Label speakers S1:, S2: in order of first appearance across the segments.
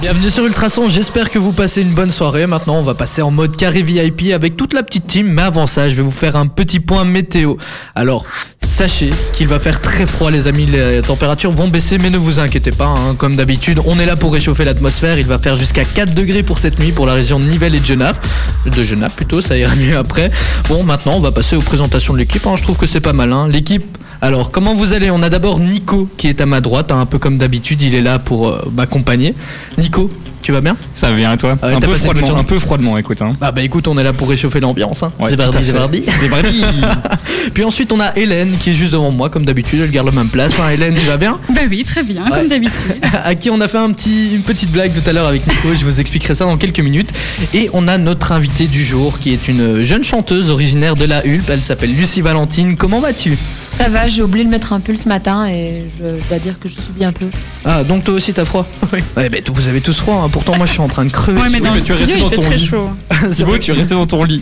S1: Bienvenue sur Ultrason, j'espère que vous passez une bonne soirée. Maintenant, on va passer en mode carré VIP avec toute la petite team, mais avant ça, je vais vous faire un petit point météo. Alors, sachez qu'il va faire très froid, les amis, les températures vont baisser, mais ne vous inquiétez pas, hein. comme d'habitude, on est là pour réchauffer l'atmosphère. Il va faire jusqu'à 4 degrés pour cette nuit pour la région de Nivelles et de Genappe. De Genappe plutôt, ça ira mieux après. Bon, maintenant, on va passer aux présentations de l'équipe, hein. je trouve que c'est pas mal. hein. L'équipe. Alors, comment vous allez On a d'abord Nico qui est à ma droite, hein, un peu comme d'habitude, il est là pour euh, m'accompagner. Nico, tu vas bien
S2: Ça vient à toi
S1: Ah ouais,
S2: un,
S1: t'as
S2: peu
S1: passé une bonne
S2: froidement,
S1: journée
S2: un peu froidement, écoute. Hein.
S1: Ah bah écoute, on est là pour réchauffer l'ambiance. Hein.
S2: Ouais,
S1: c'est
S2: tout à
S1: parti,
S2: fait.
S1: c'est parti.
S2: C'est parti.
S1: Puis ensuite, on a Hélène qui est juste devant moi, comme d'habitude, elle garde la même place. hein. Hélène, tu vas bien
S3: Ben oui, très bien,
S1: Ouais.
S3: comme d'habitude.
S1: à qui on a fait un petit, une petite blague tout à l'heure avec Nico, je vous expliquerai ça dans quelques minutes. Et on a notre invitée du jour qui est une jeune chanteuse originaire de la Hulpe, elle s'appelle Lucie Valentine. Comment vas-tu
S4: Ça va, j'ai oublié de mettre un pull ce matin et je, je dois dire que je subis un peu.
S1: Ah, donc toi aussi t'as froid
S4: Oui.
S1: Ouais, bah, t- vous avez tous froid, hein. pourtant moi je suis en train de crever.
S3: Ouais, mais
S1: sur-
S3: dans
S2: mais
S3: le
S2: tu es
S3: studio,
S2: resté
S3: il
S2: dans
S3: fait
S2: ton
S3: très
S2: lit.
S3: chaud.
S1: C'est
S2: Thibaut,
S1: vrai
S2: tu es resté dans ton lit.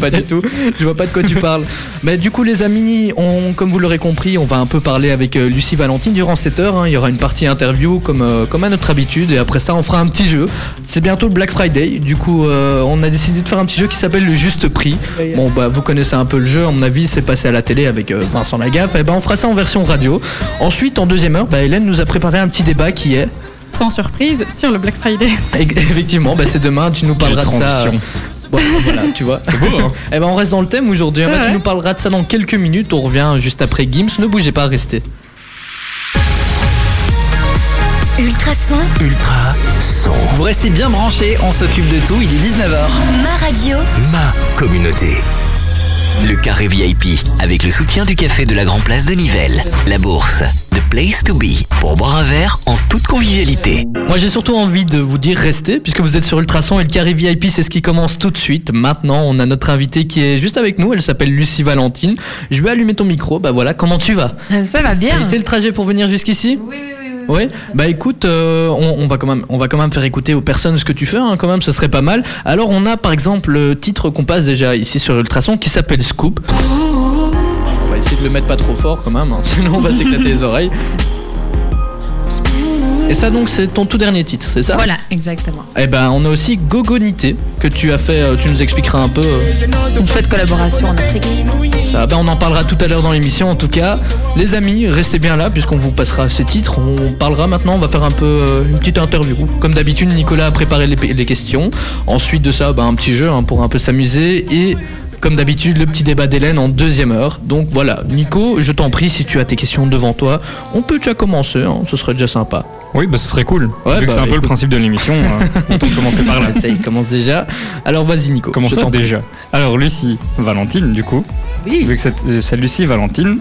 S1: pas du tout. Je vois pas de quoi tu parles. Mais du coup, les amis, on, comme vous l'aurez compris, on va un peu parler avec euh, Lucie Valentine durant cette heure. hein. Il y aura une partie interview comme, euh, comme à notre habitude. Et après ça, on fera un petit jeu. C'est bientôt le Black Friday. Du coup, euh, on a décidé de faire un petit jeu qui s'appelle le juste prix. Bon, bah, vous connaissez un peu le jeu. À mon avis, c'est passé à la télé avec euh, Vincent Lagaffe. Et ben, on fera ça en version radio. Ensuite, en deuxième heure, bah, Hélène nous a préparé un petit débat qui est.
S3: Sans surprise, sur le Black Friday.
S1: Et- Effectivement, bah, c'est demain. Tu nous
S2: Quelle
S1: parleras de ça. euh,
S2: transition.
S1: bon, voilà, tu vois.
S2: C'est beau, hein
S1: Eh ben on reste dans le thème aujourd'hui. hein.
S3: Ouais,
S1: Bah, Tu
S3: ouais.
S1: nous parleras de ça dans quelques minutes. On revient juste après Gims. Ne bougez pas, restez.
S5: Ultrason,
S6: Ultra son.
S7: Vous restez bien branchés, on s'occupe de tout, il est 19h.
S5: ma radio.
S6: Ma communauté.
S7: Le carré VIP, avec le soutien du café de la Grand Place de Nivelles, la bourse, The Place to Be, pour boire un verre en toute convivialité.
S1: Moi j'ai surtout envie de vous dire restez puisque vous êtes sur Ultrason et le carré VIP c'est ce qui commence tout de suite. Maintenant on a notre invitée qui est juste avec nous. Elle s'appelle Lucie Valentine. Je vais allumer ton micro. Bah voilà comment tu vas.
S4: Ça va
S1: T'as
S4: bien.
S1: évité le trajet pour venir jusqu'ici.
S4: Oui, oui, oui.
S1: Oui, bah écoute, euh, on, on va quand même, on va quand même faire écouter aux personnes ce que tu fais, hein, quand même, ce serait pas mal. Alors on a par exemple le titre qu'on passe déjà ici sur Ultrason qui s'appelle Scoop. On va essayer de le mettre pas trop fort quand même, hein, sinon on va s'éclater les oreilles. Et ça donc c'est ton tout dernier titre, c'est ça
S4: Voilà, exactement.
S1: Et ben on a aussi Gogonité que tu as fait, euh, tu nous expliqueras un peu. euh,
S4: Une chouette collaboration en Afrique.
S1: ça, ben on en parlera tout à l'heure dans l'émission. En tout cas, les amis, restez bien là puisqu'on vous passera ces titres. On parlera maintenant, on va faire un peu euh, une petite interview. Comme d'habitude, Nicolas a préparé les, les questions. Ensuite de ça, ben, un petit jeu hein, pour un peu s'amuser. Et comme d'habitude, le petit débat d'Hélène en deuxième heure. Donc voilà, Nico, je t'en prie, si tu as tes questions devant toi, on peut déjà commencer, hein, ce serait déjà sympa.
S2: Oui, bah ce serait cool.
S1: Ouais, bah,
S2: Vu que c'est un peu
S1: écoute.
S2: le principe de l'émission, euh, autant commencer par là.
S1: Voilà, ça y est, commence déjà. Alors vas-y Nico,
S2: Comment
S1: je
S2: ça
S1: t'en prie.
S2: déjà Alors Lucie, Valentine du coup.
S4: Oui.
S2: Vu que c'est euh, c'est Lucie Valentine,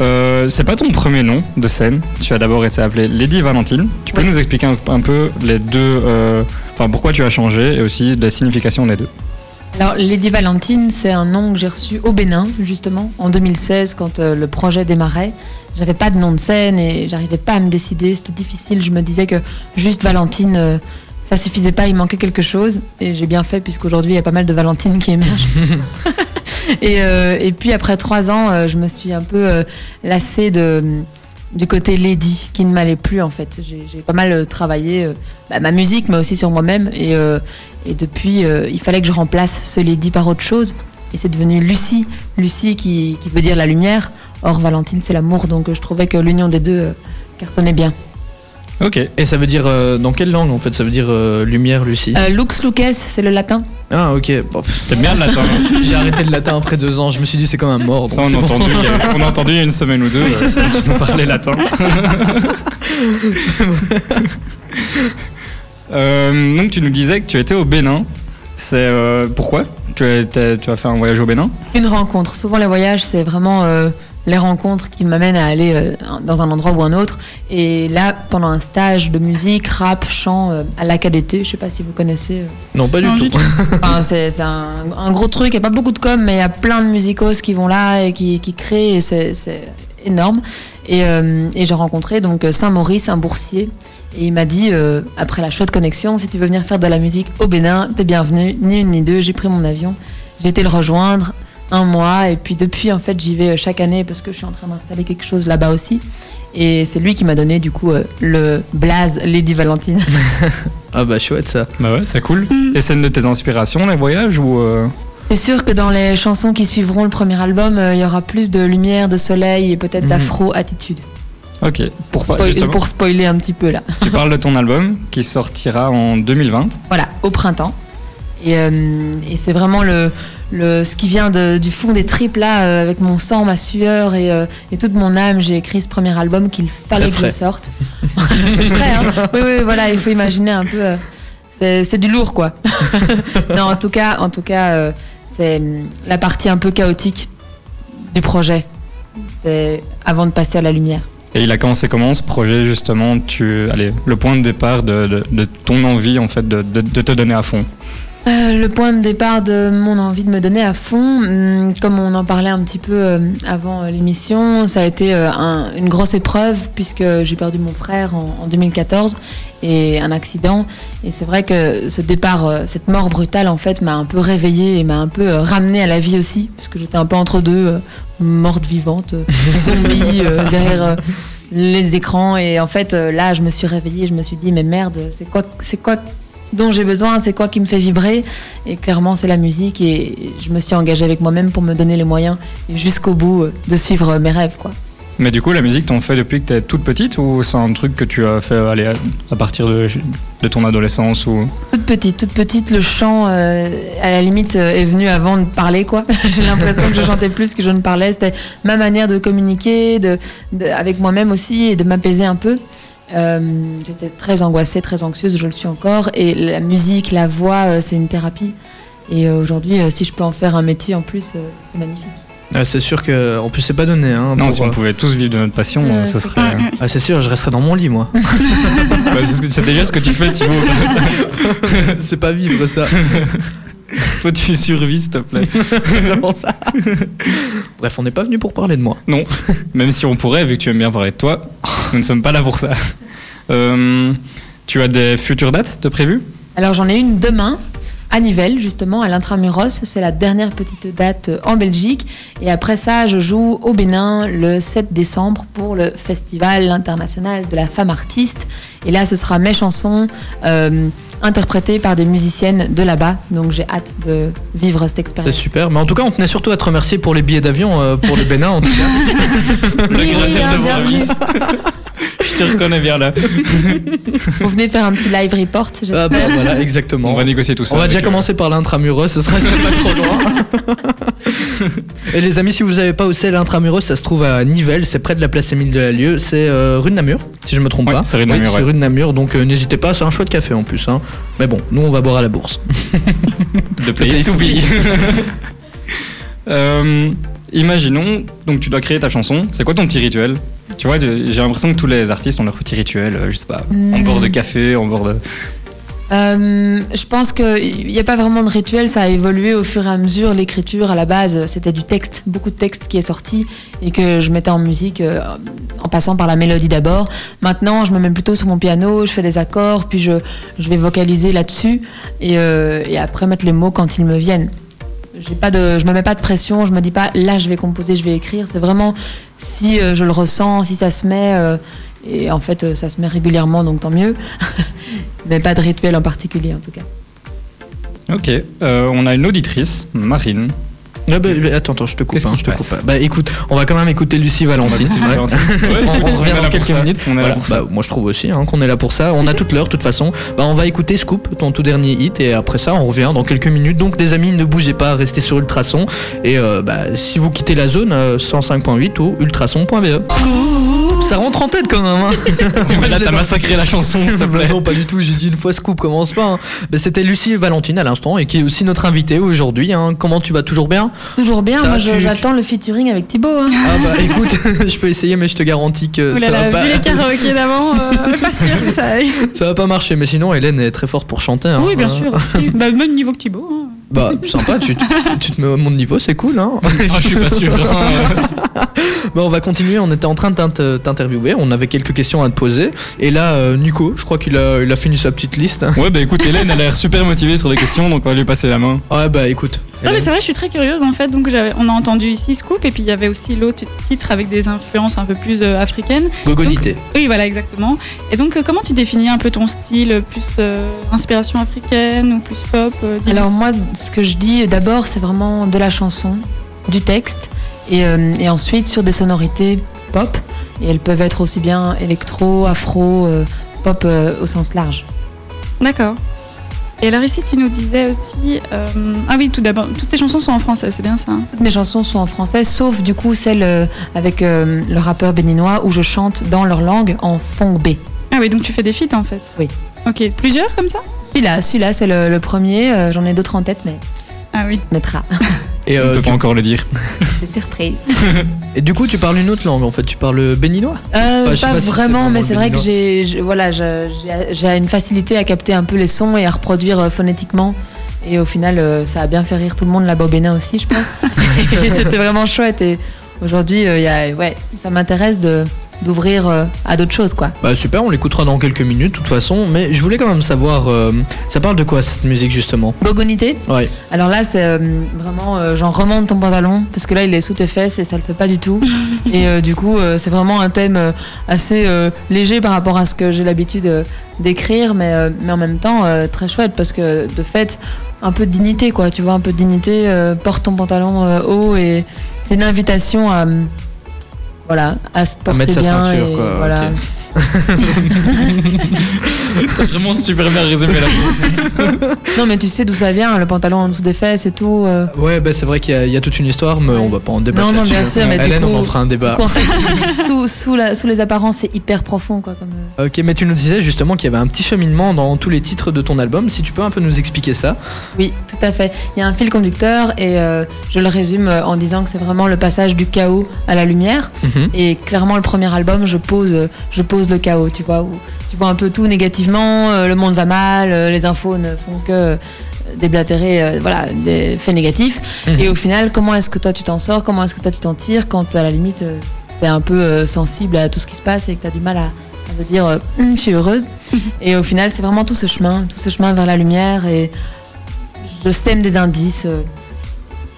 S2: euh, c'est pas ton premier nom de scène. Tu as d'abord été appelée Lady Valentine. Tu peux
S4: Oui.
S2: nous expliquer un, un peu les deux, euh, enfin pourquoi tu as changé et aussi la signification des deux.
S4: Alors, Lady Valentine, c'est un nom que j'ai reçu au Bénin, justement, en 2016, quand euh, le projet démarrait. J'avais pas de nom de scène et j'arrivais pas à me décider, c'était difficile. Je me disais que juste Valentine, euh, ça suffisait pas, il manquait quelque chose. Et j'ai bien fait, puisqu'aujourd'hui, il y a pas mal de Valentine qui émergent. et, euh, et puis, après trois ans, euh, je me suis un peu euh, lassée de, du côté Lady, qui ne m'allait plus, en fait. J'ai j'ai pas mal euh, travaillé euh, bah, ma musique, mais aussi sur moi-même. Et. euh, et depuis, euh, il fallait que je remplace ce Lady par autre chose. Et c'est devenu Lucie. Lucie qui, qui veut dire la lumière. Or, Valentine, c'est l'amour. Donc, euh, je trouvais que l'union des deux euh, cartonnait bien.
S2: Ok.
S1: Et ça veut dire euh, dans quelle langue en fait Ça veut dire euh, lumière, Lucie.
S4: Euh, lux luces, c'est le latin.
S1: Ah ok. Bon, pff,
S2: T'aimes bien le latin. hein
S1: J'ai arrêté le latin après deux ans. Je me suis dit c'est quand même mort.
S2: Ça,
S1: Donc
S2: on
S1: c'est
S2: a,
S1: bon.
S2: entendu, il y a- on a entendu il y a une semaine ou deux.
S3: Oui, c'est
S2: euh,
S3: ça.
S2: quand tu nous parlais latin. Euh, donc, tu nous disais que tu étais au Bénin. C'est euh, pourquoi tu as, t'as- tu as fait un voyage au Bénin
S4: Une rencontre. Souvent, les voyages, c'est vraiment euh, les rencontres qui m'amènent à aller euh, dans un endroit ou un autre. Et là, pendant un stage de musique, rap, chant euh, à l'AKDT, je sais pas si vous connaissez. euh,
S1: Non pas du
S3: Non,
S1: tout.
S3: du tout.
S4: Enfin, c'est c'est un, un gros truc, il n'y a pas beaucoup de com, mais il y a plein de musicos qui vont là et qui, qui créent, et c'est c'est énorme. Et, euh, et j'ai rencontré donc Saint-Maurice, un boursier, et il m'a dit, euh, après la chouette connexion, si tu veux venir faire de la musique au Bénin, t'es bienvenue, ni une ni deux, j'ai pris mon avion, j'ai été le rejoindre euh, un mois, et puis depuis, en fait, j'y vais chaque année parce que je suis en train d'installer quelque chose là-bas aussi. Et c'est lui qui m'a donné du coup euh, le blaze Lady Valentine.
S1: Ah bah chouette ça.
S2: Bah ouais, c'est cool. Les scènes de tes inspirations, les voyages ou. euh,
S4: C'est sûr que dans les chansons qui suivront le premier album, euh, il y aura plus de lumière, de soleil et peut-être
S1: Mhm.
S4: d'afro-attitude.
S2: Ok. Pour,
S4: Spoil-
S2: Bah, justement,
S4: pour spoiler un petit peu là.
S2: tu parles de ton album qui sortira en 2020.
S4: Voilà, au printemps. Et, euh, et c'est vraiment le, le, ce qui vient de- du fond des tripes là, euh, avec mon sang, ma sueur et, euh, et toute mon âme, j'ai écrit ce premier album qu'il
S1: Très
S4: fallait que
S1: frais.
S4: je sorte. c'est vrai, hein oui, oui, voilà, il faut imaginer un peu. euh, c'est c'est du lourd quoi. non, en tout cas, en tout cas, euh, c'est hum, la partie un peu chaotique du projet. C'est avant de passer à la lumière.
S2: Et il a commencé comment ce projet justement tu, allez, Le point de départ de, de- de ton envie en fait de, de- de te donner à fond.
S4: Euh, le point de départ de mon envie de me donner à fond, hum, comme on en parlait un petit peu euh, avant euh, l'émission, ça a été euh, un- une grosse épreuve puisque j'ai perdu mon frère en, en 2014 et un accident. Et c'est vrai que ce départ, euh, cette mort brutale en fait m'a un peu réveillée et m'a un peu euh, ramenée à la vie aussi puisque j'étais un peu entre deux, euh, morte vivante, euh, zombie euh, derrière. euh, les écrans et en fait euh, là je me suis réveillée je me suis dit mais merde c'est quoi c'est quoi dont j'ai besoin, c'est quoi qui me fait vibrer. Et clairement, c'est la musique. Et je me suis engagée avec moi-même pour me donner les moyens et jusqu'au bout euh, de suivre euh, mes rêves. Quoi.
S2: Mais du coup, la musique, t'en fais depuis que t'es toute petite ou c'est un truc que tu as fait allez, à, à partir de, de ton adolescence ou...
S4: Toute petite, toute petite, le chant, euh, à la limite, euh, est venu avant de parler. quoi. J'ai l'impression que je chantais plus que je ne parlais. C'était ma manière de communiquer de, de- avec moi-même aussi et de m'apaiser un peu. Euh, J'étais très angoissée, très anxieuse, je le suis encore. Et la musique, la voix, euh, c'est une thérapie. Et euh, aujourd'hui, euh, si je peux en faire un métier en plus, euh, c'est magnifique.
S1: Ah, c'est sûr que en plus c'est pas donné. Hein,
S2: Non,
S1: pour,
S2: si on
S1: euh,
S2: pouvait tous vivre de notre passion,
S3: Euh,
S2: ce
S3: faut
S2: serait.
S3: pas- euh,
S1: ah, c'est sûr, je resterai dans mon lit moi.
S2: Bah, c'est ce que- c'est déjà ce que tu fais, Thibaut.
S1: c'est pas vivre ça.
S2: Toi, tu survis, s'il te plaît.
S1: c'est vraiment ça. Bref, on n'est pas venu pour parler de moi.
S2: Non, même si on pourrait, vu que tu aimes bien parler de toi, nous ne sommes pas là pour ça. Euh, tu as des futures dates de prévues
S4: Alors j'en ai une demain à Nivelles justement à l'intramuros, c'est la dernière petite date euh, en Belgique et après ça je joue au Bénin le 7 décembre pour le festival international de la femme artiste et là ce sera mes chansons euh, interprétées par des musiciennes de là-bas donc j'ai hâte de vivre cette
S1: C'est
S4: expérience.
S1: super. Mais en tout cas, on tenait surtout à te remercier pour les billets d'avion euh, pour le Bénin. En tout cas.
S4: Oui, hein, oui,
S2: gratin de
S4: bienvenue.
S2: service. Je te reconnais bien là.
S4: Vous venez faire un petit live report, j'espère.
S1: Ah bah voilà, exactement.
S2: On va négocier tout ça.
S1: On va
S2: avec,
S1: déjà
S2: euh,
S1: commencer par l'intramuros, ce sera pas trop loin. Et les amis, si vous n'avez pas aussi l'intramuros, ça se trouve à Nivelles, c'est près de la place Émile de la Lieu, c'est euh, rue de Namur, si je me trompe
S2: Ouais,
S1: pas.
S2: c'est rue de
S1: Oui,
S2: Namur, ouais.
S1: rue de Namur, donc euh, n'hésitez pas, c'est un chouette café en plus. hein. Mais bon, nous on va boire à la bourse.
S2: The place to be. Euh, imaginons, donc tu dois créer ta chanson. C'est quoi ton petit rituel Tu vois, de- j'ai l'impression que tous les artistes ont leur petit rituel, euh, je sais pas, en
S4: Mm.
S2: bord de café, en bord de.
S4: Euh, je pense qu'il n'y a pas vraiment de rituel, ça a évolué au fur et à mesure. L'écriture, à la base, c'était du texte, beaucoup de texte qui est sorti et que je mettais en musique euh, en passant par la mélodie d'abord. Maintenant, je me mets plutôt sur mon piano, je fais des accords, puis je, je vais vocaliser là-dessus et, euh, et après mettre les mots quand ils me viennent. J'ai Pas de, je me mets pas de pression, je me dis pas là je vais composer, je vais écrire. C'est vraiment si euh, je le ressens, si ça se met, euh, et en fait euh, ça se met régulièrement donc tant mieux. Mais pas de rituel en particulier en tout cas.
S2: Ok, euh, on a une auditrice, Marine.
S1: Ah bah, attends, attends, je te coupe,
S2: Qu'est-ce
S1: hein,
S2: qui
S1: je te
S2: se passe
S1: coupe. Bah écoute, on va quand même écouter Lucie Valentine.
S2: Marine,
S1: Ouais.
S2: c'est gentil.
S1: On, on
S2: Ouais,
S1: revient
S2: est là
S1: dans
S2: pour
S1: quelques
S2: ça.
S1: minutes.
S2: On est là
S1: Voilà.
S2: pour ça.
S1: Bah, moi je trouve aussi hein, qu'on est là pour ça. On a toute l'heure de toute façon. Bah, on va écouter Scoop, ton tout dernier hit, et après ça on revient dans quelques minutes. Donc les amis, ne bougez pas, restez sur Ultrason. Et euh, bah, si vous quittez la zone, euh, 105.8 ou ultrason.be. E. Ça rentre en tête quand même. hein.
S2: Là, t'as massacré la chanson, s'il te
S1: Bah
S2: plaît.
S1: non, pas du tout. J'ai dit une fois Scoop, commence pas. hein. Bah, C'était Lucie Valentine à l'instant et qui est aussi notre invitée aujourd'hui. hein. Comment tu vas Toujours bien
S4: Toujours bien,
S1: Ça,
S4: moi je-
S1: tu-
S4: j'attends le featuring avec Thibaut. hein.
S1: Ah bah écoute, je peux essayer, mais je te garantis que
S3: Ouh là
S1: ça va
S3: là,
S1: pas.
S3: vu les karaokés d'avant, euh, pas sûr que ça aille.
S1: Ça va pas marcher, mais sinon Hélène est très forte pour chanter. hein.
S3: Oui, bien
S1: Euh,
S3: sûr. aussi. Bah, même niveau que Thibaut. hein.
S1: Bah sympa, tu, tu- tu te mets au mon niveau, c'est cool. Hein
S2: Ah, je suis pas sûr. hein.
S1: Bon, on va continuer. On était en train de t'int- t'interviewer. On avait quelques questions à te poser. Et là, euh, Nico, je crois qu'il a, il a fini sa petite liste. hein.
S2: Ouais, bah écoute, Hélène, elle a l'air super motivée sur les questions, donc on va lui passer la main.
S1: Ouais, bah écoute.
S3: Non, mais
S1: Hélène.
S3: c'est vrai, je suis très curieuse en fait. Donc, j'avais- on a entendu ici Scoop, et puis il y avait aussi l'autre titre avec des influences un peu plus euh, africaines.
S1: Gogonité.
S3: Oui, voilà, exactement. Et donc, euh, comment tu définis un peu ton style euh, Plus euh, inspiration africaine ou plus pop euh, dis-nous.
S4: Alors moi, ce que je dis d'abord, c'est vraiment de la chanson, du texte, et, euh, et ensuite sur des sonorités pop. Et elles peuvent être aussi bien électro, afro, euh, pop euh, au sens large.
S3: D'accord. Et alors, ici, tu nous disais aussi. euh, Ah oui, tout d'abord, toutes tes chansons sont en français, c'est bien ça hein
S4: Toutes mes chansons sont en français, sauf du coup celle euh, avec euh, le rappeur béninois où je chante dans leur langue en fond B.
S3: Ah oui, donc tu fais des feats en fait
S4: Oui.
S3: Ok, plusieurs comme ça
S4: Celui-là, celui-là, c'est le, le premier. euh, J'en ai d'autres en tête, mais
S3: Ah oui.
S4: on mettra.
S1: Et,
S2: on
S1: euh,
S2: peut
S1: tu-
S2: pas encore le dire.
S4: C'est surprise.
S1: et du coup, tu parles une autre langue en fait. Tu parles béninois
S4: Euh,
S1: Enfin, je sais
S4: pas
S1: pas si c'est
S4: vraiment,
S1: vraiment
S4: mais
S1: le
S4: c'est vrai que
S1: béninois.
S4: j'ai, je- voilà, je- j'ai j'ai une facilité à capter un peu les sons et à reproduire euh, phonétiquement. Et au final, euh, ça a bien fait rire tout le monde là-bas au Bénin aussi, je pense. et c'était vraiment chouette. Et aujourd'hui, euh, il y a- ouais, ça m'intéresse de d'ouvrir euh, à d'autres choses, quoi.
S1: Bah super, on l'écoutera dans quelques minutes de toute façon. Mais je voulais quand même savoir, euh, ça parle de quoi cette musique justement
S4: Gogonité.
S1: Ouais.
S4: Alors là, c'est euh, vraiment, euh, genre remonte ton pantalon parce que là, il est sous tes fesses et ça le fait pas du tout. et euh, du coup, euh, c'est vraiment un thème euh, assez euh, léger par rapport à ce que j'ai l'habitude euh, d'écrire, mais euh, mais en même temps euh, très chouette parce que de fait, un peu de dignité, quoi. Tu vois, un peu de dignité. euh, porte ton pantalon euh, haut et c'est une invitation à euh, voilà, à se porter
S1: mettre sa
S4: bien
S1: ceinture,
S4: et
S1: quoi,
S4: voilà.
S1: ok.
S2: T'as vraiment super bien résumé la chose.
S4: Non, mais tu sais d'où ça vient, le pantalon en dessous des fesses et tout. euh,
S1: Ouais, bah c'est vrai qu'il y, a- il y a toute une histoire, mais
S4: Ouais.
S1: on va pas en débattre.
S4: Non, non,
S1: là-dessus.
S4: bien sûr, mais du
S1: Hélène,
S4: coup-
S1: on en fera un débat.
S4: Quoi, en fait, sous, sous, la- sous les apparences, c'est hyper profond. Quoi, comme, euh.
S1: Ok, mais tu nous disais justement qu'il y avait un petit cheminement dans tous les titres de ton album. Si tu peux un peu nous expliquer ça.
S4: Oui, tout à fait. Il y a un fil conducteur et euh, je le résume euh, en disant que c'est vraiment le passage du chaos à la lumière.
S1: Mhm.
S4: Et clairement, le premier album, je pose, euh, je pose le chaos, tu vois, où tu vois un peu tout négativement, euh, le monde va mal, euh, les infos ne font que euh, déblatérer euh, voilà, des faits négatifs.
S1: Mhm.
S4: Et au final, comment est-ce que toi tu t'en sors Comment est-ce que toi tu t'en tires quand à la limite euh, t'es un peu euh, sensible à tout ce qui se passe et que t'as du mal à, à te dire euh, Hum, je suis heureuse
S1: Mhm.
S4: Et au final, c'est vraiment tout ce chemin, tout ce chemin vers la lumière et je sème des indices. euh,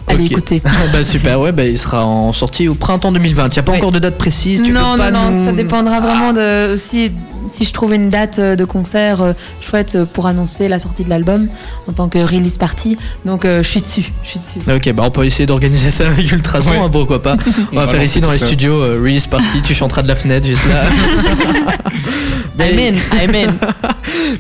S4: Allez
S1: Ok.
S4: écouter.
S1: bah super, ouais, bah il sera en sortie au printemps 2020. Il n'y a pas
S4: Oui.
S1: encore de date précise. Tu
S4: non,
S1: peux pas
S4: non, non,
S1: nous- Ah.
S4: ça dépendra vraiment de si, si je trouve une date euh, de concert euh, chouette euh, pour annoncer la sortie de l'album en tant que release party. Donc euh, je suis dessus, je suis dessus.
S1: Ok, bah on peut essayer d'organiser ça avec Ultrason,
S2: Ouais.
S1: hein, pourquoi pas. On va
S2: va
S1: faire ici
S2: lancer
S1: dans
S2: tout
S1: les
S2: ça.
S1: studios euh, release party, tu chanteras de la fenêtre juste là. Mais-
S4: Amen, amen.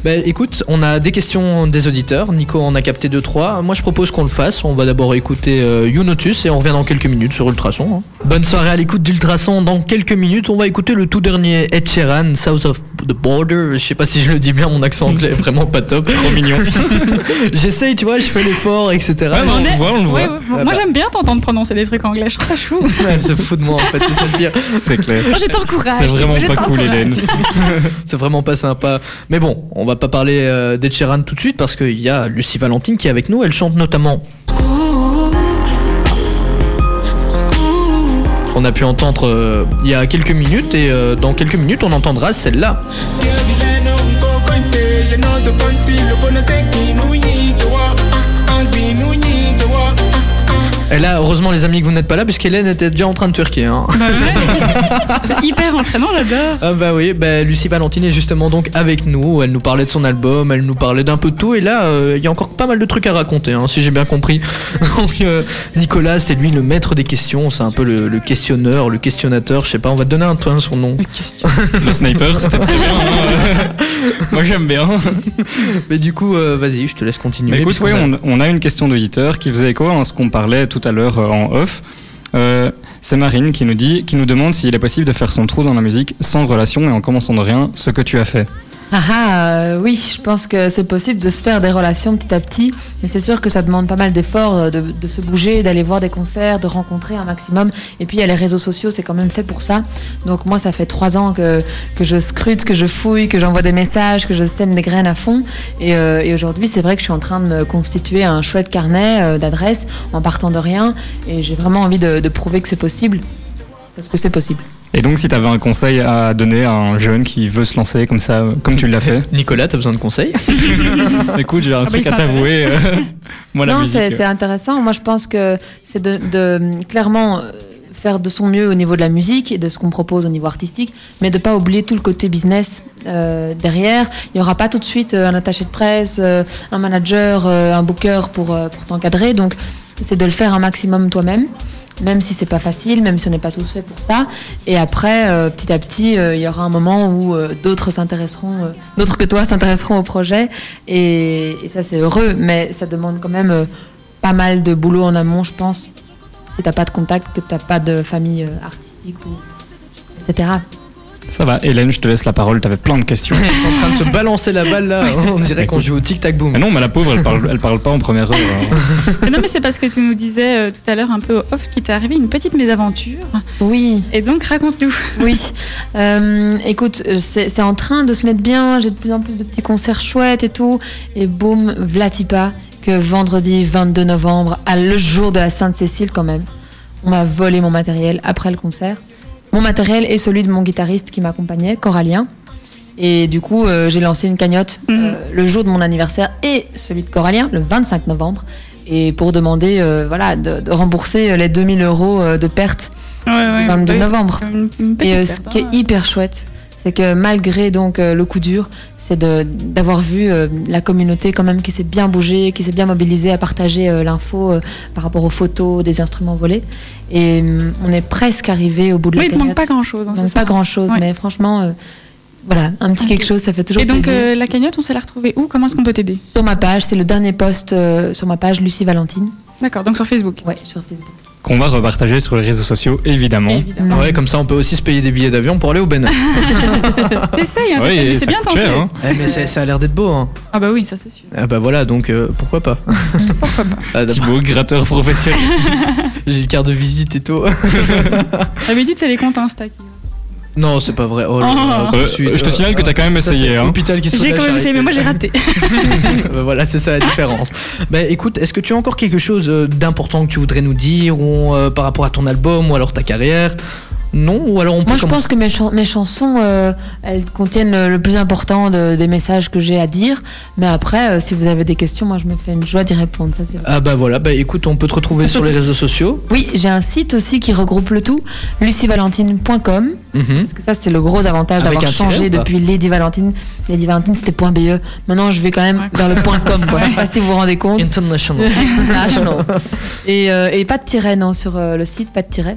S1: Bah écoute, on a des questions des auditeurs. Nico en a capté 2-3. Moi je propose qu'on le fasse. On va d'abord écouter euh, You Notice et on revient dans quelques minutes sur Ultrason. hein. Bonne soirée à l'écoute d'Ultrason. Dans quelques minutes, on va écouter le tout dernier Ed Sheeran, South of the Border. Je sais pas si je le dis bien, mon accent anglais est vraiment pas top.
S2: Trop mignon.
S1: J'essaye, tu vois, je fais l'effort, etc.
S2: Ouais, Ah bah. mais on
S3: on
S2: le
S3: est-
S2: voit, on le
S3: Ouais,
S2: voit.
S3: ouais. Moi, j'aime bien t'entendre prononcer des trucs anglais, je trouve ça chou. Moi,
S1: Elle se fout de moi en fait, c'est ça le pire.
S2: C'est clair.
S3: je t'encourage.
S2: C'est vraiment
S3: je
S2: Ah, pas cool,
S3: t'encourage.
S2: Hélène.
S1: C'est vraiment pas sympa. Mais bon, on va pas parler euh, d'Ed Sheeran tout de suite parce qu'il y a Lucie Valentine qui est avec nous. Elle chante notamment. On a pu entendre euh, il y a quelques minutes et euh, dans quelques minutes on entendra celle-là. Et là, heureusement les amis que vous n'êtes pas là puisqu'Hélène était déjà en train de twerker. hein.
S3: Bah ouais. C'est hyper entraînant, j'adore.
S1: Ah bah oui, bah Lucie Valentine est justement donc avec nous, elle nous parlait de son album, elle nous parlait d'un peu de tout, et là, euh, il y a encore pas mal de trucs à raconter, hein, si j'ai bien compris. Donc euh, Nicolas, c'est lui le maître des questions, c'est un peu le, le questionneur, le questionnateur, je sais pas, on va te donner un toi son nom.
S2: Le sniper, c'était très bien. hein. Moi, j'aime bien.
S1: Mais du coup, euh, vas-y, je te laisse continuer.
S2: Mais écoute,
S1: puisqu'on
S2: oui,
S1: a-
S2: on, on a une question d'auditeur qui faisait écho à ce qu'on parlait tout à l'heure euh, en off. Euh, c'est Marine qui nous dit, qui nous demande s'il est possible de faire son trou dans la musique sans relation et en commençant de rien, ce que tu as fait.
S4: Ah ah, euh, oui, je pense que c'est possible de se faire des relations petit à petit, mais c'est sûr que ça demande pas mal d'efforts euh, de, de se bouger, d'aller voir des concerts, de rencontrer un maximum. Et puis il y a les réseaux sociaux, c'est quand même fait pour ça. Donc moi, ça fait trois ans que, que je scrute, que je fouille, que j'envoie des messages, que je sème des graines à fond. Et, euh, et aujourd'hui, c'est vrai que je suis en train de me constituer un chouette carnet euh, d'adresses en partant de rien. Et j'ai vraiment envie de, de prouver que c'est possible. parce que c'est possible.
S2: Et donc, si tu avais un conseil à donner à un jeune qui veut se lancer comme ça, euh, comme tu l'as fait
S1: Nicolas, t'as besoin de conseils
S2: Écoute, j'ai un
S3: bah,
S2: truc
S3: il
S2: à t'avouer. euh, moi, la
S4: non,
S2: musique.
S4: c'est
S2: euh,
S4: c'est intéressant. Moi, je pense que c'est de, de, clairement euh, faire de son mieux au niveau de la musique et de ce qu'on propose au niveau artistique, mais de pas oublier tout le côté business euh, derrière. Il n'y aura pas tout de suite euh, un attaché de presse, euh, un manager, euh, un booker pour, euh, pour t'encadrer. Donc, c'est de le faire un maximum toi-même. Même si c'est pas facile, même si on n'est pas tous faits pour ça. Et après, euh, petit à petit, euh, il y aura un moment où euh, d'autres s'intéresseront, euh, d'autres que toi s'intéresseront au projet. Et, et ça, c'est heureux, mais ça demande quand même euh, pas mal de boulot en amont, je pense, si t'as pas de contact, que t'as pas de famille euh, artistique, ou... etc.
S2: euh, Ça va, Hélène, je te laisse la parole, t'avais plein de questions.
S1: Ils sont en train de se balancer la balle là. on dirait qu'on joue au tic-tac-boom.
S2: mais non, mais la pauvre, elle parle, elle parle pas en première heure. hein. alors.
S3: Mais non, mais c'est parce que tu nous disais euh, tout à l'heure un peu off qu'il t'est arrivé une petite mésaventure.
S4: Oui,
S3: Et donc, raconte-nous.
S4: oui. Euh, écoute, euh, c'est c'est en train de se mettre bien, j'ai de plus en plus de petits concerts chouettes et tout. Et boum, Vlatipa, que vendredi 22 novembre, à le jour de la Sainte-Cécile quand même, on m'a volé mon matériel après le concert. Mon matériel et celui de mon guitariste qui m'accompagnait, Coralien. Et du coup, euh, j'ai lancé une cagnotte euh,
S3: Mhm.
S4: le jour de mon anniversaire et celui de Coralien, le 25 novembre, et pour demander euh, voilà, de, de rembourser les 2000 euros euh, de perte.
S3: Ouais, ouais,
S4: 22
S3: ouais,
S4: novembre.
S3: c'est une- une petite
S4: Et euh, ce
S3: perte,
S4: qui est
S3: hein.
S4: hyper chouette, c'est que malgré donc euh, le coup dur, c'est de- d'avoir vu euh, la communauté quand même qui s'est bien bougée, qui s'est bien mobilisée à partager euh, l'info euh, par rapport aux photos des instruments volés. Et hum, on est presque arrivé au bout de
S3: Oui,
S4: la
S3: il ne
S4: cagnotte.
S3: manque pas grand-chose. hein,
S4: Il
S3: c'est
S4: manque
S3: ça.
S4: pas grand-chose,
S3: Ouais.
S4: mais franchement, euh, voilà, un petit
S3: Ok.
S4: quelque chose, ça fait toujours
S3: Et donc,
S4: plaisir.
S3: euh, la cagnotte, on sait la retrouver où Comment est-ce qu'on peut t'aider
S4: Sur ma page, c'est le dernier post euh, sur ma page Lucie Valentine.
S3: D'accord, donc sur Facebook.
S4: Ouais, sur Facebook.
S2: Qu'on va repartager sur les réseaux sociaux, évidemment.
S3: Évidemment.
S1: Ouais, comme ça on peut aussi se payer des billets d'avion pour aller au Ben. Bénin.
S3: Essaye, hein,
S2: Ouais,
S3: t'essayes, mais
S2: et
S3: c'est
S2: ça
S3: bien
S2: coûte
S3: tenté.
S2: cher, hein.
S1: Eh, mais c'est- ça a l'air d'être beau. Hein.
S3: Ah bah oui, ça c'est sûr.
S1: Ah bah voilà, donc euh, pourquoi pas. Ah, d'abord,
S2: Thibaut, gratteur professionnel.
S1: J'ai le carte de visite et tout.
S3: D'habitude, c'est les comptes Insta qui...
S1: Non, c'est pas vrai. Oh là là, tout de
S2: Euh,
S1: suite.
S2: je te signale que t'as quand même
S1: Ça,
S2: essayé,
S1: c'est
S2: hein.
S1: Hôpital qui se
S3: J'ai
S1: soulage,
S3: quand même essayé, mais moi j'ai
S1: arrêtez.
S3: raté.
S1: Bah voilà, c'est ça la différence. bah écoute, est-ce que tu as encore quelque chose euh, d'important que tu voudrais nous dire ou, euh, par rapport à ton album ou alors ta carrière Non Ou alors on peut
S4: Moi, je
S1: commencer
S4: pense que mes, chan- mes chansons, euh, elles contiennent le, le plus important de- des messages que j'ai à dire. Mais après, euh, si vous avez des questions, moi, je me fais une joie d'y répondre. Ça, c'est vrai.
S1: Ah bah voilà, bah écoute, on peut te retrouver sur les réseaux sociaux.
S4: Oui, j'ai un site aussi qui regroupe le tout, lucievalentine.com.
S1: Mhm.
S4: Parce que ça, c'est le gros avantage
S1: Avec
S4: d'avoir
S1: un tiret
S4: changé
S1: ou pas
S4: depuis Lady Valentine. Lady Valentine, c'était .be. Maintenant, je vais quand même
S3: Ouais.
S4: vers le .com. Quoi. Je sais pas si vous vous rendez compte.
S1: International.
S4: International. Et, euh, et pas de tiret, non, sur euh, le site, pas de tiret.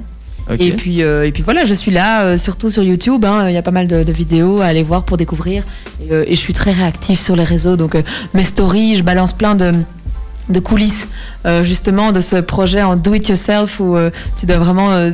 S1: Ok.
S4: Et, puis, euh, et puis voilà, je suis là, euh, surtout sur YouTube. hein, Il y a pas mal de, de vidéos à aller voir pour découvrir. Et, euh, et je suis très réactive sur les réseaux. Donc, euh, mes stories, je balance plein de, de coulisses, euh, justement, de ce projet en do-it-yourself où euh, tu dois vraiment euh,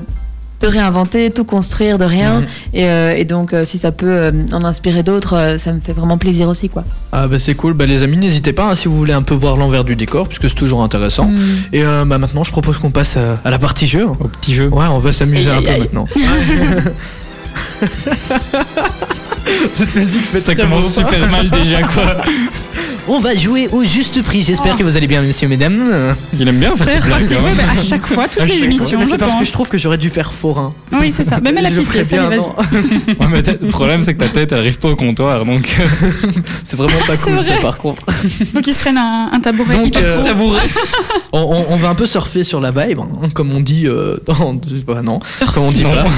S4: te réinventer, tout construire de rien.
S1: Mhm.
S4: Et, euh, et donc, euh, si ça peut euh, en inspirer d'autres, euh, ça me fait vraiment plaisir aussi. quoi.
S1: Ah bah c'est cool, bah les amis n'hésitez pas hein, si vous voulez un peu voir l'envers du décor puisque c'est toujours intéressant. Et euh, bah maintenant je propose qu'on passe euh, à la partie jeu.
S2: Au petit jeu.
S1: Ouais on va s'amuser un
S4: Aïe, aïe,
S1: peu
S4: aïe.
S1: maintenant. Cette musique fait
S2: Ça commence super mal déjà, quoi.
S1: On va jouer au juste prix, j'espère que vous allez bien messieurs mesdames.
S2: Il aime bien faire ses
S3: Faire
S2: blagues.
S3: partie
S2: hein.
S3: web à chaque fois, toutes
S2: À chaque
S3: les
S2: fois.
S3: émissions,
S1: Mais
S3: je
S1: c'est parce que je
S3: pense.
S1: trouve que j'aurais dû faire forain.
S3: Oui, c'est ça. Mais mets la
S1: Je
S3: petite
S1: ferais
S3: pièce, allez,
S1: bien,
S3: vas-y.
S1: non. bah.
S2: Ouais, mais t'as- le problème, c'est que ta tête, elle arrive pas au comptoir. Donc, euh,
S1: C'est vraiment pas
S3: C'est
S1: cool ça
S3: vrai.
S1: par contre.
S3: Faut qu'ils se prennent un, un tabouret.
S1: Donc,
S3: hyper
S1: euh,
S3: petit.
S1: On, on- on va un peu surfer sur la vibe, hein, comme on dit euh, dans... bah, non, comme on dit
S2: Non.
S1: pas.
S3: Non,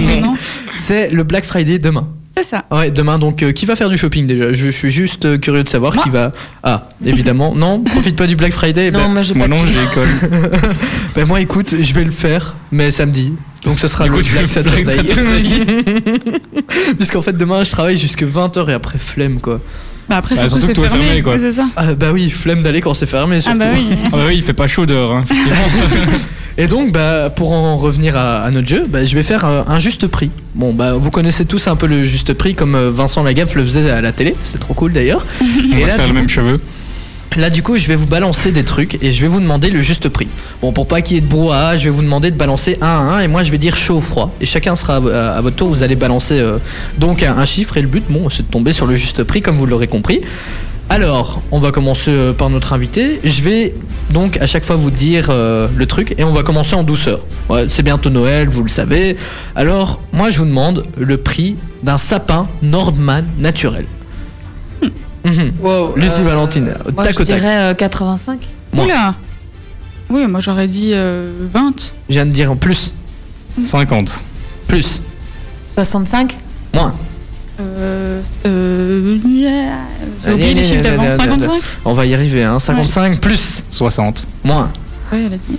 S3: non, non, non.
S1: C'est le Black Friday demain.
S3: C'est ça.
S1: Ouais, demain donc, euh, qui va faire du shopping déjà je, je suis juste euh, curieux de savoir qui va. Ah, évidemment, non, profite pas du Black Friday.
S4: Non,
S1: Ben,
S4: moi, j'ai
S2: moi
S4: pas
S2: non,
S4: de-
S2: j'ai école.
S1: ben, moi écoute, je vais le faire, mais samedi. Donc ça sera
S2: Du
S1: le
S2: coup, tu
S1: Black
S2: fais le Black
S1: Puisqu'en fait, demain je travaille jusque 20h et après flemme quoi.
S3: Bah après,
S2: Bah,
S3: surtout,
S2: surtout
S3: c'est
S2: que toi, fermé,
S3: fermé.
S2: quoi.
S3: oui, C'est ça.
S1: Ah bah oui, flemme d'aller quand c'est fermé
S3: Ah
S1: surtout.
S3: bah oui.
S2: Ah bah oui, il fait pas chaud dehors. hein, effectivement.
S1: Et donc, bah, pour en revenir à, à notre jeu, bah, je vais faire euh, un juste prix. Bon, bah, vous connaissez tous un peu le juste prix, comme euh, Vincent Lagaffe le faisait à la télé, c'était trop cool d'ailleurs.
S2: On
S1: Et
S2: va
S1: là
S2: faire
S1: du,
S2: le même
S1: coup,
S2: cheveu.
S1: là, du coup, je vais vous balancer des trucs et je vais vous demander le juste prix. Bon, pour pas qu'il y ait de brouhaha, je vais vous demander de balancer un à un et moi je vais dire chaud ou froid. Et chacun sera à, vo- à- à votre tour, vous allez balancer euh, donc un, un chiffre et le but, bon, c'est de tomber sur le juste prix, comme vous l'aurez compris. Alors, on va commencer euh, par notre invité. Je vais donc à chaque fois vous dire euh, le truc et on va commencer en douceur. Ouais, c'est bientôt Noël, vous le savez. Alors moi je vous demande le prix d'un sapin Nordman naturel. Mhm.
S4: Wow, euh,
S1: Lucie Valentine,
S4: moi,
S1: tac
S4: je
S1: au tac.
S4: dirais euh, 85.
S1: Moi.
S3: Oula Oui, moi j'aurais dit euh, 20.
S1: Je viens de dire en plus, Mm.
S2: 50.
S1: plus,
S4: 65
S1: moins.
S3: Euh, euh, yeah. J'ai
S1: Ah,
S3: oublié
S1: gna,
S3: les
S1: gna,
S3: chiffres
S1: gna,
S3: d'avant.
S1: gna, gna,
S3: 55
S1: On va y arriver, hein. 55 plus,
S2: 60.
S1: moins.
S3: Oui, elle a dit.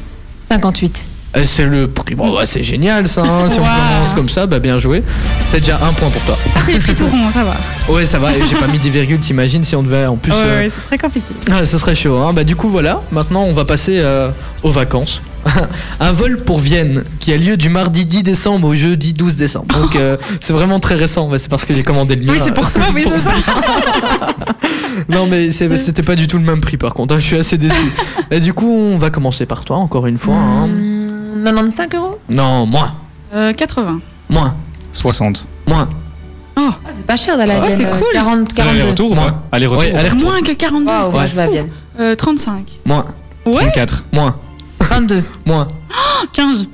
S4: 58.
S1: Et c'est le prix. Bon, bah, c'est génial ça. hein. Si on
S3: Wow.
S1: commence comme ça, bah, bien joué. C'est déjà un point pour toi.
S3: Ah, c'est les prix tout rond, ça va.
S1: Ouais, ça va. et J'ai pas mis des virgules. T'imagines si on devait en plus.
S3: ouais,
S1: euh,
S3: ouais, ce serait compliqué.
S1: Ah, ça serait chaud. Hein. Bah, du coup, voilà. Maintenant, on va passer euh, aux vacances. un vol pour Vienne qui a lieu du mardi 10 décembre au jeudi 12 décembre. Donc, euh, c'est vraiment très récent. Bah, c'est parce que j'ai commandé le mien.
S3: Oui, c'est pour toi, oui, c'est ça.
S1: Non, mais c'est- c'était pas du tout le même prix par contre. hein. Je suis assez déçu. Et du coup, on va commencer par toi encore une fois. hein.
S4: Hmm, 95 euros
S1: Non, moins,
S3: Euh, 80.
S1: moins,
S2: 60.
S1: moins.
S4: Ah, C'est pas cher d'aller à
S3: Oh,
S4: Vienne,
S3: c'est
S4: euh,
S3: cool.
S4: 40,
S2: C'est
S4: 42.
S2: aller-retour ou
S1: Moi.
S2: pas Aller-retour.
S1: Ouais, aller-retour.
S3: Moins que 42,
S4: Waouh,
S3: c'est
S4: moi, je vais à
S3: fou.
S4: Vienne.
S3: Euh, 35.
S1: Moins,
S2: 34.
S1: moins,
S4: 22.
S1: moins.
S3: 15.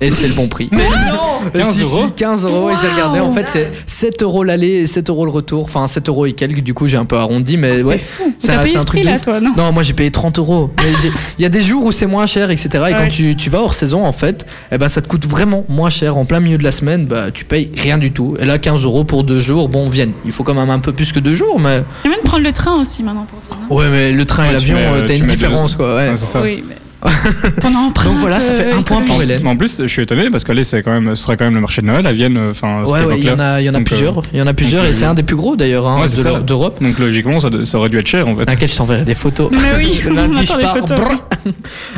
S1: Et c'est le bon prix. Mais non
S2: 15 euros.
S1: 15 euros, et j'ai regardé. En fait, c'est 7 euros l'aller et 7 euros le retour. Enfin, 7 euros et quelques, du coup, j'ai un peu arrondi, mais ouais.
S3: Mais T'as
S1: un-
S3: payé
S1: un
S3: ce
S1: truc
S3: prix
S1: de
S3: là,
S1: ouf.
S3: toi, non
S1: Ah, Non, moi j'ai payé 30 euros. Mais j'ai- Il y a des jours où c'est moins cher, etc. Et quand
S3: Ouais.
S1: tu, tu vas hors saison, en fait, eh ben, ça te coûte vraiment moins cher. En plein milieu de la semaine, bah, tu payes rien du tout. Et là, 15 euros pour deux jours, bon, viennent. Il faut quand même un peu plus que deux jours, mais.
S3: Tu même prendre le train aussi maintenant pour venir.
S1: Ouais, mais le train et
S2: Ouais, tu
S1: l'avion,
S2: mets,
S1: euh,
S2: euh,
S1: t'as une
S2: tu mets deux-
S1: différence, quoi. ouais.
S2: Ouais, c'est ça.
S3: Oui, mais. Ton empreinte.
S1: Donc voilà, ça fait
S3: euh,
S1: un point pour
S3: écologique.
S1: Hélène.
S2: Mais en plus, je suis étonné parce que là, c'est quand même, ce sera quand même le marché de Noël à Vienne. euh, Enfin, à cette
S1: Ouais, ouais, il y en
S2: époque-là.
S1: a, il y en a
S2: Donc, euh,
S1: plusieurs. Il y en a plusieurs,
S2: donc,
S1: et c'est
S2: euh,
S1: un des plus gros d'ailleurs hein,
S2: ouais, c'est
S1: de
S2: ça.
S1: l'Eu- d'Europe.
S2: Donc logiquement, ça, de- ça aurait dû être cher en fait.
S1: T'inquiète, je t'enverrai des photos.
S3: Mais oui,
S1: Le
S3: on
S1: lundi, je
S3: attend les
S1: pars.
S3: photos.
S1: Brrr.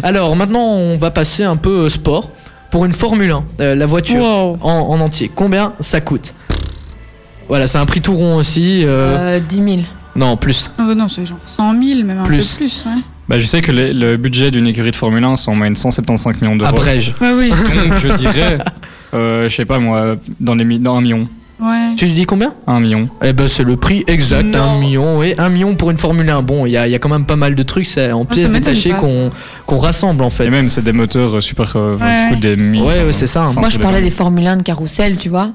S1: Alors maintenant, on va passer un peu euh, sport pour une Formule 1, euh, la voiture
S3: Wow.
S1: en, en entier. Combien ça coûte Voilà, c'est un prix tout rond aussi. euh,
S4: Euh, 10 000.
S1: Non, plus.
S3: Euh, non, c'est genre 100 000, même un
S1: Plus.
S3: peu plus. Ouais.
S2: Bah, je sais que les- le budget d'une écurie de Formule 1, c'est en moyenne 175 millions d'euros.
S1: À Brège.
S3: Ouais, Bah oui.
S2: Donc je dirais, euh, je sais pas moi, dans, les, mi- dans un million.
S3: Ouais.
S1: Tu dis combien
S2: Un million.
S1: Eh ben, c'est le prix exact,
S4: Non.
S1: un million. Et un million pour une Formule 1. Bon, il y a, il y a quand même pas mal de trucs c'est en
S3: ça
S1: pièces
S3: m'étonne
S1: détachées
S3: pas,
S1: qu'on qu'on rassemble en fait.
S2: Et même, c'est des moteurs euh, super. euh, enfin,
S3: Ouais.
S2: qui coûtent des millions.
S1: Ouais, ouais, c'est ça, hein.
S4: Moi, je parlais des Formule 1 de carrousel, tu vois.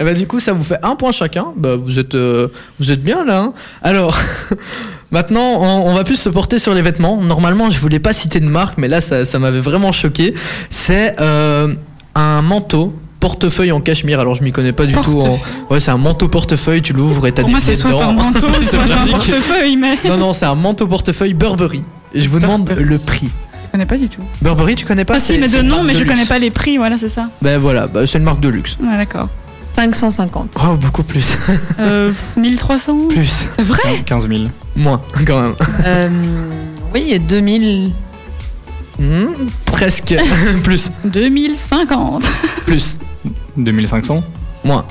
S1: Eh ben, du coup, ça vous fait un point chacun. Bah, vous êtes, euh, vous êtes bien là. hein. Alors, maintenant, on, on va plus se porter sur les vêtements. Normalement, je voulais pas citer de marque, mais là, ça, ça m'avait vraiment choqué. C'est euh, un manteau portefeuille en cachemire. Alors, je m'y connais pas du tout. en- Ouais, c'est un manteau portefeuille. Tu l'ouvres et t'as
S3: Pour
S1: des
S3: moi, c'est
S1: billets
S3: soit
S1: dedans.
S3: un manteau, soit un
S2: pratique.
S3: portefeuille, mais.
S1: Non, non, c'est un manteau portefeuille Burberry. Et je vous demande
S3: Burberry.
S1: le prix.
S3: Je connais pas du tout.
S1: Burberry, tu connais pas
S3: Ah, si,
S1: C'est-
S3: mais
S1: c'est
S3: de
S1: une
S3: nom,
S1: marque
S3: mais je
S1: luxe.
S3: connais pas les prix, voilà, c'est ça.
S1: Ben voilà, bah, c'est une marque de luxe.
S3: Ouais, d'accord.
S4: 550.
S1: Oh, beaucoup plus.
S3: Euh, 1300
S1: plus.
S3: C'est vrai
S2: 15 000.
S1: Moins, quand même.
S4: Euh, oui, 2000.
S1: Hmm, presque. plus.
S3: 2050
S1: Plus.
S2: 2500.
S1: Moins.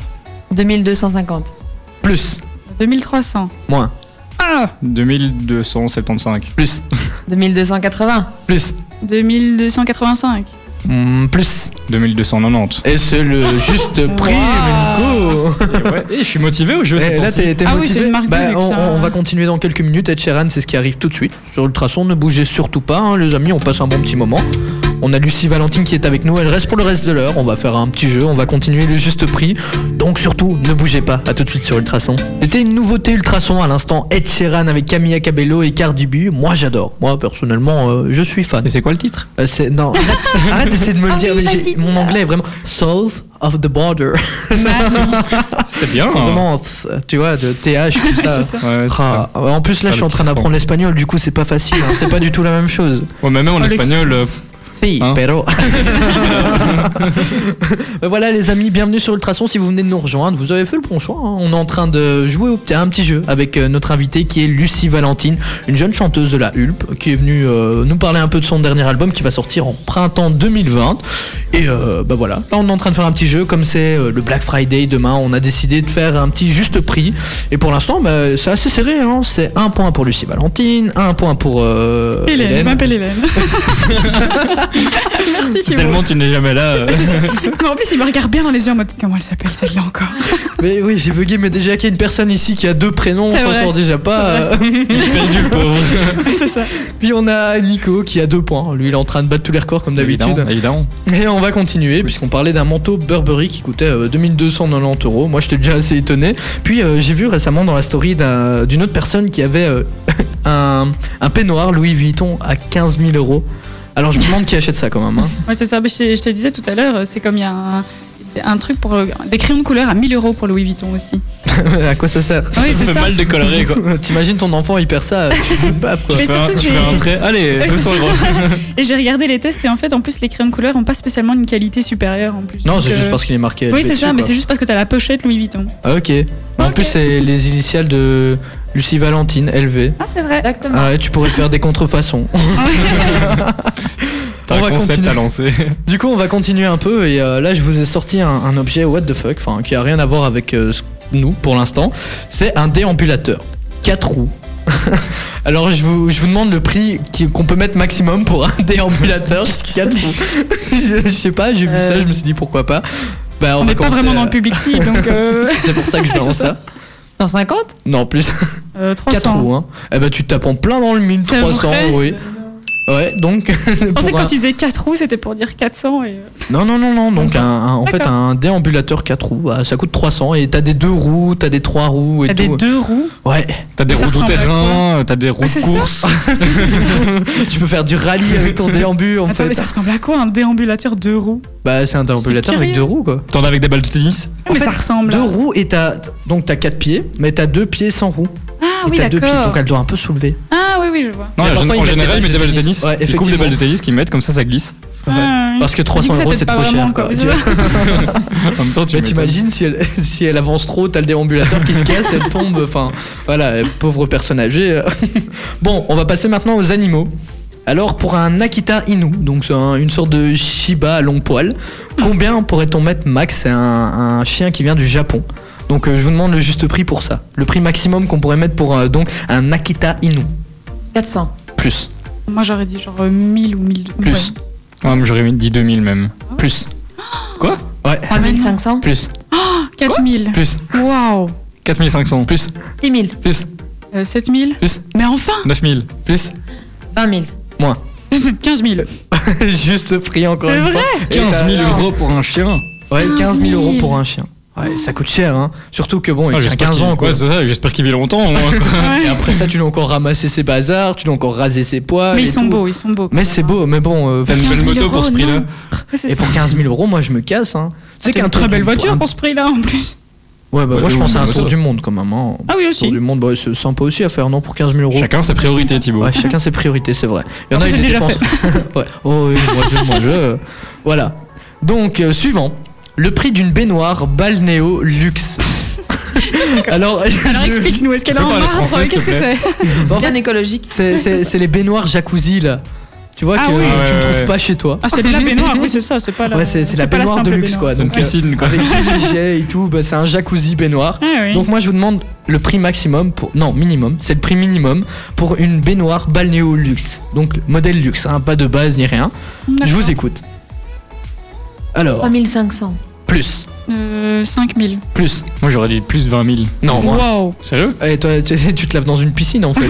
S4: 2250.
S1: Plus.
S3: 2300
S1: Moins.
S3: Ah
S2: 2275.
S1: Plus.
S4: 2280.
S1: Plus.
S3: 2285
S1: Hmm, plus.
S2: 2290.
S1: Et c'est le juste prix,
S3: Wow.
S1: Nico.
S2: Et ouais, et je suis motivé au jeu
S1: Eh,
S2: cette
S1: là,
S2: année.
S1: t'es t'es
S3: Ah oui,
S1: motivé
S3: c'est une marque de
S1: Bah, on,
S3: luxe, hein.
S1: on va continuer dans quelques minutes. Ed Sheeran, c'est ce qui arrive tout de suite sur Ultrason. Ne bougez surtout pas, hein, les amis. On passe un bon petit moment. On a Lucie Valentine qui est avec nous. Elle reste pour le reste de l'heure. On va faire un petit jeu. On va continuer le juste prix. Donc surtout, ne bougez pas. À tout de suite sur Ultrason. C'était une nouveauté Ultrason à l'instant. Ed Sheeran avec Camilla Cabello et Cardi B. Moi, j'adore. Moi, personnellement, euh, je suis fan.
S2: Et c'est quoi le titre
S1: Euh, c'est- non, arrête, arrête d'essayer
S3: Ah
S1: de me le dire. mais j'ai- mon anglais est vraiment south of the border.
S2: C'était bien.
S1: Enfin,
S2: hein.
S1: vraiment, tu vois, de TH tout ça.
S3: c'est ça.
S2: Ouais, c'est
S1: Ah,
S2: ça.
S1: en plus là je
S2: Pas
S1: suis
S2: le
S1: en train
S2: petit
S1: d'apprendre l'espagnol du coup c'est pas facile hein, c'est pas du tout la même chose
S2: Ouais, mais même en
S3: Alex-
S2: espagnol, euh,
S1: Si,
S2: Hein
S1: pero. Ben voilà les amis, bienvenue sur Ultrason. Si vous venez de nous rejoindre, vous avez fait le bon choix. hein. On est en train de jouer au- à un petit jeu avec euh, notre invitée qui est Lucie Valentine, une jeune chanteuse de la Hulp qui est venue euh, nous parler un peu de son dernier album qui va sortir en printemps 2020. Et euh, ben voilà, là on est en train de faire un petit jeu. Comme c'est euh, le Black Friday demain, on a décidé de faire un petit juste prix. Et pour l'instant, ben, c'est assez serré. hein. C'est un point pour Lucie Valentine, un point pour euh,
S3: Hélène, je m'appelle Hélène. Merci Simon.
S2: Tellement tu n'es jamais là. euh.
S3: Mais en plus, il me regarde bien dans les yeux en mode comment elle s'appelle celle-là encore.
S1: Mais oui, j'ai bugué, mais déjà qu'il y a une personne ici qui a deux prénoms,
S3: C'est
S1: on s'en
S3: vrai.
S1: sort déjà pas.
S2: Il est perdu le pauvre.
S3: Ouais, c'est ça.
S1: Puis on a Nico qui a deux points. Lui, il est en train de battre tous les records comme d'habitude.
S2: Évidemment, Évidemment.
S1: Et on va continuer, puisqu'on parlait d'un manteau Burberry qui coûtait euh, 2290 euros. Moi, j'étais déjà assez étonné. Puis, euh, j'ai vu récemment dans la story d'un- d'une autre personne qui avait euh, un, un peignoir Louis Vuitton à 15 000 euros. Alors, je me demande qui achète ça quand même. hein.
S3: Ouais, c'est ça. Mais je, te, je te le disais tout à l'heure, euh, c'est comme il y a un, un truc pour. le- Des crayons de couleur à 1000 euros pour Louis Vuitton aussi.
S1: à quoi ça sert
S3: Oui,
S2: ça
S3: c'est
S2: fait
S3: ça.
S2: mal de colorer quoi.
S1: T'imagines ton enfant, il perd ça, euh, tu le baves, quoi.
S3: Mais
S2: Fais un,
S3: surtout que
S2: je
S3: j'ai-
S2: fais un trait. Allez,
S3: Ouais,
S2: deux
S3: c'est
S2: sur le gros.
S3: Et j'ai regardé les tests et en fait, en plus, les crayons de couleur n'ont pas spécialement une qualité supérieure en plus.
S1: Non,
S3: Donc,
S1: c'est juste
S3: euh,
S1: parce qu'il est marqué.
S3: Oui,
S1: LV
S3: c'est
S1: dessus,
S3: ça, mais
S1: quoi.
S3: c'est juste parce que t'as la pochette Louis Vuitton.
S1: Ah, ok. En
S3: Ok.
S1: plus, c'est les initiales de Lucie Valentine, LV.
S3: Ah, c'est vrai.
S4: Exactement.
S1: Ah, et tu pourrais faire des contrefaçons.
S2: T'as
S1: On
S2: un
S1: va
S2: concept
S1: continuer.
S2: à lancer.
S1: Du coup, on va continuer un peu et euh, là, je vous ai sorti un, un objet what the fuck, enfin qui a rien à voir avec euh, ce- nous pour l'instant. C'est un déambulateur, quatre roues. Alors, je vous, je vous demande le prix qui- qu'on peut mettre maximum pour un déambulateur. quatre roues. je, je sais pas, j'ai vu
S4: Euh.
S1: ça, je me suis dit pourquoi pas. Bah, va
S3: On n'est pas
S1: commencer,
S3: vraiment dans le
S1: euh,
S3: public cible, donc euh,
S1: C'est pour ça que je
S3: C'est
S1: balance
S3: ça.
S1: ça.
S4: 150
S1: Non, plus.
S3: euh,
S1: 4
S3: 300.
S1: roues, hein. Eh ben, tu te tapes en plein dans le
S3: C'est
S1: 1300,
S3: vrai
S1: oui. Ouais, donc.
S3: Je pensais que
S1: pour
S3: quand
S1: un-
S3: tu disais 4 roues, c'était pour dire 400 et. euh,
S1: Non, non, non, non. Donc, un, un- en fait,
S3: D'accord.
S1: un déambulateur 4 roues, bah, ça coûte 300 et t'as des deux roues, t'as des trois roues et
S3: T'as des
S1: tout. hein.
S3: deux roues.
S1: Ouais,
S2: T'as des
S3: Ça
S2: roues tout
S3: ressemble à
S2: terrain, t'as des roues
S3: c'est
S2: de
S3: ça.
S2: course.
S1: tu peux faire du rallye avec ton déambu en
S3: Attends, mais
S1: fait.
S3: ça ressemble à quoi un déambulateur deux roues
S1: Bah, c'est un déambulateur avec
S3: Curieux.
S1: deux roues quoi.
S2: T'en as avec des balles de tennis.
S3: Ah, Mais ça ressemble.
S1: Deux
S3: à-
S1: roues et t'as donc t'as quatre pieds, mais t'as deux pieds sans roues.
S3: Ah
S1: et
S3: oui,
S1: t'as deux pieds, donc
S3: d'accord.
S1: elle doit un peu soulever.
S3: Ah oui, oui, je vois.
S2: Non,
S1: Mais
S2: la
S1: parfois,
S2: jeune-
S1: ils
S2: en
S1: mettent des
S2: général, ils mettent des balles de tennis.
S1: Ouais,
S2: Ils coupent des
S1: effectivement.
S2: balles de tennis qu'ils mettent, comme ça, ça glisse.
S3: Ah, oui.
S1: Parce que
S3: Du
S1: 300
S3: coup, ça
S1: euros,
S3: t'aide
S1: c'est
S3: pas
S1: trop
S3: vraiment,
S1: cher.
S3: quoi.
S1: quoi.
S3: C'est ça.
S2: En même temps, tu
S1: Mais
S2: m'étonnes.
S1: t'imagines si elle, si elle avance trop, t'as le déambulateur qui se casse, elle tombe, enfin voilà, euh, pauvre personne âgée. euh. Bon, on va passer maintenant aux animaux. Alors pour un Akita Inu, donc c'est un- une sorte de Shiba à long poil, combien pourrait-on mettre max C'est un, un chien qui vient du Japon. Donc euh, je vous demande le juste prix pour ça. Le prix maximum qu'on pourrait mettre pour euh, donc un Akita Inu.
S4: 400.
S1: Plus,
S3: Moi, j'aurais dit genre euh, 1000 ou 1000.
S1: plus,
S3: ouais.
S2: Ouais, mais j'aurais mis 10 2000 même.
S1: plus,
S2: Quoi
S1: ouais,
S4: 3500
S1: plus,
S3: 4000.
S1: plus,
S3: Waouh.
S2: 4500. Plus,
S4: 6000
S2: plus,
S3: Euh, 7000.
S1: plus,
S3: Mais enfin
S2: 9000.
S1: plus,
S4: 20 000
S1: moins.
S3: 15 000.
S1: juste prix encore
S3: C'est
S1: une
S3: vrai
S1: fois. Et
S2: 15
S1: t'as-
S2: 000 euros pour un chien.
S1: Ouais, 15
S3: 15
S1: 000
S3: 000
S1: euros pour un chien. Ouais, ça coûte cher, hein. Surtout que bon, il
S2: Ah,
S1: tient
S2: j'espère
S1: 15
S2: qu'il-
S1: ans, quoi.
S2: Ouais, c'est ça, j'espère qu'il vit longtemps. au moins, quoi.
S1: Et
S3: Ouais.
S1: après ça, tu l'as encore ramassé ses bazars, tu l'as encore rasé ses poils.
S3: Mais ils
S1: et
S3: sont
S1: tout.
S3: beaux, ils sont beaux.
S1: Mais c'est beau, mais bon. euh,
S2: T'as une
S3: 15
S2: belle
S3: 000
S2: moto pour ce
S3: euros,
S2: prix-là.
S3: non. Ouais, c'est
S1: et
S3: ça.
S1: pour 15 000 euros, moi, je me casse, hein. Tu sais
S3: C'est
S1: qu'un
S3: une très
S1: truc-
S3: belle voiture
S1: un-
S3: pour ce prix-là en plus.
S1: Ouais, bah
S2: Ouais,
S1: moi, je
S2: ou
S1: pense à
S2: une
S1: un
S2: moto.
S1: tour du monde, quand même. Hein.
S3: Ah oui,
S1: Tour
S3: aussi.
S1: du monde, bah, c'est sympa aussi à faire, non, pour 15 000 euros.
S2: Chacun ses priorités, Thibaut.
S1: Ouais, chacun ses priorités, c'est vrai. Il y en a eu
S3: Après, j'ai
S1: des
S3: déjà
S1: dépenses. ouais. Oh oui, moi je, moi je. Voilà. Donc euh, suivant, le prix d'une baignoire balnéo luxe. Alors,
S3: Alors
S1: je-
S3: explique-nous, est-ce qu'elle
S2: peux
S3: a
S2: parler
S3: un marbre
S2: français, s'il te
S3: Qu'est-ce que
S2: plaît
S3: c'est
S1: en fait,
S4: Bien écologique.
S1: c'est- c'est c'est les baignoires jacuzzi là. Tu vois
S3: Ah
S1: que
S3: oui.
S1: euh, tu
S2: Ouais,
S1: ne trouves
S2: ouais,
S1: pas chez toi.
S3: Ah, c'est de la baignoire, oui, c'est ça, c'est pas la.
S1: ouais, c'est c'est la
S3: pas
S1: baignoire de
S3: simple
S1: luxe quoi.
S2: C'est une
S1: Donc, euh,
S2: piscine, quoi.
S1: avec tous les jets et tout, bah, c'est un jacuzzi baignoire.
S3: baignoire. Ah, oui.
S1: Donc moi je vous demande le prix maximum pour non minimum, c'est le prix minimum pour une baignoire balnéo luxe. Donc modèle luxe, hein, pas de base ni rien. Je vous écoute.
S3: Ah.
S1: Alors,
S4: 3500.
S1: plus,
S3: Euh, 5000.
S1: plus.
S2: Moi, j'aurais dit plus de 20 000.
S1: Non, moi.
S3: Waouh.
S2: Sérieux
S1: Eh, toi, tu, tu te laves dans une piscine
S3: Ah,
S1: en fait.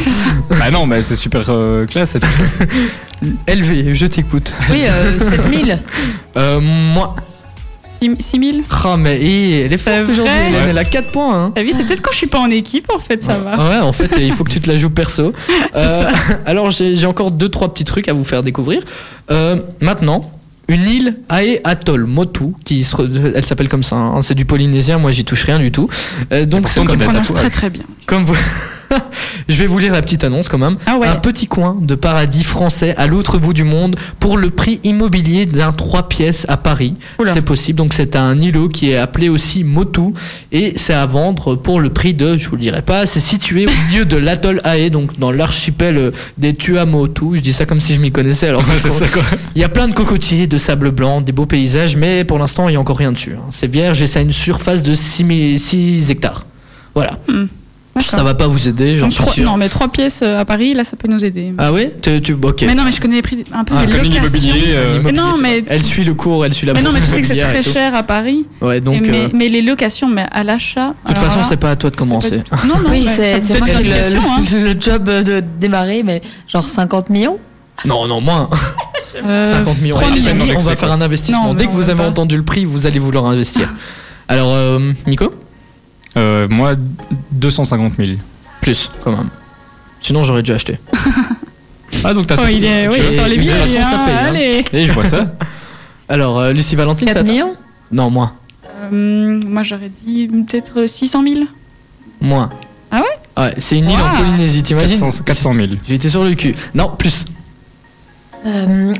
S2: Bah non, mais c'est super euh, classe. et tout.
S1: LV, je t'écoute.
S4: Oui, euh, 7000.
S1: Euh, moi.
S3: 6000
S1: Ah, mais eh, elle est
S3: C'est
S1: forte aujourd'hui,
S3: vrai
S1: Hélène, elle a 4 points. hein.
S3: T'as vu, c'est peut-être quand je suis pas en équipe en fait, ça va.
S1: Ouais, Ah, en fait, il faut que tu te la joues perso. Euh, alors, j'ai j'ai encore 2-3 petits trucs à vous faire découvrir. Euh, maintenant, une île Ae Atoll Motu, qui se re- elle s'appelle comme ça, hein, c'est du polynésien, moi j'y touche rien du tout. Euh, donc, c'est
S2: pourtant,
S1: comme,
S2: tu
S3: On
S2: Mais
S3: prononce
S2: tatouage.
S3: très très bien.
S1: comme vous. Je vais vous lire la petite annonce quand même.
S3: Ah ouais.
S1: un petit coin de paradis français à l'autre bout du monde pour le prix immobilier d'un 3 pièces à Paris.
S3: Oula.
S1: C'est possible. Donc c'est un îlot qui est appelé aussi Motu et c'est à vendre pour le prix de, je vous le dirai pas, c'est situé au milieu de l'atoll Ae, donc dans l'archipel des Tuamotu. Je dis ça comme si je m'y connaissais. Alors que
S2: Ouais,
S1: je
S2: c'est
S1: crois-
S2: ça, quoi.
S1: il y a plein de cocotiers, de sable blanc, des beaux paysages, mais pour l'instant, il n'y a encore rien dessus. hein. C'est vierge et ça a une surface de 6, 6 hectares. Voilà.
S3: Moi, je
S1: Ça va pas vous aider, j'en
S3: Donc,
S1: suis
S3: trois-
S1: sûr.
S3: Non, Hmm. mais trois pièces euh, à Paris, là, ça peut nous aider.
S1: Ah oui tu, tu, ok.
S3: Mais non, mais je connais les prix un peu
S1: Ah,
S3: des
S2: connais
S3: locations.
S2: l'immobilier. euh,
S1: L'immobilier,
S3: non,
S1: c'est
S3: mais-
S1: vrai. Elle suit le cours, elle suit la
S3: Mais non, mais
S1: bourse
S3: tu sais que c'est
S1: immobilière et
S3: très
S1: tout.
S3: cher à Paris.
S1: Ouais, donc.
S3: Et mais,
S1: euh,
S3: mais les locations, mais à l'achat.
S1: de toute façon, c'est pas à toi de commencer.
S3: Non, non,
S4: Oui,
S3: mais
S4: c'est
S3: ça-
S4: c'est moi
S1: c'est une
S4: qui ai le,
S3: question, hein.
S4: le- le job de démarrer, mais genre 50 millions.
S1: Non, non, moins.
S3: euh,
S1: 50 millions.
S3: trois
S1: Allez, les
S3: millions.
S1: amis,
S2: millions.
S1: on va faire un investissement.
S3: Non,
S1: Dès
S3: non,
S1: que
S3: on
S1: vous
S3: va
S1: avez
S3: pas.
S1: entendu le prix, vous allez vouloir investir. Alors, euh, Nico
S2: euh, moi, 250 000.
S1: Plus, quand même. Sinon, j'aurais dû acheter.
S2: Ah, donc t'as
S3: Oh,
S2: ça.
S3: il est, oui,
S1: Et
S3: il sort les
S1: de toute
S3: billets.
S1: façon, ça
S3: hein,
S1: paye, hein.
S3: Allez.
S2: Et je vois ça.
S1: Alors, euh, Lucie Valentine,
S4: 4
S1: ça t'a-
S4: millions
S1: Non, moins.
S3: Euh, moi, j'aurais dit peut-être 600 000.
S1: Moins.
S3: Ah
S1: ouais Ouais, c'est une île en
S3: Ouah.
S1: Polynésie, t'imagines
S2: 400, 400 000.
S1: J'étais sur le cul. Non, plus.
S4: Euh,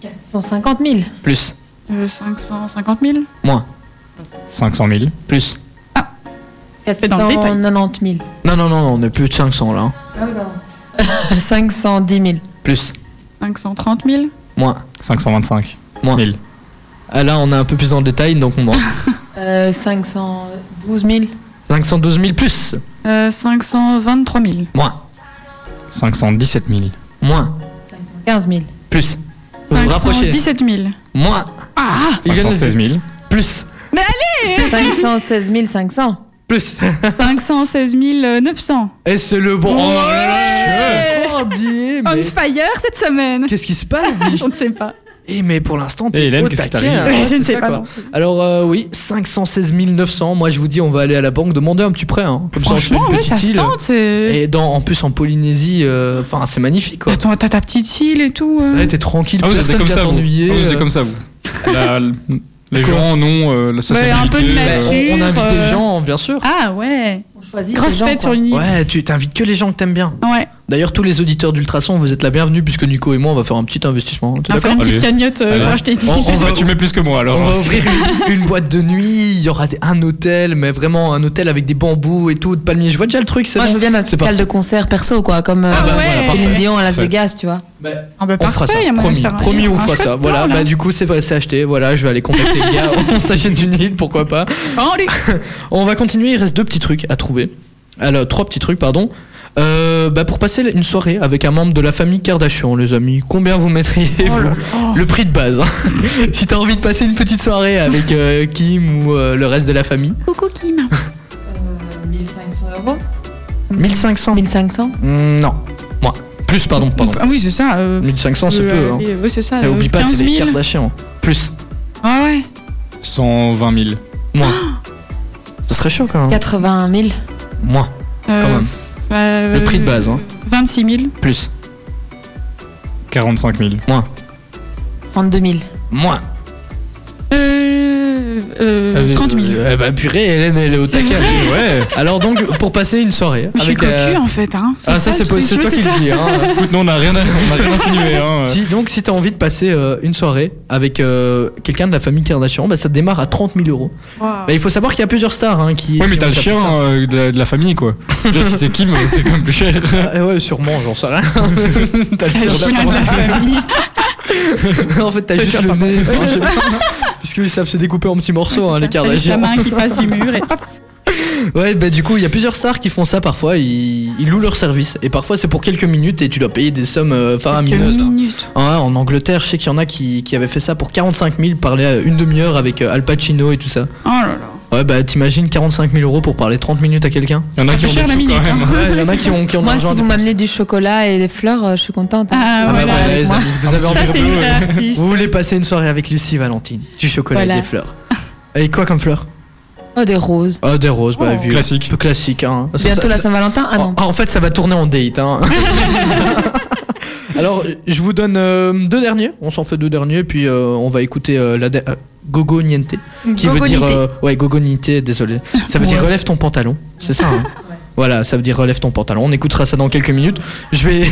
S4: 450 000.
S1: Plus.
S3: Euh, 550 000.
S1: Moins.
S2: 500 000.
S1: Plus.
S3: Mais dans le détail.
S4: 490 000.
S1: Non, non, non, non, on est plus de 500 là. hein.
S4: 510 000.
S1: Plus.
S3: 530 000.
S1: Moins.
S2: 525
S1: Moins.
S2: 000.
S1: Ah, là, on est un peu plus dans le détail, donc on va.
S4: Euh, 512 000.
S1: 512 000 plus.
S3: Euh, 523 000.
S1: Moins.
S2: 517 000.
S1: Moins.
S4: 15 000.
S1: Plus. Vous vous rapprochez.
S3: 517 000.
S1: Moins. Ah Il vient de
S2: 516 000.
S1: Plus.
S4: 516 500.
S1: Plus.
S3: 516 900.
S1: Et c'est le bon. Oh là là,
S3: Ouais.
S1: je suis cordier,
S3: On
S1: mais
S3: fire cette semaine.
S1: Qu'est-ce qui se passe, dis
S3: Je ne sais pas.
S1: Eh, mais pour l'instant,
S2: Eh,
S1: t'es
S2: Hélène,
S1: au
S2: qu'est-ce qui
S1: taquet,
S2: t'arrive
S1: hein.
S3: Je
S1: C'est
S3: ne sais
S1: ça,
S3: pas
S1: quoi.
S3: non plus.
S1: Alors, euh, oui, 516 900. Moi, je vous dis, on va aller à la banque demander un petit prêt. hein. Comme ça, on se fait
S3: Franchement,
S1: une
S3: ouais,
S1: petite
S3: ça se
S1: île.
S3: tente. c'est-
S1: Et dans, en plus, en Polynésie, euh, enfin, c'est magnifique, quoi.
S3: Attends, t'as ta petite île et tout. euh.
S1: Ouais, t'es tranquille,
S2: Ah, vous êtes
S1: personne
S2: comme
S1: vient
S2: ça, vous.
S1: t'ennuyer.
S2: Ah, vous êtes
S1: euh,
S2: comme ça, vous. La- les
S1: Quoi
S2: gens non euh, la sociabilité.
S3: un peu de
S2: euh,
S1: bah, on, on invite
S3: nature,
S1: des
S3: euh,
S1: gens, bien sûr.
S3: Ah ouais.
S4: On choisit
S3: Grosse
S4: ces gens,
S3: fête
S4: quoi.
S3: sur une île.
S1: Ouais, tu t'invites que les gens que t'aimes bien.
S3: Ouais.
S1: D'ailleurs, tous les auditeurs d'Ultrason, vous êtes la bienvenue puisque Nico et moi, on va faire un petit investissement. T'es
S3: On va faire
S1: d'accord
S3: une petite
S2: Allez.
S3: cagnotte euh,
S2: Allez.
S3: pour acheter une île.
S1: On- on va-
S2: bah, tu mets plus que moi alors.
S1: On va ouvrir une, une boîte de nuit, il y aura des- un hôtel, mais vraiment un hôtel avec des bambous et tout, de palmiers. Je vois déjà le truc, c'est
S4: Moi,
S1: bon.
S4: je veux bien ma
S1: C'est
S4: petite
S1: parti.
S4: salle de concert perso, quoi, comme
S1: Ah
S4: euh,
S1: bah voilà,
S4: Céline
S1: parfait.
S4: Dion à Las
S2: Ça-
S4: Vegas, tu vois.
S3: Ah bah
S1: On fera
S3: parfait,
S1: ça,
S3: il y a moyen de
S1: promis,
S3: faire un-
S1: promis on
S3: un
S1: fera
S3: chouette
S1: ça. Voilà,
S3: plan,
S1: bah
S3: là.
S1: du coup c'est pas- c'est acheté, voilà, je vais aller contacter les gars, on s'achète une île, pourquoi pas.
S3: Vendu.
S1: On va continuer, il reste deux petits trucs à trouver. Alors, trois petits trucs, pardon. Euh, bah pour passer une soirée avec un membre de la famille Kardashian, les amis, combien vous mettriez vous
S3: Oh
S1: le prix de base hein. Si t'as envie de passer une petite soirée avec euh, Kim ou euh, le reste de la famille,
S3: Coucou Kim. Euh,
S4: 1500 euros.
S1: 1500
S4: 1500.
S1: Mm, Non, moi. Plus, pardon, pardon.
S3: Ah oui, c'est ça. euh,
S1: 1500 c'est
S3: euh,
S1: peu. hein.
S3: allez, euh, Oui, c'est ça.
S1: Et
S3: euh,
S1: oublie pas,
S3: 15
S1: c'est
S3: 000.
S1: les Kardashian. Plus,
S3: Ah ouais.
S2: 120 000.
S1: moins. Ce serait chaud quand même.
S4: 80 000.
S1: Moins, quand même.
S3: Euh,
S1: Le prix de base, hein.
S3: 26 000.
S1: Plus,
S2: 45 000.
S4: 32 000.
S1: moins.
S3: Euh, euh,
S1: Euh,
S3: 30 000.
S1: euh, eh bah purée, Hélène, elle est au
S3: C'est
S1: taquet.
S3: vrai
S2: Ouais.
S1: Alors donc, pour passer une soirée.
S3: Mais je suis
S1: avec,
S3: cocu
S1: euh,
S3: en fait. Hein.
S1: Ah, ça,
S3: le
S1: c'est pas-
S3: truc,
S1: c'est
S3: oui,
S1: toi qui
S3: ça.
S1: le dis. hein.
S2: Écoute, nous on n'a rien, à- on a rien insinué. Hein.
S1: Si, donc, si t'as envie de passer euh, une soirée avec euh, quelqu'un de la famille Kardashian, bah, ça démarre à 30 000 euros.
S3: Waouh.
S1: Bah, il faut savoir qu'il y a plusieurs stars hein, qui.
S2: Ouais, mais
S1: qui
S2: t'as
S1: ont
S2: le
S1: tapé
S2: chien
S1: ça.
S2: euh, de, la, de la famille quoi. Je veux dire, si c'est Kim, c'est quand même plus cher.
S1: Ah, ouais, sûrement, j'en sais rien. t'as le
S3: Le
S1: chien
S3: chien de la famille.
S1: en fait, t'as
S3: Ça
S1: juste
S3: dure
S1: le
S3: pas
S1: nez.
S3: Ouais, c'est ça.
S1: Puisqu'ils savent se découper en petits
S3: Ouais, c'est
S1: morceaux, hein,
S3: ça.
S1: les
S3: T'as juste la
S1: Kardashians.
S3: main qui passe du mur et hop.
S1: Ouais, bah du coup, il y a plusieurs stars qui font ça parfois. Ils, ils louent leur service. Et parfois, c'est pour quelques minutes et tu dois payer des sommes euh, faramineuses. hein.
S3: minutes.
S1: Ah, en Angleterre, je sais qu'il y en a qui, qui avaient fait ça pour 45 000, parler à une demi-heure avec euh, Al Pacino et tout ça.
S3: Oh là là.
S1: Ouais, bah t'imagines 45 000 euros pour parler 30 minutes à quelqu'un
S2: Il y en a
S3: Ça
S2: qui
S3: fait
S2: ont des
S3: cher la
S2: sous quand
S3: minute.
S2: même.
S3: hein.
S1: Ouais, il y en a qui ont, qui ont de
S4: Moi,
S1: l'argent
S4: si
S1: à
S4: vous
S1: dépenser.
S4: m'amenez du chocolat et des fleurs, euh, je suis contente. hein.
S3: Ah,
S1: Ah, bah,
S3: voilà.
S1: voilà, les
S4: Moi.
S1: amis, vous avez
S2: bah,
S1: envie
S3: Ça,
S1: de
S3: c'est une vraie artiste.
S1: Vous voulez passer une soirée avec Lucie Valentine Du chocolat et
S4: Voilà.
S1: des fleurs. Et quoi comme fleurs
S4: Oh, des roses.
S1: Ah, des roses, bah
S3: Oh.
S1: vu.
S2: Classique.
S1: peu classique, hein. Ça-
S4: Bientôt
S1: ça-
S4: la
S1: ça- Oh.
S4: Saint-Valentin. Ah non.
S1: En, en fait, ça va tourner en date. hein. Alors, je vous donne euh, deux derniers. On s'en fait deux derniers, puis euh, on va écouter euh, la de- euh, Gogo Niente, qui veut dire
S4: Gogonité.
S1: euh, ouais Gogo Niente. Désolé. Ça veut dire
S4: Ouais.
S1: relève ton pantalon. C'est ça. hein Voilà, ça veut dire relève ton pantalon. On écoutera ça dans quelques minutes. Je vais.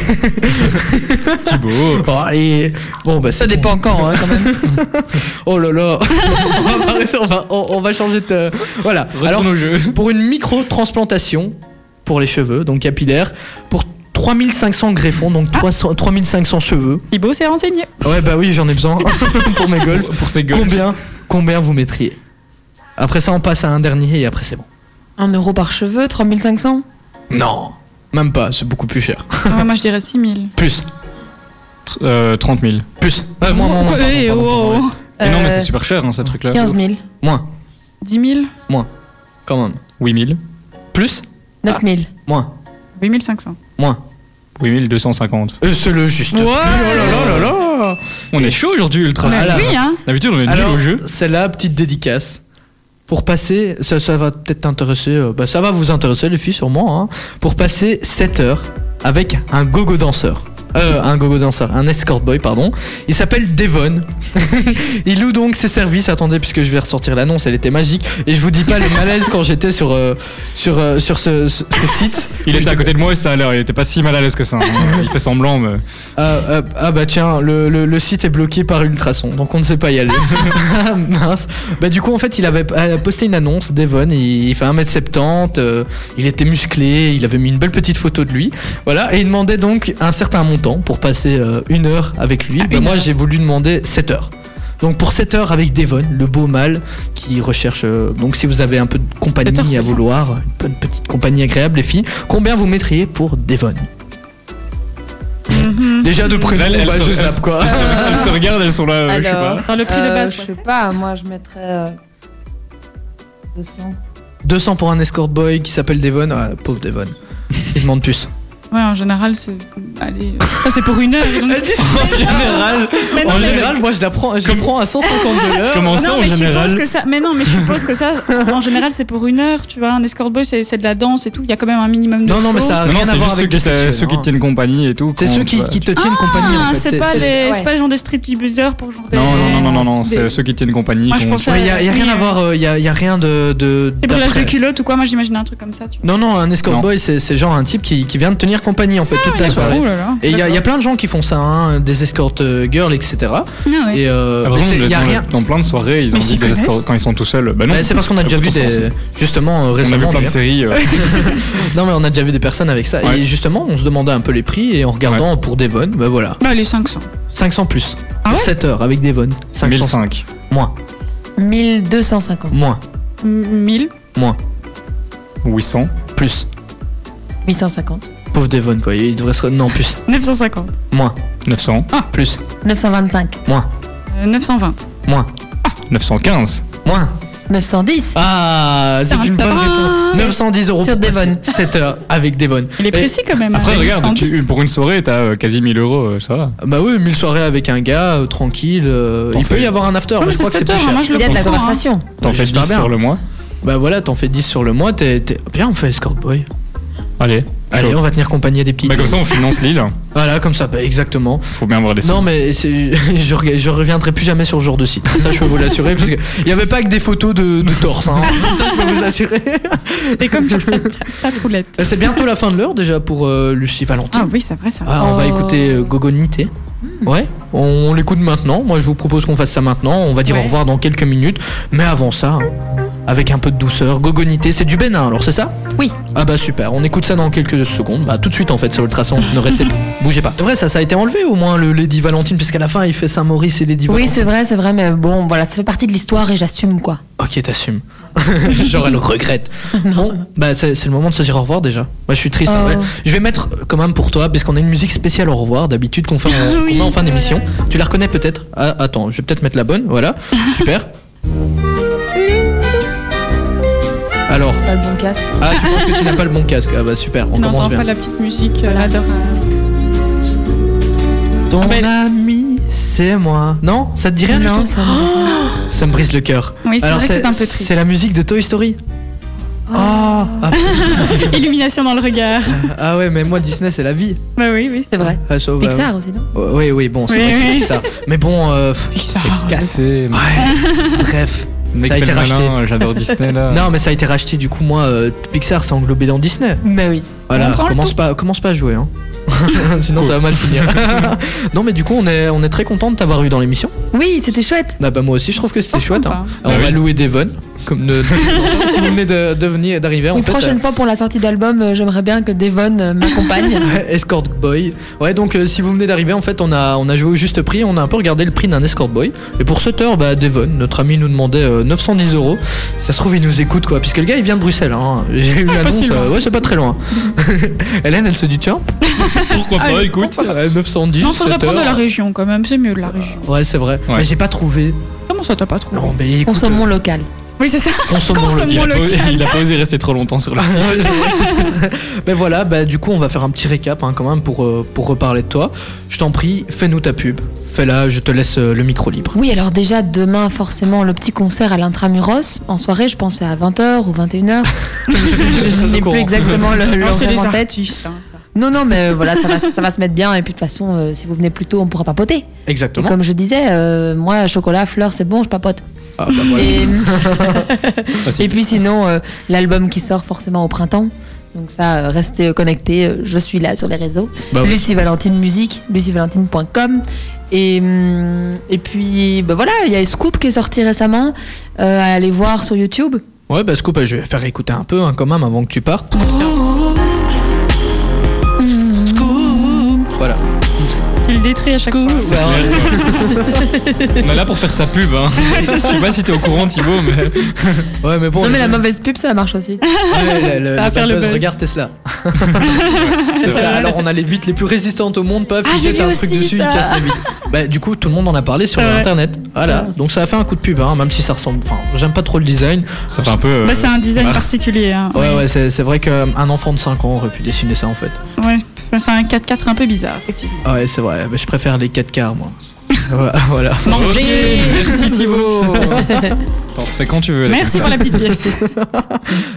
S2: Thibaut.
S1: Oh, allez. Bon, bah
S4: Ça
S1: c'est bon.
S4: dépend quand, hein, quand même.
S1: Oh là là. on, va, pas- on va- on- on va changer de. Voilà.
S2: Retourne
S1: Alors,
S2: au jeu.
S1: pour une micro-transplantation pour les cheveux, donc capillaire, pour 3500 greffons, donc 300 3500 cheveux.
S3: Thibaut s'est renseigné.
S1: Ouais, bah oui, j'en ai besoin pour mes golfs.
S2: Pour ses gueules.
S1: Combien, combien vous mettriez Après ça, on passe à un dernier et après c'est bon.
S4: Un euro par cheveu, 3500.
S1: Non. Même pas, c'est beaucoup plus cher.
S3: Ouais, Ah, moi, je dirais 6000.
S1: Plus.
S2: Tr- euh, 30 000.
S1: Plus. Ouais, moins, moins, moins, pardon,
S3: Eh,
S1: pardon, pardon,
S3: wow.
S1: ouais.
S2: Et non, mais c'est
S4: Euh,
S2: super cher, hein, ces trucs-là.
S4: 15 000,
S1: Moins,
S3: 10 000
S1: quand même.
S2: 8 000.
S1: Plus
S4: 9 000.
S1: Moins.
S3: 8 500.
S1: Moins.
S2: 8 250.
S1: Euh, c'est le juste.
S3: Ouais.
S1: Oh là là là là là.
S2: On est chaud aujourd'hui, Ultra.
S1: Ah, là.
S3: oui, hein
S2: D'habitude, on est nul
S1: Alors,
S2: au jeu.
S1: c'est la petite dédicace. Pour passer, ça, ça va peut-être t'intéresser, euh, bah, ça va vous intéresser les filles sûrement, hein. pour passer 7 heures avec un gogo danseur. Euh, un gogo danseur, un escort boy, pardon. Il s'appelle Devon. il loue donc ses services. Attendez, puisque je vais ressortir l'annonce, elle était magique. Et je vous dis pas le malaise quand j'étais sur, euh, sur, euh, sur ce, ce- ce site.
S2: Il était à côté de moi et ça a l'air. Il était pas si mal à l'aise que ça. hein. Il fait semblant, mais.
S1: Ah, ah, ah bah tiens, le, le- le site est bloqué par Ultrason, donc on ne sait pas y aller. Ah, Mince. Bah du coup en fait il avait euh, posté une annonce, Devon, il, il fait 1m70, euh, il était musclé, il avait mis une belle petite photo de lui. Voilà, et il demandait donc un certain montant pour passer euh, une heure avec lui. Bah,
S3: Ah, une
S1: moi
S3: heure.
S1: j'ai voulu demander 7 heures. Donc pour 7 heures avec Devon, le beau mâle qui recherche, euh, donc si vous avez un peu de compagnie
S3: Sept heures, c'est
S1: à
S3: bien.
S1: vouloir, une bonne petite compagnie agréable les filles, combien vous mettriez pour Devon
S3: Mhm.
S1: Déjà de prénom,
S2: Elle- elle
S1: bah,
S2: se-
S1: je
S2: elle
S1: zappe,
S2: se-
S1: quoi.
S2: Elles se, elles se regardent, elles sont là. euh, je sais pas.
S4: Alors,
S3: Enfin, le prix de
S4: euh,
S3: base,
S4: je
S3: quoi,
S4: sais pas, moi je mettrais euh, 200.
S1: 200 pour un escort boy qui s'appelle Devon. Ah, pauvre Devon. Il demande plus.
S3: Ouais, en général, c'est. Allez. euh, Ça, c'est pour une heure. donc-
S1: en général,
S3: Mais non,
S1: en
S3: mais-
S1: général moi je la prends, je la prends à 150 dollars.
S2: Comment ça,
S3: Non,
S2: en
S3: mais, je
S2: général
S3: suppose que ça, mais non, mais je suppose que ça, en général, c'est pour une heure, tu vois. Un escort boy, c'est c'est de la danse et tout. Il y a quand même un minimum de
S1: Non, non, mais
S3: show.
S1: ça a
S2: Non, non,
S1: rien à
S2: c'est
S1: voir
S2: juste ceux
S1: avec
S2: qui,
S1: le
S2: t'a-
S1: sexuel,
S2: ceux qui
S1: hein.
S2: te tiennent compagnie et tout.
S1: C'est
S2: quand
S1: ceux
S2: tu
S1: qui,
S2: vas-
S1: qui te tiennent compagnie en
S3: Ah,
S1: fait.
S3: c'est pas, les-
S4: ouais.
S3: c'est pas les gens des stripteasers pour genre des.
S2: Non, non, non, non, non, non, c'est
S3: des-
S2: ceux qui tiennent compagnie.
S3: Moi, je
S2: qu'on-
S3: pensais-
S1: Il y a, y a rien
S3: Oui,
S1: à
S3: euh,
S1: voir, il y, a- y a rien de. de
S3: C'est pour l'âge de
S1: d'après.
S3: culotte ou quoi Moi, j'imagine un truc comme ça, tu vois.
S1: non, non, un escort
S2: Non.
S1: boy c'est c'est genre un type qui, qui vient de tenir compagnie en fait toute la soirée.
S3: Oh là là.
S1: Et il y, a- y a plein de gens qui font ça, hein, des escort euh, girls, etc.
S3: Ah ouais.
S1: Et euh,
S2: Ah,
S1: mais
S2: par
S1: c'est-
S2: exemple,
S1: y a
S2: dans,
S1: rien.
S2: dans plein de soirées, ils
S3: Mais
S2: invitent
S3: s'ils
S2: des escorts quand ils sont tout seuls. Bah non.
S1: Bah, c'est parce qu'on a déjà vu
S2: Pourtant,
S1: des.
S2: c'est-
S1: Justement, euh,
S2: On a vu
S1: récemment.
S2: plein de
S1: d'ailleurs.
S2: séries. euh,
S1: Non mais on a déjà vu des personnes avec ça
S2: Ouais.
S1: et justement on se demandait un peu les prix et en regardant pour Devon, bah voilà,
S3: Bah, les 500.
S1: 500 plus.
S3: Ah
S1: Pour
S3: ouais
S1: 7 heures avec Devon, 500
S2: 1005.
S1: moins,
S4: 1250.
S1: moins,
S3: 1000.
S1: moins,
S2: 800.
S1: plus.
S4: 850.
S1: Pauvre Devon quoi, il devrait se non plus,
S3: 950.
S1: moins,
S2: 900.
S1: plus,
S4: 925.
S1: moins,
S3: euh, 920.
S1: moins,
S2: 915.
S1: moins.
S4: 910.
S1: Ah, c'est une bonne
S3: Tintin.
S1: réponse. 910 euros
S4: Sur
S1: pour passer
S4: Devon.
S1: 7 heures avec Devon.
S3: Il est
S1: Et-
S3: précis quand même.
S2: Après,
S3: hein,
S2: regarde,
S3: 910.
S2: tu- pour une soirée, t'as euh, quasi 1000 euros, euh, ça va.
S1: Bah oui, 1000 soirées avec un gars euh, tranquille, euh,
S2: T'en
S1: il peut
S2: fais-
S1: y avoir un after,
S3: Ouais,
S1: mais
S3: mais
S1: je
S3: c'est
S1: crois que c'est
S3: 7
S1: plus
S3: heures,
S1: cher.
S3: hein, moi je
S4: Il
S3: le
S4: y a de la
S3: comprends. hein.
S4: conversation.
S2: T'en fais
S1: J'espère
S2: 10
S1: bien.
S2: sur le mois.
S1: Bah voilà, t'en fais 10 sur le mois, t'es t'es- bien on fait escort boy.
S2: Allez.
S1: Allez,
S2: chaud.
S1: on va tenir compagnie à des petits.
S2: Bah, comme ça, on finance l'île.
S1: Voilà, comme ça, bah, exactement.
S2: Faut bien avoir des
S1: Non,
S2: sous.
S1: mais c'est- je, reg- je reviendrai plus jamais sur ce genre de site. Ça, je peux vous l'assurer, parce qu'il n'y avait pas que des photos de, de torse. hein. Ça, je peux vous assurer.
S3: C'est comme sur Chat- Chat- chatroulette.
S1: C'est bientôt la fin de l'heure déjà pour euh, Lucie
S3: Ah
S1: Valentine.
S3: oui, c'est vrai ça.
S1: Ah, on va
S4: Oh.
S1: écouter euh, Gogonité. Ouais, on, on l'écoute maintenant. Moi, je vous propose qu'on fasse ça maintenant. On va dire au
S3: Ouais.
S1: revoir dans quelques minutes. Mais avant ça, hein, avec un peu de douceur, Gogonité, c'est du Bénin, alors c'est ça
S4: Oui.
S1: Ah bah super, on écoute ça dans quelques secondes. Bah tout de suite en fait sur Ultrason, ne restez pas, bougez pas. C'est vrai, ça, ça a été enlevé au moins le Lady Valentine, puisqu'à la fin il fait Saint-Maurice et Lady
S4: Oui,
S1: Valentine.
S4: c'est vrai, c'est vrai, mais bon, voilà, ça fait partie de l'histoire et j'assume quoi.
S1: Ok, t'assumes. Genre, elle regrette. Bon, bah, c'est c'est le moment de se dire au revoir déjà. Moi, je suis triste. hein,
S4: Oh.
S1: ouais. Je vais mettre quand même pour toi, puisqu'on a une musique spéciale au revoir d'habitude qu'on fait en, qu'on
S3: Oui,
S1: met en fin
S3: c'est
S1: d'émission.
S3: vrai.
S1: Tu la reconnais peut-être Ah, Attends, je vais peut-être mettre la bonne. Voilà, super. Alors,
S4: Pas le bon casque.
S1: ah, tu penses que tu n'as pas le bon casque Ah, bah super, on
S3: On n'entend
S1: commence bien.
S3: pas la petite musique, euh, adore.
S1: Ton
S3: Ah,
S1: ami, c'est moi. Non Ça te dit rien du
S4: non,
S1: tout
S4: ça va.
S1: Ça me brise le cœur.
S3: Oui, c'est
S1: Alors,
S3: vrai que c'est un peu triste. Oh.
S1: C'est la musique de Toy Story. Ah, ah,
S3: Illumination dans le regard.
S1: Ah ouais, mais moi Disney c'est la vie.
S3: Bah oui, oui.
S4: c'est vrai.
S1: Ah, ça, bah,
S4: Pixar aussi, non
S1: euh, Oui, oui, bon, c'est
S3: Oui,
S1: vrai que c'est
S3: oui.
S1: Pixar. Mais bon, euh,
S2: Cassé.
S1: ouais, bref.
S2: Mec,
S1: Ah, Ça a
S2: fais
S1: été
S2: le
S1: racheté.
S2: malin, J'adore Disney là.
S1: Non, mais ça a été racheté, du coup, moi, euh, Pixar, c'est englobé dans Disney.
S4: Bah oui.
S1: Voilà,
S3: prend le
S1: commence
S3: tout.
S1: pas, commence pas à jouer. Hein. Sinon, ça va mal finir. non, mais du coup, on est, on est très content de t'avoir eu dans l'émission.
S4: Oui, c'était chouette.
S1: Ah bah, moi aussi, je trouve que c'était
S3: Franchement
S1: chouette. hein. Alors,
S2: Bah
S1: on va
S2: oui.
S1: louer Devon. Comme le- si vous venez de, de venir d'arriver, en
S4: Une
S1: fait, euh,
S4: prochaine fois pour la sortie d'album, euh, j'aimerais bien que Devon euh, m'accompagne.
S1: Ouais, Escort Boy. Ouais, donc euh, si vous venez d'arriver, en fait, on a, on a joué au juste prix, on a un peu regardé le prix d'un Escort Boy. Et pour cette heure, bah, Devon, notre ami, nous demandait euh, 910 euros. Si Ça se trouve, il nous écoute, quoi. Puisque le gars, il vient de Bruxelles. Hein. J'ai eu l'annonce.
S3: si loin.
S1: euh, ouais, c'est pas très loin. Hélène, elle se dit, tiens,
S2: Pourquoi
S3: Allez,
S2: pas, écoute.
S1: euh, 910.
S3: Non, faudrait
S1: 7
S3: prendre de la
S1: heures.
S3: région quand même, c'est mieux de la région.
S1: Ouais, c'est vrai.
S2: Ouais.
S1: Mais j'ai pas trouvé.
S3: Comment ça t'as pas trouvé
S1: Euh, Non, mais écoute. euh,
S4: Consommons local.
S3: Oui, c'est ça.
S1: consommons-le.
S2: Il a,
S3: Consommons
S2: pas, osé-
S3: local.
S2: il a pas osé rester trop longtemps sur le site.
S1: Ouais, c'est vrai que c'était très- Mais voilà, bah, du coup, on va faire un petit récap hein, quand même pour, euh, pour reparler de toi. Je t'en prie, fais-nous ta pub. Fais-la, je te laisse euh, le micro libre.
S4: Oui, alors déjà demain, forcément, le petit concert à l'intramuros. En soirée, je pensais à 20h ou 21h.
S1: Très au
S4: je n'ai
S1: courant.
S4: plus exactement le-
S3: Non, Ah, c'est
S4: l'horaire
S3: des
S4: en tête.
S3: artistes. hein, ça.
S4: Non, non, mais euh, voilà, ça va, ça va se mettre bien. Et puis de toute façon, euh, si vous venez plus tôt, on pourra papoter. Et
S1: Exactement.
S4: comme je disais, euh, moi, chocolat, fleurs, c'est bon, je papote.
S1: Ah, bah, voilà.
S4: Et,
S2: Facile.
S4: et puis sinon, euh, l'album qui sort forcément au printemps. Donc ça, euh, restez connectés. euh, Je suis là sur les réseaux.
S1: Bah oui.
S4: Lucie Valentine Musique, lucievalentine.com. Et, hum, et puis, bah voilà, il y a Scoop qui est sorti récemment. Euh, à aller voir sur YouTube.
S1: Ouais, bah Scoop, je vais faire écouter un peu hein, quand même avant que tu partes. Scoop Voilà.
S3: Tu le détruis à chaque fois.
S1: Bah,
S2: On est là pour faire sa pub. Hein. Je sais pas si t'es au courant, Thibaut, mais.
S1: ouais, mais bon.
S4: non, mais
S1: le-
S4: la mauvaise pub, ça marche aussi.
S1: ouais, le- le-
S3: Ça va
S1: le
S3: faire le
S1: buzz,
S3: buzz.
S1: Regarde Tesla.
S2: C'est
S1: Tesla,
S3: vrai.
S1: Alors, on a les vitres les plus résistantes au monde, paf,
S3: Ah,
S1: ils
S3: j'ai
S1: jettent
S3: vu
S1: un truc
S3: aussi
S1: dessus,
S3: ça.
S1: ils cassent les vitres. Bah, du coup, tout le monde en a parlé sur
S3: C'est vrai.
S1: internet. Voilà. Donc, ça a fait un coup de pub, hein, même si ça ressemble. Enfin, j'aime pas trop le design.
S2: Ça fait un peu. euh,
S3: Bah, c'est un design
S2: Mars.
S3: particulier. hein.
S1: Ouais, ouais, c'est c'est vrai qu'un enfant de 5 ans aurait pu dessiner ça en fait.
S3: Ouais, c'est un 4x4 un peu bizarre, effectivement.
S1: Ah Ouais, c'est vrai. Mais je préfère les 4K, moi. Ouais, voilà.
S2: Manger euh, Merci Thibaut T'en fais quand tu veux. là.
S3: Merci pour la petite pièce.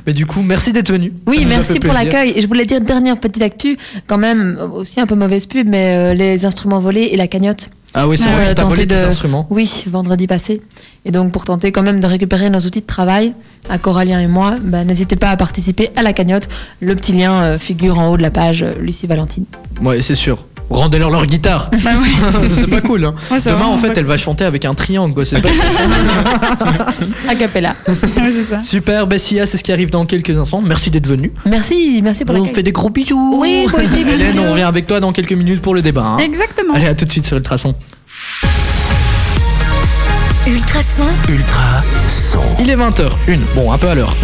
S1: Mais du coup, merci d'être venu. Ça
S4: Oui,
S1: nous a
S4: merci
S1: fait
S4: pour
S1: plaisir.
S4: l'accueil. Et je voulais dire, dernière petite actu, quand même, euh, aussi un peu mauvaise pub, mais euh, les instruments volés et la cagnotte.
S1: Ah oui, c'est
S4: Ouais,
S1: vrai, t'as
S4: tenter
S1: volé tes
S4: de-
S1: instruments.
S4: Oui, vendredi passé. Et donc, pour tenter quand même de récupérer nos outils de travail, à Coralien et moi, bah, n'hésitez pas à participer à la cagnotte. Le petit lien euh, figure en haut de la page euh, Lucie Valentine.
S1: Ouais, c'est sûr. Rendez-leur leur guitare.
S3: Bah ouais.
S1: c'est pas cool. Hein.
S3: Ouais, c'est
S1: Demain,
S3: vraiment
S1: en fait,
S3: pas
S1: elle va chanter avec un triangle. quoi, c'est pas-
S4: A cappella.
S3: cool. Ouais, c'est ça.
S1: Super, Bessia, c'est ce qui arrive dans quelques instants. Merci d'être venu.
S4: Merci, merci pour
S1: On vous
S4: l'accueil.
S1: fait des gros bisous.
S4: Oui, vous aussi, bisous,
S1: Hélène, on
S4: bisous.
S1: revient avec toi dans quelques minutes pour le débat. hein.
S3: Exactement.
S1: Allez, à tout de suite sur Ultrason.
S5: Ultrason,
S6: Ultra son.
S1: Il est 20h01. Bon, un peu à l'heure.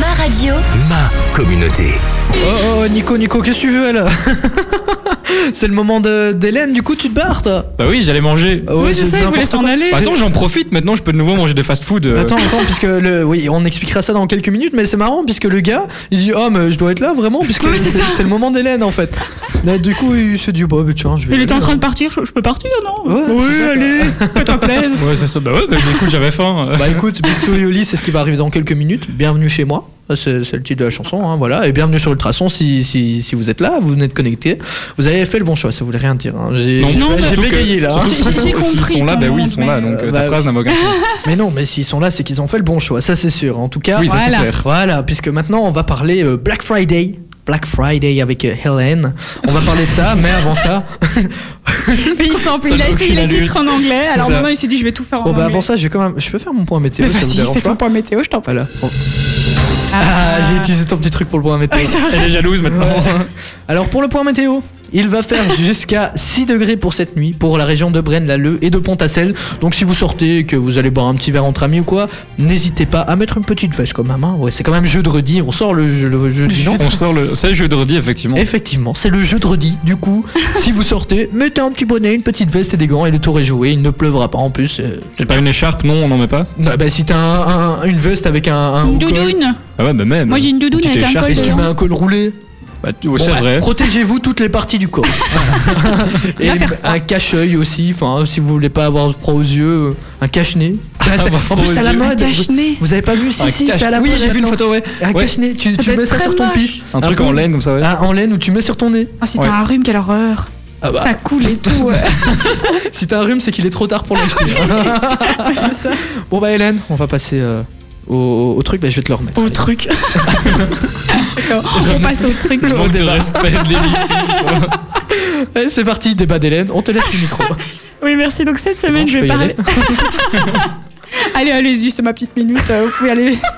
S5: ma radio.
S6: Ma communauté.
S1: Oh, oh, Nico, Nico, qu'est-ce que tu veux, là C'est le moment de- d'Hélène. Du coup, tu te barres, toi
S2: Bah oui, j'allais manger.
S1: Ouais,
S3: oui, c'est ça, il voulait
S1: n'importe
S3: s'en
S1: quoi.
S3: aller.
S2: Bah attends, j'en profite maintenant, je peux de nouveau manger de fast food. euh.
S1: Attends, attends, puisque le. Oui, on expliquera ça dans quelques minutes, mais c'est marrant, puisque le gars, il dit Ah, mais je dois être là vraiment, puisque
S3: Oui, c'est
S1: c'est
S3: ça.
S1: c'est le moment d'Hélène en fait. Là, du coup, il se dit Bah, bah, tiens, je vais.
S3: Il
S1: y
S3: était en
S1: aller,
S3: train
S1: hein.
S3: de partir, je, je peux partir, non
S1: Ouais,
S3: Oui,
S1: c'est ça.
S3: allez, que t'en plaise.
S2: Ouais, c'est ça. Bah ouais, bah écoute, j'avais faim. euh.
S1: Bah, écoute, Big Yoli, c'est ce qui va arriver dans quelques minutes. Bienvenue chez moi. Ça, C'est c'est le titre de la chanson, hein, voilà. Et bienvenue sur Ultrason si, si, si vous êtes là, vous venez de connecter. Vous avez fait le bon choix, ça voulait rien dire. hein. J'ai
S2: Non,
S1: j'ai-
S3: Non, mais-
S1: j'ai
S2: surtout que-
S1: bégayé là. hein.
S2: surtout que
S3: J'ai- j'ai compris
S2: S'ils sont là,
S3: ton
S2: bah oui, ils
S3: monde,
S2: sont là,
S3: mais,
S2: donc
S1: euh,
S2: euh,
S1: bah
S2: ta
S1: oui.
S2: phrase n'a aucun sens.
S1: Mais non, mais s'ils sont là, c'est qu'ils ont fait le bon choix, ça c'est sûr. En tout cas,
S2: Oui, ça c'est
S3: Voilà.
S2: clair.
S1: Voilà, puisque maintenant on va parler euh, Black Friday. Black Friday avec euh, Helen. On va parler de ça, mais avant ça. oh, bah,
S3: Mais il s'en plaît, il a essayé les titres en anglais, alors
S1: ça.
S3: maintenant il s'est dit je vais tout faire en
S1: Bon, bah
S3: anglais.
S1: avant ça, je, vais quand même... je peux faire mon point météo,
S3: Mais
S1: ça vous
S3: vas-y,
S1: dérange
S3: fais ton
S1: pas
S3: point météo, je t'en prie.
S1: Voilà. Bon. Ah, j'ai utilisé ton petit truc pour le point météo.
S3: Oui, c'est vrai.
S2: Elle est jalouse maintenant.
S1: Alors pour le point météo, il va faire jusqu'à 6 degrés pour cette nuit pour la région de Braine-l'Alleud et de Pont-à-Celle. Donc si vous sortez et que vous allez boire un petit verre entre amis ou quoi, n'hésitez pas à mettre une petite veste quand même. hein. Ouais, c'est quand même jeudi, on sort le, jeu- le jeudi, non
S2: On sort le. C'est jeudi, effectivement.
S1: Effectivement, c'est le jeu de redis. Du coup, si vous sortez, mettez un petit bonnet, une petite veste et des gants et le tour est joué. Il ne pleuvra pas en plus. euh,
S2: J'ai pas une écharpe, non, on n'en met pas
S1: ah bah, si t'as un- un- une veste avec un, un haut
S3: Une
S1: col,
S3: doudoune.
S2: Ah ouais, bah même.
S3: Moi j'ai une doudoune
S2: Petite
S3: avec un Ah,
S2: écharpe,
S3: col
S1: et si tu mets
S3: dedans.
S1: un col roulé,
S2: Bah, tu- ouais,
S1: bon,
S2: c'est
S1: bah,
S2: vrai.
S1: protégez-vous toutes les parties du corps. Voilà. et
S3: Va faire froid.
S1: un cache-œil aussi, enfin si vous voulez pas avoir froid aux yeux, euh, un cache-nez. Ah, c'est- en plus, c'est à la mode.
S3: Cache-nez.
S1: Vous avez pas vu Si,
S2: Un
S1: si,
S2: cache-
S1: c'est à la mode.
S2: Oui, j'ai vu une
S1: maintenant.
S2: photo, ouais.
S1: Un
S2: Ouais.
S1: cache-nez, tu, tu
S3: doit
S1: mets
S3: être
S1: ça
S3: très
S1: sur ton
S3: moche.
S1: pif.
S2: Un truc en
S1: peu-
S2: laine comme ça, ouais.
S1: Ah, en laine où tu mets sur ton nez.
S3: Ah, si
S2: Ouais.
S3: t'as un rhume, quelle horreur.
S1: Ah bah,
S3: Ça coule et tout. ouais.
S1: si t'as un rhume, c'est qu'il est trop tard pour l'acheter. hein.
S3: Ouais, c'est ça.
S1: Bon bah Hélène, on va passer euh, au, au- au truc, bah, je vais te le remettre.
S3: Au
S1: Allez.
S3: truc. D'accord. On passe au truc.
S1: Manque de
S2: respect de l'émission.
S1: Allez, c'est parti, débat d'Hélène, on te laisse le micro.
S3: Oui, merci. Donc cette
S1: bon,
S3: semaine,
S1: je
S3: je vais
S1: peux y
S3: parler. allez, allez-y, c'est ma petite minute. euh, Vous pouvez aller.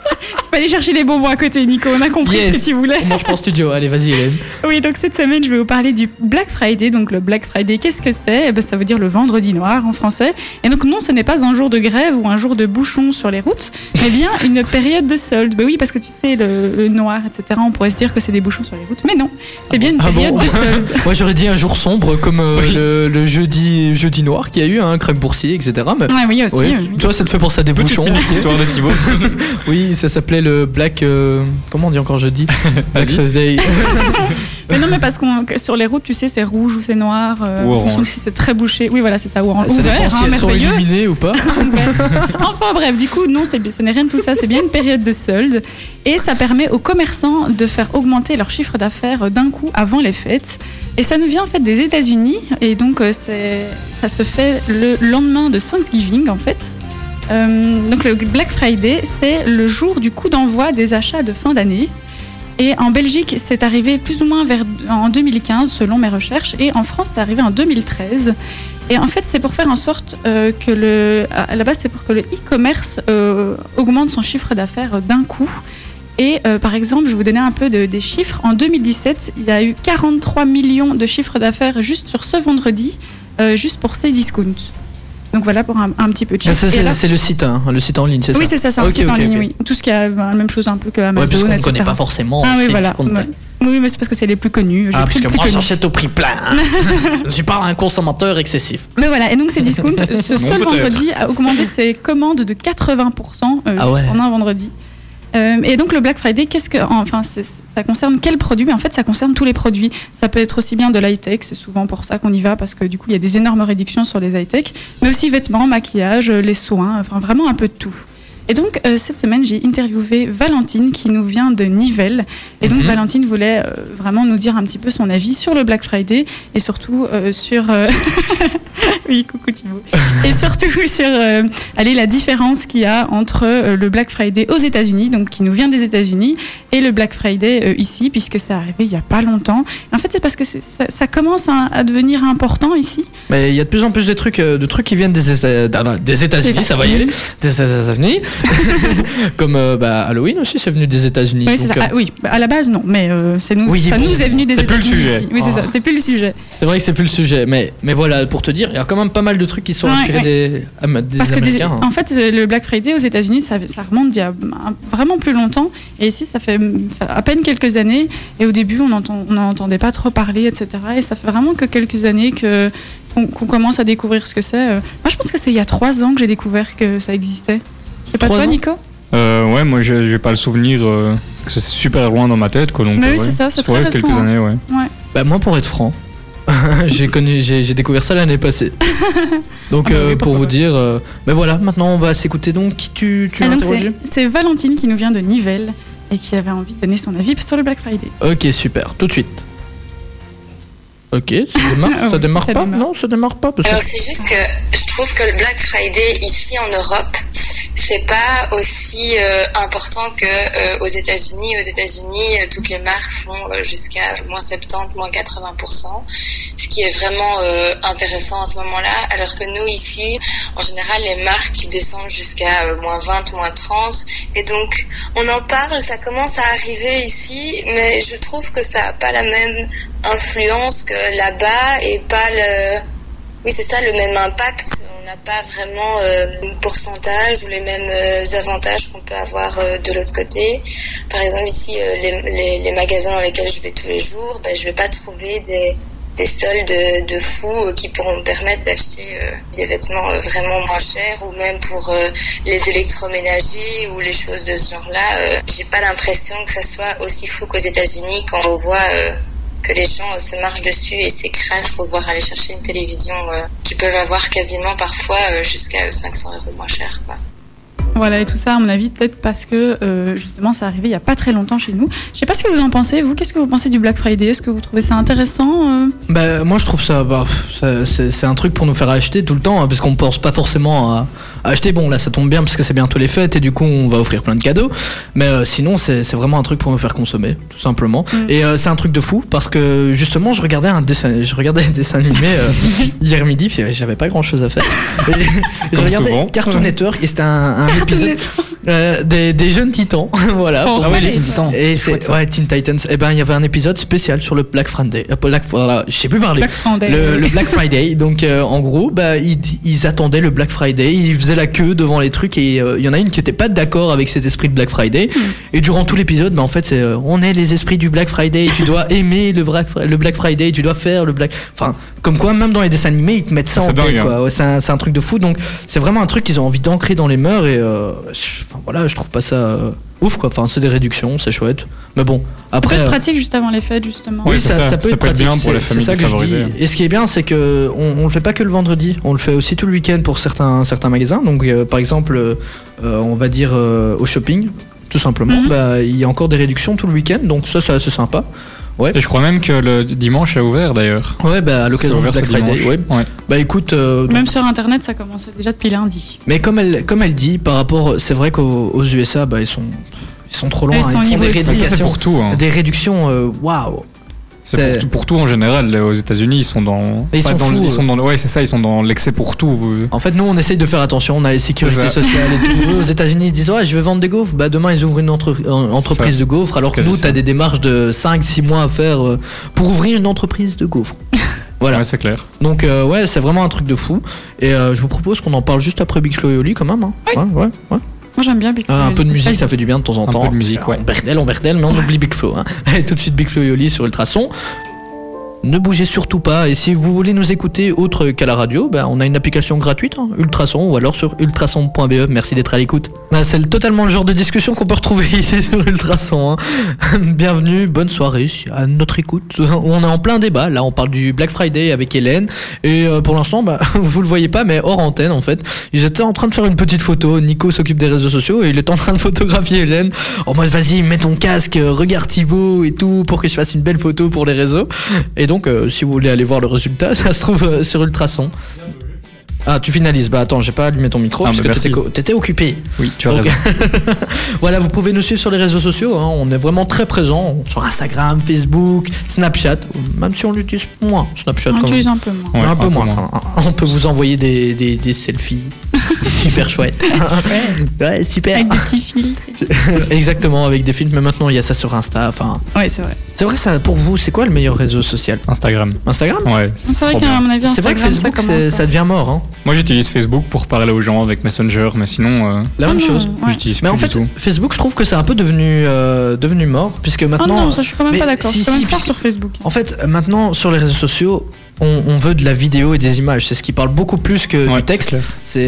S3: Tu peux aller chercher les bonbons à côté, Nico. On a compris
S1: Yes.
S3: ce que tu voulais.
S1: on mange pas en studio, allez, vas-y Hélène.
S3: Oui, donc cette semaine, je vais vous parler du Black Friday. Donc le Black Friday, qu'est-ce que c'est Eh ben, Ça veut dire le vendredi noir en français. Et donc non, ce n'est pas un jour de grève ou un jour de bouchon sur les routes, mais bien une période de solde. Ben oui, parce que tu sais, le, le noir, etc., on pourrait se dire que c'est des bouchons sur les routes, mais non, c'est bien une
S1: Ah bon
S3: période de solde.
S1: Moi j'aurais dit un jour sombre comme euh,
S2: Oui.
S1: le, le jeudi, jeudi noir qu'il y a eu, un crème boursier, etc. Mais,
S3: Ah oui, aussi.
S1: oui.
S3: oui.
S1: Toi ça te fait penser à des
S2: Petite
S1: bouchons.
S2: minute, histoire de Thibaut.
S1: Oui, ça s'appelait le Black. euh, comment on dit encore jeudi Black
S2: Vas-y.
S1: Thursday.
S3: Mais non, mais parce qu'on que sur les routes, tu sais, c'est rouge ou c'est noir. euh,
S2: Ou
S3: en fonction
S2: orange.
S3: de si c'est très bouché. Oui, voilà, c'est ça, ou orange.
S1: ça
S3: ou
S1: dépend
S3: vert,
S1: si
S3: hein,
S1: elles sont
S3: merveilleux.
S1: illuminées ou pas.
S3: Enfin bref, du coup, non, c'est bi- ce n'est rien de tout ça, c'est bien une période de solde. Et ça permet aux commerçants de faire augmenter leur chiffre d'affaires d'un coup avant les fêtes. Et ça nous vient en fait des États-Unis. Et donc, euh, c'est- ça se fait le lendemain de Thanksgiving, en fait. Euh, donc, le Black Friday, c'est le jour du coup d'envoi des achats de fin d'année. Et en Belgique, c'est arrivé plus ou moins vers, en 2015, selon mes recherches. Et en France, c'est arrivé en 2013. Et en fait, c'est pour faire en sorte euh, que le. À la base, c'est pour que le e-commerce euh, augmente son chiffre d'affaires d'un coup. Et euh, par exemple, je vais vous donner un peu de- des chiffres. En 2017, il y a eu 43 millions de chiffres d'affaires juste sur ce vendredi, euh, juste pour Cdiscount. Donc voilà pour un, un petit peu de
S1: Ah,
S3: chiffres.
S1: ça,
S3: Et
S1: c'est
S3: là-
S1: c'est le site, hein, le site en ligne, c'est
S3: oui,
S1: ça
S3: c'est ça, c'est un
S1: Ok,
S3: site en
S1: ok,
S3: ligne,
S1: ok.
S3: oui. Tout ce qui a ben, la même chose un peu que
S1: Ouais,
S3: Amazon,
S1: puisqu'on ne
S3: etc.
S1: connaît pas forcément.
S3: Ah oui,
S1: c'est
S3: voilà.
S1: Discount.
S3: ouais. Oui, mais c'est parce que c'est les plus connus. J'ai
S1: Ah,
S3: pris
S1: parce
S3: les
S1: que
S3: plus
S1: moi
S3: connus.
S1: j'achète au prix plein. hein. Je suis pas un consommateur excessif.
S3: Mais voilà, et donc c'est discount. euh, Ce seul
S2: peut-être.
S3: vendredi a augmenté ses commandes de 80% euh,
S1: Ah ouais.
S3: juste en un vendredi. Euh, et donc le Black Friday, qu'est-ce que, enfin, c'est- ça concerne quel produit Mais en fait, ça concerne tous les produits. Ça peut être aussi bien de l'high-tech, c'est souvent pour ça qu'on y va parce que du coup, il y a des énormes réductions sur les high-tech, mais aussi vêtements, maquillage, euh, les soins, enfin vraiment un peu de tout. Et donc euh, cette semaine, j'ai interviewé Valentine qui nous vient de Nivelles. Et donc
S1: Mhm.
S3: Valentine voulait euh, vraiment nous dire un petit peu son avis sur le Black Friday et surtout euh, sur euh, oui, coucou Thibaut. Et surtout sur euh, allez, la différence qu'il y a entre euh, le Black Friday aux États-Unis, donc qui nous vient des États-Unis, et le Black Friday euh, ici, puisque c'est arrivé il n'y a pas longtemps. En fait, c'est parce que c'est- ça, ça commence à, à devenir important ici.
S1: Mais il y a de plus en plus de trucs, euh, de trucs qui viennent des, Éta- d'Ava- des États-Unis,
S3: Des
S1: ça va y aller. Des États-Unis. Comme euh, bah, Halloween aussi, c'est venu des États-Unis.
S3: Oui, c'est ça.
S1: donc, euh,
S3: Ah oui, bah, à la base, non, mais euh, c'est nous,
S1: Oui,
S3: ça
S1: bon,
S3: nous est venu des
S2: c'est plus le
S3: États-Unis.
S2: sujet.
S3: ici. Oui, c'est
S1: Ah.
S3: ça, c'est plus le sujet.
S1: C'est vrai que c'est plus le sujet, mais, mais voilà, pour te dire, il y a quand même pas mal de trucs qui sont
S3: Ouais,
S1: inspirés
S3: ouais.
S1: des, Am- des
S3: Parce que des-
S1: Américains. hein.
S3: en fait, euh, le Black Friday aux États-Unis, ça, ça remonte d'il y a un- vraiment plus longtemps. Et ici, ça fait mm, à peine quelques années. Et au début, on n'entend- on n'en entendait pas trop parler, etc. Et ça fait vraiment que quelques années que qu'on qu'on commence à découvrir ce que c'est. Euh, Moi, je pense que c'est il y a trois ans que j'ai découvert que ça existait. Je sais pas
S1: Trois
S3: toi,
S1: ans
S3: Nico
S2: Euh, ouais, moi j'ai j'ai pas le souvenir euh, que c'est super loin dans ma tête quoi. Donc,
S3: Mais
S2: euh,
S3: Bah oui, c'est
S2: ouais.
S3: ça, c'est
S2: ouais,
S3: très
S2: quelques
S3: récent, hein.
S2: années, ouais.
S1: Bah, moi, pour être franc, j'ai connu, j'ai j'ai découvert ça l'année passée. Donc,
S3: Ah, bah
S1: euh,
S3: oui,
S1: pour
S3: pourquoi
S1: vous
S3: pas.
S1: dire, euh, mais voilà, maintenant on va s'écouter donc qui tu, tu as
S3: Ah, donc,
S1: interrogé
S3: c'est- C'est Valentine qui nous vient de Nivelles et qui avait envie de donner son avis sur le Black Friday.
S1: Ok, super, tout de suite. Ok, ça
S3: Ah
S1: démarre, ça
S3: oui, si
S1: démarre
S3: ça
S1: pas
S3: démarre.
S1: Non, ça démarre pas. Parce que...
S8: Alors c'est juste que je trouve que le Black Friday ici en Europe, c'est pas aussi euh, important que euh, aux États-Unis. Aux États-Unis, euh, toutes les marques font euh, jusqu'à moins 70, moins 80 ce qui est vraiment euh, intéressant à ce moment-là. Alors que nous ici, en général, les marques descendent jusqu'à euh, moins 20, moins 30, et donc on en parle, ça commence à arriver ici, mais je trouve que ça a pas la même influence que là-bas et pas le oui, c'est ça, le même impact. On n'a pas vraiment euh, un pourcentage ou les mêmes euh, avantages qu'on peut avoir euh, de l'autre côté. Par exemple, ici, euh, les, les- les magasins dans lesquels je vais tous les jours, ben, je vais pas trouver des, des soldes de fous euh, qui pourront me permettre d'acheter euh, des vêtements euh, vraiment moins chers ou même pour euh, les électroménagers ou les choses de ce genre-là. euh, J'ai pas l'impression que ça soit aussi fou qu'aux États-Unis quand on voit euh, que les gens euh, se marchent dessus et s'écrasent pour pouvoir aller chercher une télévision euh, qui peuvent avoir quasiment parfois euh, jusqu'à euh, 500 euros moins cher. Quoi.
S3: Voilà, et tout ça, à mon avis, peut-être parce que euh, justement, ça arrivé il n'y a pas très longtemps chez nous. Je sais pas ce que vous en pensez. Vous, qu'est-ce que vous pensez du Black Friday Est-ce que vous trouvez ça intéressant euh
S1: Bah, moi je trouve ça, bah, pff, ça- c'est c'est un truc pour nous faire acheter tout le temps, hein, parce qu'on pense pas forcément à, acheter. Bon, là, ça tombe bien parce que c'est bientôt les fêtes et du coup, on va offrir plein de cadeaux. Mais euh, sinon, c'est c'est vraiment un truc pour me faire consommer, tout simplement. Et euh, c'est un truc de fou parce que justement, je regardais un dessin, je regardais un dessin animé euh, hier midi, puis euh, j'avais pas grand chose à faire. Et je
S2: Comme
S1: regardais
S2: souvent.
S1: Cartoon Network et c'était un, un épisode euh, des, des jeunes titans. voilà. pour
S9: Ah ouais, les
S3: Allez.
S9: Teen Titans.
S1: et
S9: c'est chouette,
S1: c'est
S9: ça.
S1: ouais, Teen Titans. Et ben il y avait un épisode spécial sur le Black Friday. Euh, Black, voilà, je sais plus parler.
S3: Black Friday.
S1: Le, le Black Friday. Donc euh, en gros, bah ils, ils attendaient le Black Friday, ils faisaient la queue devant les trucs et euh, il y en a une qui était pas d'accord avec cet esprit de Black Friday. Et durant tout l'épisode, bah en fait c'est euh, on est les esprits du Black Friday. Tu dois aimer le Black le Black Friday, tu dois faire le Black. Enfin comme quoi même dans les dessins animés ils te mettent ça
S2: C'est
S1: en tête.
S2: dingue, hein.
S1: quoi. Ouais, c'est un, c'est un truc de fou. Donc c'est vraiment un truc qu'ils ont envie d'ancrer dans les mœurs et euh, je- enfin, voilà, je trouve pas ça euh, ouf quoi. Enfin c'est des réductions, c'est chouette. Mais bon
S3: Ça peut
S1: après.
S3: être
S1: euh,
S3: pratique juste avant les fêtes, justement.
S2: Oui, c'est ça. Ça peut être bien pour les
S1: c'est-
S2: familles
S1: c'est ça que je dis.
S2: défavorisées.
S1: Et ce qui est bien, c'est que on, on le fait pas que le vendredi, on le fait aussi tout le week-end pour certains, certains magasins. Donc, euh, par exemple, euh, euh, on va dire euh, au shopping, tout simplement,
S3: Mhm.
S1: bah, il y a encore des réductions tout le week-end, donc ça, c'est assez sympa.
S2: Et je crois même que le dimanche est ouvert d'ailleurs.
S1: Ouais, bah, à l'occasion
S2: C'est
S1: de
S2: ouvert
S1: Black
S2: ce dimanche.
S1: Friday. ouais.
S2: Ouais.
S1: Bah écoute, euh,
S3: Même sur Internet, ça commence déjà depuis lundi.
S1: mais comme elle, comme elle dit, par rapport, c'est vrai qu'aux aux USA, bah, ils sont, ils sont trop loin. hein.
S3: Ils sont
S1: ils font des
S3: niveau
S2: Mais ça, c'est
S1: réductions.
S2: pour tout. hein.
S1: Des réductions, euh, waouh!
S2: C'est
S1: C'est-
S2: pour, tout- pour tout en général. Aux États-Unis, ils sont dans.
S1: Et ils
S2: pas
S1: sont
S2: dans le-
S1: fous, euh.
S2: ils sont dans le- Ouais, c'est ça. Ils sont dans l'excès pour tout. euh.
S1: En fait, nous, on essaye de faire attention. On a les sécurités
S2: C'est ça.
S1: sociales et tout. Eux, Aux États-Unis, ils disent Ouais, je vais vendre des gaufres. Bah, demain, ils ouvrent une entre- euh, entreprise
S2: ça.
S1: de gaufres. Alors
S2: Ce
S1: que
S2: que
S1: nous,
S2: je
S1: t'as
S2: sais.
S1: des démarches de 5-6 mois à faire euh, pour ouvrir une entreprise de gaufres. Voilà.
S2: Ouais, c'est clair.
S1: Donc, euh, ouais, c'est vraiment un truc de fou. Et euh, je vous propose qu'on en parle juste après Big Flo et Oli, quand même. hein. Ouais, ouais, ouais.
S3: Moi, j'aime bien Big
S1: Euh, un
S3: Flo et
S1: peu de
S3: Oli.
S1: musique, ça
S3: Vas-y.
S1: fait du bien de temps en
S2: Un
S1: temps.
S2: peu de musique, ouais.
S1: On berdelle, on berdelle, mais on oublie Big Flo. Hein. Allez, tout de suite, Big Flo et Oli sur Ultrason. Ne bougez surtout pas. Et si vous voulez nous écouter autre qu'à la radio, ben, on a une application gratuite, hein, Ultrason, ou alors sur ultrason.be. E. Merci d'être à l'écoute. Ben, c'est le- totalement le genre de discussion qu'on peut retrouver ici sur Ultrason. hein. Bienvenue, bonne soirée à notre écoute. On est en plein débat. Là, on parle du Black Friday avec Hélène. Et euh, pour l'instant, ben, vous le voyez pas, mais hors antenne, en fait, ils étaient en train de faire une petite photo. Nico s'occupe des réseaux sociaux et il est en train de photographier Hélène en mode vas-y mets ton casque, euh, regarde Thibaut et tout pour que je fasse une belle photo pour les réseaux. Et donc euh, si vous voulez aller voir le résultat, ça se trouve euh, sur Ultrason. Ah tu finalises, bah attends j'ai pas allumé ton micro
S2: Ah,
S1: parce
S2: bah,
S1: que
S2: merci.
S1: t'étais co- t'étais occupé.
S2: Oui, tu as
S1: Donc,
S2: raison.
S1: voilà, vous pouvez nous suivre sur les réseaux sociaux. hein. On est vraiment très présents sur Instagram, Facebook, Snapchat. Même si on l'utilise moins, Snapchat
S3: On
S1: quand même.
S3: utilise un peu moins.
S2: Ouais,
S1: un, peu moins. hein. On peut vous envoyer des, des, des selfies super chouettes. ouais, super.
S3: Avec des petits filtres.
S1: Exactement, avec des films. Mais maintenant, il y a ça sur Insta. Enfin,
S3: Ouais, c'est vrai.
S1: c'est vrai, ça, pour vous, c'est quoi le meilleur réseau social
S2: Instagram.
S1: Instagram
S2: Ouais.
S3: C'est vrai
S2: trop
S3: qu'à
S2: bien.
S3: mon avis,
S1: C'est vrai que
S3: Instagram, ça
S1: Facebook,
S3: commence.
S1: c'est-
S3: à-
S1: ça devient mort. hein.
S2: Moi, j'utilise Facebook pour parler aux gens avec Messenger, mais sinon, euh,
S1: La
S3: Ah
S1: même
S3: non,
S1: chose.
S3: ouais.
S2: j'utilise
S1: Mais
S2: plus
S1: en fait,
S2: du tout.
S1: Facebook, je trouve que c'est un peu devenu, euh, devenu mort. Puisque
S3: Ah
S1: maintenant.
S3: non, ça, je suis quand même
S1: mais
S3: pas d'accord.
S1: si,
S3: C'est quand
S1: si,
S3: même fort
S1: puisque-
S3: sur Facebook.
S1: En fait, euh, maintenant, sur les réseaux sociaux, on, on veut de la vidéo et des images. C'est ce qui parle beaucoup plus que
S2: Ouais,
S1: euh, du texte.
S2: c'est clair.
S1: C'est.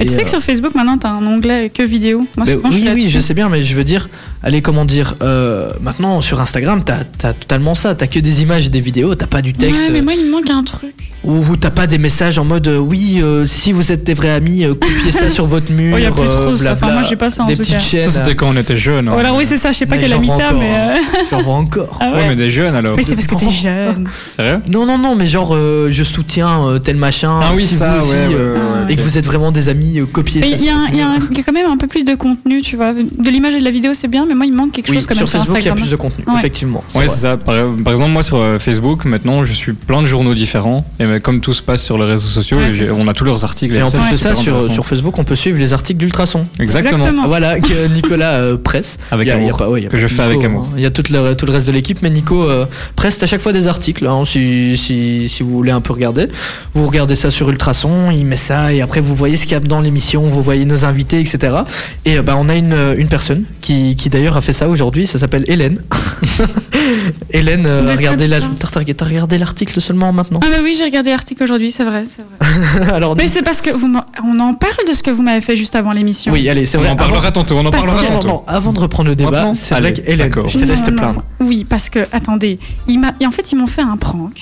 S3: Et tu sais que sur Facebook, maintenant, t'as un onglet que vidéo. Moi,
S1: Ben
S3: souvent, je
S1: euh, oui,
S3: suis
S1: oui,
S3: là-dessus.
S1: je sais bien, mais je veux dire, allez, comment dire, euh, maintenant sur Instagram, t'as as totalement ça, t'as que des images et des vidéos, t'as pas du texte,
S3: Ouais, mais moi, il me manque un truc.
S1: ou ou t'as pas des messages en mode, euh, oui, euh, si vous êtes des vrais amis, euh, copiez ça sur votre mur,
S3: Oh, y a plus
S1: euh,
S3: trop ça. Enfin,
S1: blabla.
S3: moi, j'ai pas ça, en
S1: des
S3: tout
S1: petites
S3: cas.
S1: chaînes.
S2: Ça, c'était quand on était jeune. hein.
S3: Voilà, oui, c'est ça. Je sais pas
S1: Mais
S3: quelle
S1: j'en vois
S3: amita,
S1: encore,
S3: mais. euh,
S1: euh, j'en vois encore.
S3: Ah
S2: Ouais, mais
S3: ouais.
S2: des jeunes alors.
S3: Mais c'est parce que t'es
S1: Oh.
S3: jeune.
S2: Sérieux
S1: Non, non, non, mais genre, euh, je soutiens euh, tel machin,
S2: Ah
S1: si vous aussi, euh, et que vous êtes vraiment des amis, euh, copiez ça.
S3: Mais Il y,
S1: sur
S3: a un-
S1: votre
S3: il y a
S1: mur.
S3: un- il y a quand même un peu plus de contenu, tu vois. De l'image et de la vidéo, c'est bien, mais moi, il me manque quelque
S1: Oui,
S3: chose quand même
S1: sur
S3: sur
S1: Facebook, il y a
S3: Instagram. hein.
S1: plus de contenu,
S3: Ouais.
S1: effectivement. c'est
S2: Ouais,
S1: vrai.
S2: c'est ça. Par, par exemple, moi sur euh, Facebook, maintenant, je suis plein de journaux différents. Et ben, comme tout se passe sur les réseaux sociaux,
S3: Ouais,
S2: j'ai-
S3: c'est ça.
S2: on a tous leurs articles.
S1: Et en plus
S2: c'est
S1: de ça,
S2: super
S1: sur,
S2: intéressant.
S1: sur Facebook, on peut suivre les articles d'Ultrason.
S2: Exactement.
S3: Exactement.
S1: Voilà, que Nicolas euh, presse.
S2: Avec
S1: Y a- y a
S2: amour.
S1: pas- ouais, y a
S2: Que
S1: pas
S2: je
S1: que
S2: fais avec
S1: Nico,
S2: amour.
S1: hein. Il y a tout le, tout le reste de l'équipe, mais Nico euh, presse à chaque fois des articles. hein, si, si, si vous voulez un peu regarder, vous regardez ça sur Ultrason, il met ça, et après vous voyez ce qu'il y a dans l'émission, vous voyez nos invités, etc. Et euh, bah, on a une, euh, une personne qui, qui d'ailleurs a fait ça aujourd'hui, ça s'appelle Hélène. Hélène, euh,
S3: De quoi
S1: regardez
S3: tu
S1: la-
S3: parles
S1: t'as regardé- t'as regardé l'article seulement maintenant.
S3: Ah bah oui, j'ai regardé l'article aujourd'hui, c'est vrai, c'est vrai.
S1: Alors,
S3: Mais c'est parce que vous m'en- on en parle de ce que vous m'avez fait juste avant l'émission.
S1: oui, allez, c'est
S2: On
S1: vrai.
S2: en
S1: avant-
S2: parlera tantôt. On en
S3: Parce
S2: parlera
S3: que-
S1: non, non,
S2: tantôt.
S1: non, avant de reprendre le débat,
S2: Maintenant
S1: c'est avec
S2: Allez,
S1: Hélène.
S2: d'accord.
S1: Je te laisse te
S3: Non,
S1: plaindre.
S3: non. Oui, parce que attendez, il m'a- et en fait ils m'ont fait un prank.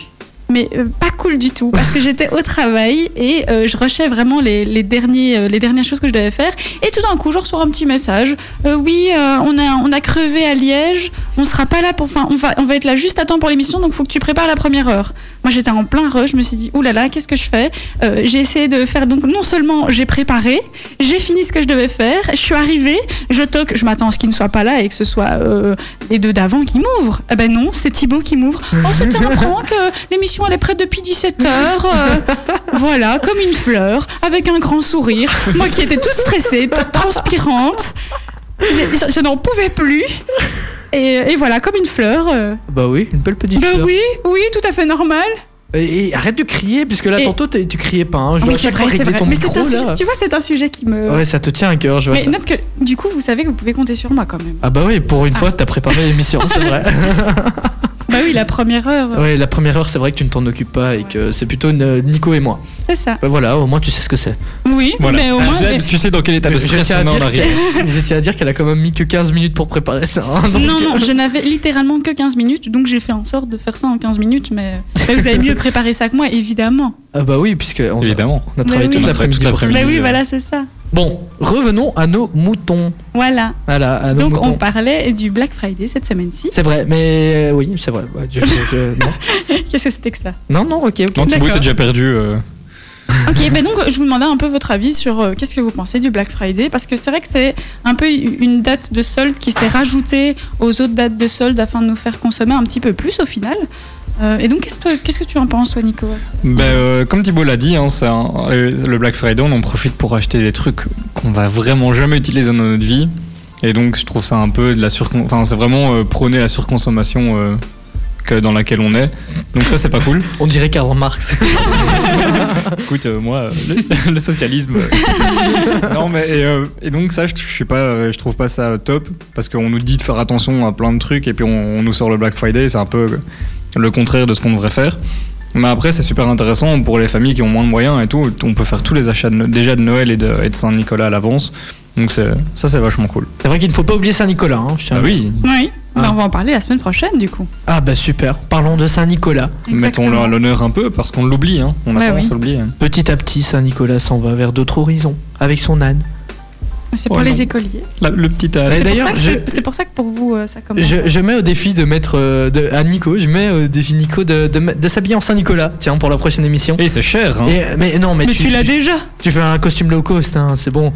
S3: mais euh, pas cool du tout parce que j'étais au travail et euh, je rushais vraiment les, les derniers, euh, les dernières choses que je devais faire. Et tout d'un coup, je reçois un petit message. Euh, oui, euh, on, a, on a crevé à Liège, on sera pas là pour. Enfin, on va, on va être là juste à temps pour l'émission, donc faut que tu prépares la première heure. Moi, j'étais en plein rush, je me suis dit, oulala, là là, qu'est-ce que je fais Euh, J'ai essayé de faire. Donc, non seulement j'ai préparé, j'ai fini ce que je devais faire, je suis arrivée, je toque, je m'attends à ce qu'il ne soit pas là et que ce soit euh, les deux d'avant qui m'ouvrent. Eh ben non, c'est Thibaut qui m'ouvre. Oh, c'était un prank, euh, l'émission elle est prête depuis 17 heures. euh, voilà, comme une fleur, avec un grand sourire. Moi qui étais toute stressée, toute transpirante, j'ai- je, je n'en pouvais plus. Et, et voilà, comme une fleur. euh,
S1: Bah oui, une belle petite
S3: ben
S1: fleur.
S3: oui, oui, tout à fait normal.
S1: Et, et arrête de crier, puisque là,
S3: Et-
S1: tantôt, t'es- tu criais pas. Hein. Je
S3: Ah
S1: dois
S3: oui,
S1: à chaque fois régler ton
S3: Mais c'est
S1: micro,
S3: un sujet-
S1: là.
S3: tu vois, c'est un sujet qui me.
S1: Ouais, ça te tient à cœur, je vois
S3: mais
S1: ça.
S3: note que du coup, vous savez que vous pouvez compter sur moi quand même.
S1: Ah bah oui, pour une fois, t'as préparé l'émission, c'est vrai.
S3: Bah oui, la première heure,
S1: Ouais, la première heure, c'est vrai que tu ne t'en occupes pas et que c'est plutôt euh, Nico et moi.
S3: c'est ça.
S1: Bah voilà, au moins tu sais ce que c'est.
S3: Oui,
S2: Voilà.
S3: mais au
S2: tu,
S3: moins.
S2: sais,
S3: mais-
S2: tu sais dans quel état de
S1: Je
S2: stress
S1: tiens à
S2: on est en
S1: dire
S2: arrière.
S1: qu'elle- je tiens à dire qu'elle a quand même mis que 15 minutes pour préparer ça. hein, donc,
S3: Non,
S1: euh,
S3: non, je n'avais littéralement que 15 minutes, donc j'ai fait en sorte de faire ça en 15 minutes, mais mais vous avez mieux préparé ça que moi, évidemment.
S1: Ah bah oui, puisque on,
S2: Évidemment.
S1: on a travaillé
S3: oui.
S1: toute
S3: On a
S1: l'après-midi
S2: travaillé toute
S1: pour ça.
S2: l'après-midi.
S3: Bah oui,
S2: euh,
S3: voilà, c'est ça.
S1: Bon, revenons à nos moutons.
S3: Voilà.
S1: Voilà, à nos
S3: Donc
S1: moutons.
S3: on parlait du Black Friday cette semaine-ci.
S1: C'est vrai, mais euh, oui, c'est vrai. Ouais, je- je- je- non.
S3: Qu'est-ce que c'était que ça
S1: non, non, ok, ok.
S2: Non, Thibaut,
S3: D'accord.
S2: t'es déjà perdu. euh,
S3: Ok, ben donc je vous demandais un peu votre avis sur euh, qu'est-ce que vous pensez du Black Friday, parce que c'est vrai que c'est un peu une date de solde qui s'est rajoutée aux autres dates de solde afin de nous faire consommer un petit peu plus au final. Euh, et donc qu'est-ce que, qu'est-ce que tu en penses, toi, Nico
S2: Ben, euh, comme Thibaut l'a dit, hein, c'est un- euh, le Black Friday, on en profite pour acheter des trucs qu'on va vraiment jamais utiliser dans notre vie. Et donc, je trouve ça un peu de la surcon... Enfin, c'est vraiment euh, prôner la surconsommation euh, que dans laquelle on est. Donc ça, c'est pas cool.
S1: On dirait Karl Marx.
S2: Écoute, euh, moi, euh, le, le socialisme. euh. non, mais et, euh, et donc ça, je, je suis pas, euh, je trouve pas ça top parce qu'on nous dit de faire attention à plein de trucs et puis on, on nous sort le Black Friday, c'est un peu euh, le contraire de ce qu'on devrait faire. Mais après, c'est super intéressant pour les familles qui ont moins de moyens et tout. On peut faire tous les achats de No- déjà de Noël et de, et de Saint-Nicolas à l'avance. Donc c'est- ça, c'est vachement cool.
S1: C'est vrai qu'il ne faut pas oublier Saint-Nicolas. hein, je tiens à-
S2: Ah oui,
S3: Oui.
S1: Ah.
S3: Ben, on va en parler la semaine prochaine, du coup.
S1: Ah bah super. Parlons de Saint-Nicolas.
S2: mettons-le à l'honneur un peu parce qu'on l'oublie. hein. On a
S3: Ouais,
S2: tendance
S3: oui.
S2: à l'oublier.
S1: Petit à petit, Saint-Nicolas s'en va vers d'autres horizons avec son âne.
S3: C'est pour
S2: Oh, non.
S3: les écoliers.
S2: La- le petit
S1: Mais
S2: âge.
S3: C'est pour
S1: d'ailleurs,
S3: ça que
S1: je-
S3: c'est- c'est pour ça que pour vous, euh, ça commence.
S1: Je, je mets au défi de mettre euh, de, à Nico, je mets au défi Nico de, de, me- de s'habiller en Saint-Nicolas, tiens, pour la prochaine émission.
S2: Et c'est cher. hein.
S1: Et, euh, mais non, mais,
S3: Mais tu, l'as déjà.
S1: tu fais un costume low cost, hein, c'est bon.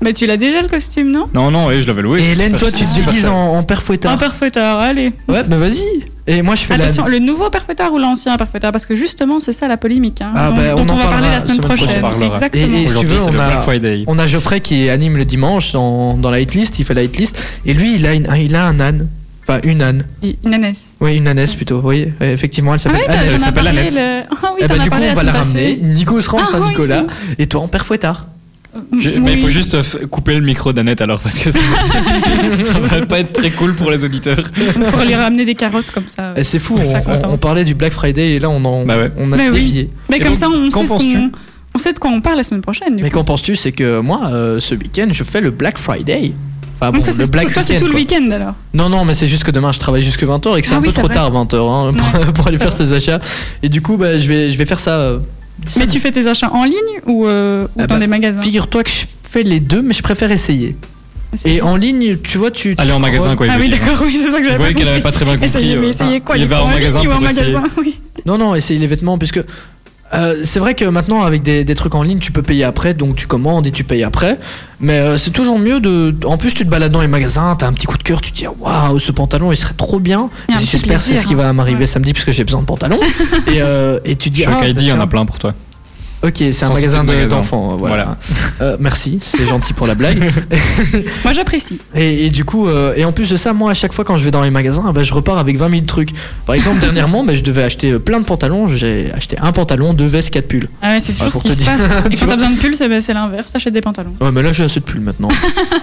S3: Mais tu l'as déjà le costume, non
S2: Non, non, et je l'avais loué.
S1: Et
S2: c'est
S1: Hélène,
S2: super-
S1: toi, tu te
S2: super
S1: déguises
S2: cher.
S1: en, en père
S3: Un
S1: fouettard.
S3: perfouettard, allez.
S1: Ouais, bah vas-y. Et moi, je fais
S3: Attention,
S1: la.
S3: le nouveau perfouettard ou l'ancien perfouettard Parce que justement, c'est ça la polémique. hein,
S1: Ah,
S3: dont,
S1: bah, on
S3: dont
S1: en
S3: on, va
S1: parlera
S3: parler la semaine
S1: la semaine
S3: prochaine.
S2: prochaine. On en parlera.
S3: Exactement.
S1: Et- et- si tu
S2: Aujourd'hui,
S1: veux,
S2: c'est
S1: on
S2: le
S1: a-
S2: Black Friday.
S1: On a Geoffrey qui anime le dimanche dans, dans la hitlist, il fait la hitlist. Et lui, il a, une, il a un âne. Enfin, une âne.
S3: Et- Une ânesse.
S1: Oui, une ânesse plutôt. Oui, euh, effectivement, elle
S3: Ah oui,
S1: s'appelle
S3: t'en-
S1: Annette.
S3: t'en as
S2: s'appelle
S3: parlé.
S2: Annette.
S3: le- Ah oui,
S1: Eh
S3: t'en
S1: bah, du
S3: as
S1: coup,
S3: parlé
S1: on va la
S3: semaine
S1: ramener.
S3: passée.
S1: Nico sera en
S3: Ah, oui.
S1: Saint-Nicolas et toi en père fouettard.
S2: Je-
S3: Oui.
S2: Mais il faut juste euh, f- couper le micro d'Annette alors parce que ça, ça va pas être très cool pour les auditeurs.
S3: Pour lui ramener des carottes comme ça.
S1: Eh, C'est fou,
S2: Mais
S1: on,
S2: ça,
S1: on- on parlait du Black Friday et là, on, en,
S2: Bah ouais.
S1: on a
S3: Mais oui.
S1: dévié.
S3: Mais
S2: Et
S3: comme
S2: donc,
S3: ça, on
S1: qu'en
S3: sait ce
S1: penses-tu
S3: qu'on- on sait de quoi on parle la semaine prochaine. du
S1: Mais
S3: coup.
S1: qu'en penses-tu C'est que moi, euh, ce week-end, je fais le Black Friday. Enfin, bon,
S3: Donc ça,
S1: le
S3: c'est
S1: Black
S3: toi, c'est
S1: Weekend,
S3: tout le
S1: quoi.
S3: week-end alors.
S1: Non, non, mais c'est juste que demain, je travaille jusque 20h et que c'est
S3: Ah
S1: un
S3: oui,
S1: peu
S3: c'est
S1: trop
S3: vrai.
S1: tard, 20h, pour, pour aller faire ses achats. Et du coup, bah, je, vais, je vais faire ça. euh,
S3: Mais
S1: samedi.
S3: tu fais tes achats en ligne ou, euh, ou
S1: Ah
S3: dans
S1: bah,
S3: des magasins
S1: Figure-toi que je fais les deux, mais je préfère essayer.
S3: C'est-
S1: Et en ligne, tu vois, tu. tu
S2: Aller en
S1: scrolles.
S2: magasin quoi. il
S3: Ah
S2: veut
S3: oui,
S2: dire.
S3: d'accord, oui, c'est ça
S2: Vous
S3: que j'avais
S2: voyez qu'elle avait pas très bien compris.
S3: Essayez, mais
S2: euh,
S3: essayez quoi
S2: Il
S3: est
S2: va en magasin
S3: ou en
S2: pour essayer.
S3: magasin, oui.
S1: Non, non, essayer les vêtements, puisque. euh, c'est vrai que maintenant avec des, des trucs en ligne tu peux payer après donc tu commandes et tu payes après mais euh, c'est toujours mieux de en plus tu te balades dans les magasins t'as un petit coup de cœur tu te dis waouh ce pantalon il serait trop bien
S3: Il y a un
S1: Et
S3: petit
S1: j'espère c'est
S3: plaisir,
S1: ce qui va
S3: hein.
S1: m'arriver
S3: Ouais.
S1: samedi parce que j'ai besoin de pantalons et, euh, et tu te dis
S2: Shock
S1: ah,
S2: ID, il y en
S1: tiens.
S2: a plein pour toi.
S1: ok c'est un
S2: Sans
S1: magasin
S2: citer de
S1: de-
S2: magasin.
S1: d'enfants euh, voilà, Euh, merci c'est gentil pour la blague
S3: Moi, j'apprécie.
S1: et, et du coup, euh, et en plus de ça, moi à chaque fois quand je vais dans les magasins, bah, je repars avec 20 000 trucs. Par exemple, dernièrement, bah, je devais acheter euh, plein de pantalons. J'ai acheté un pantalon, deux vestes, quatre pulls.
S3: Ah ouais, c'est toujours
S1: pour
S3: ce
S1: te
S3: qui se
S1: dire.
S3: passe. Et
S1: Tu
S3: quand
S1: vois
S3: t'as besoin de pulls, c'est ben, c'est l'inverse, t'achètes des pantalons.
S1: Ouais, mais là j'ai assez de pulls maintenant.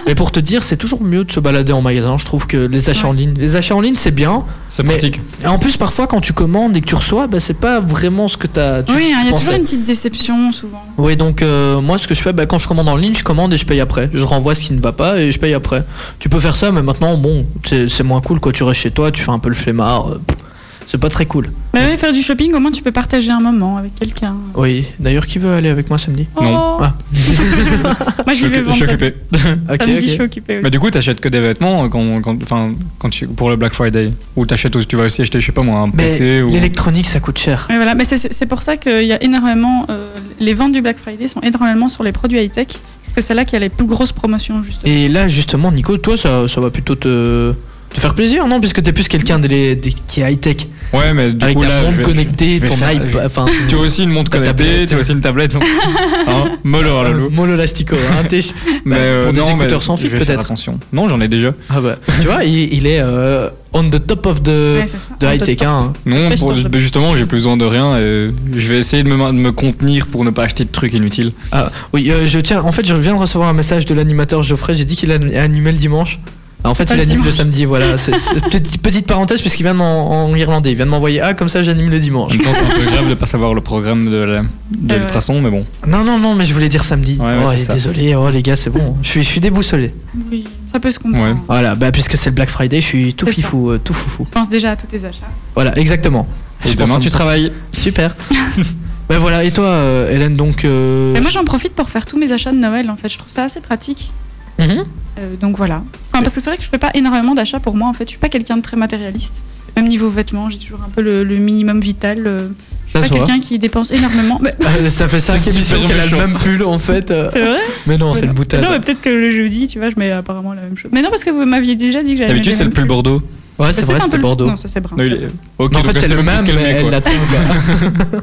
S1: mais pour te dire, c'est toujours mieux de se balader en magasin. Je trouve que les achats en ligne, les achats en ligne, c'est bien.
S2: C'est
S1: Mais-
S2: pratique.
S1: Et en plus, parfois, quand tu commandes et que tu reçois, bah, c'est pas vraiment ce que t'as. Tu,
S3: oui, hein,
S1: tu
S3: il y a toujours
S1: pensais.
S3: une petite déception souvent.
S1: Oui, donc euh, moi, ce que je fais, bah, quand je commande en ligne, je commande et je paye après. Je renvoie ce qui ne va pas et je paye après. Tu peux faire ça, mais maintenant, bon, c'est c'est moins cool. Quoi. Tu restes chez toi, tu fais un peu le flemmard. euh, pff, C'est pas très cool.
S3: Mais ouais, faire du shopping, au moins tu peux partager un moment avec quelqu'un.
S1: Oui, d'ailleurs, qui veut aller avec moi samedi
S2: Non.
S3: Oh.
S1: Ah.
S3: Moi j'y
S2: Je suis
S3: vais
S2: occupé- je suis
S3: vendredi.
S2: occupé.
S1: Ok,
S3: Samedi, je
S1: ok.
S3: suis occupée.
S2: Mais du coup, t'achètes que des vêtements euh, quand, quand, enfin, quand tu, pour le Black Friday. Ou t'achètes aussi, tu vas aussi acheter, je sais pas moi, un
S1: Mais
S2: PC ou.
S1: l'électronique, ça coûte cher.
S3: Mais voilà, mais c'est- c'est c'est pour ça qu'il y a énormément. euh, les ventes du Black Friday sont énormément sur les produits high-tech, parce que c'est là qu'il y a les plus grosses promotions, justement.
S1: Et là, justement, Nico, toi, ça, ça va plutôt te, te faire plaisir, non Puisque t'es plus quelqu'un de les- des- qui est high-tech.
S2: Ouais, mais du
S1: Avec
S2: coup,
S1: ta
S2: Ah, là. je
S1: montre
S2: vais-
S1: connectée,
S2: je vais
S1: ton
S2: faire-
S1: iPad. Enfin,
S2: Tu as aussi une montre
S1: Ta
S2: connectée,
S1: tablette.
S2: tu as aussi une tablette. donc- Hein Mollo,
S1: euh,
S2: Lolo.
S1: Molo Lastico, hein, t'es-
S2: Mais euh,
S1: pour des
S2: non, mais
S1: écouteurs sans
S2: je
S1: fil,
S2: vais faire
S1: peut-être.
S2: Attention. Non, j'en ai déjà.
S1: Ah bah, tu vois, il, il est euh, on the top of the,
S2: euh,
S3: Ouais, c'est ça.
S1: de high-tech. Hein.
S2: Non,
S3: Pêche
S2: pour- bah,
S3: ton tablette.
S2: justement, j'ai plus besoin de rien. Et je vais essayer de me, de me contenir pour ne pas acheter de trucs inutiles.
S1: Ah, oui, euh, je tiens, en fait, je viens de recevoir un message de l'animateur Geoffrey, j'ai dit qu'il an- animait le dimanche. Ah, en fait,
S3: Pas
S1: il
S3: le
S1: anime le
S3: dimanche.
S1: samedi, voilà. C'est- c'est- petite, petite parenthèse, puisqu'il vient de m'en- en, irlandais. Il vient de m'envoyer Ah, comme ça, j'anime le
S2: En
S1: dimanche.
S2: même temps, c'est un peu grave de pas savoir le programme de la- de
S3: Euh,
S2: l'ultrason, mais bon.
S1: Non, non, non, mais je voulais dire samedi.
S2: Ouais, ouais,
S1: Oh,
S2: c'est
S1: et
S2: ça.
S1: désolé, oh, les gars, c'est bon. Je suis, je suis déboussolé.
S3: Oui, ça peut se comprendre.
S2: Ouais.
S1: Voilà, bah, puisque c'est le Black Friday, je suis tout
S3: C'est ça.
S1: fifou, euh, tout foufou.
S3: Je pense déjà à tous tes achats.
S1: Voilà, exactement.
S2: Et
S1: Je pense
S2: demain,
S1: à
S2: tu
S1: me sortir.
S2: travailles.
S1: Super. bah voilà, et toi, euh, Hélène, donc. euh,
S3: Mais moi j'en profite pour faire tous mes achats de Noël, en fait. Je trouve ça assez pratique.
S1: mhm.
S3: Euh, donc voilà. Enfin, parce que c'est vrai que je fais pas énormément d'achats pour moi, en fait. Je suis pas quelqu'un de très matérialiste. Même niveau vêtements, j'ai toujours un peu le, le minimum vital. euh, Je suis
S1: Ça
S3: pas
S1: se voit.
S3: quelqu'un qui dépense énormément. Mais-
S1: Ah, ça fait 5
S2: C'est
S1: émissions
S2: super
S1: qu'elle a le
S2: méchant.
S1: même pull en fait. euh.
S3: c'est vrai
S1: Mais non, c'est le boutade.
S3: Non, mais peut-être que le jeudi, tu vois, je mets apparemment la même chose. Mais non, parce que vous m'aviez déjà dit que j'avais.
S2: D'habitude, c'est le pull Bordeaux.
S1: Ouais, c'est vrai, c'était Bordeaux.
S3: Non, ça, c'est brun.
S2: Non,
S3: ça.
S2: il est- Ok,
S1: Mais en
S2: donc
S1: fait,
S2: là,
S1: c'est le
S2: plus
S1: même, mais
S2: calmé,
S1: elle
S2: quoi.
S1: la tombe.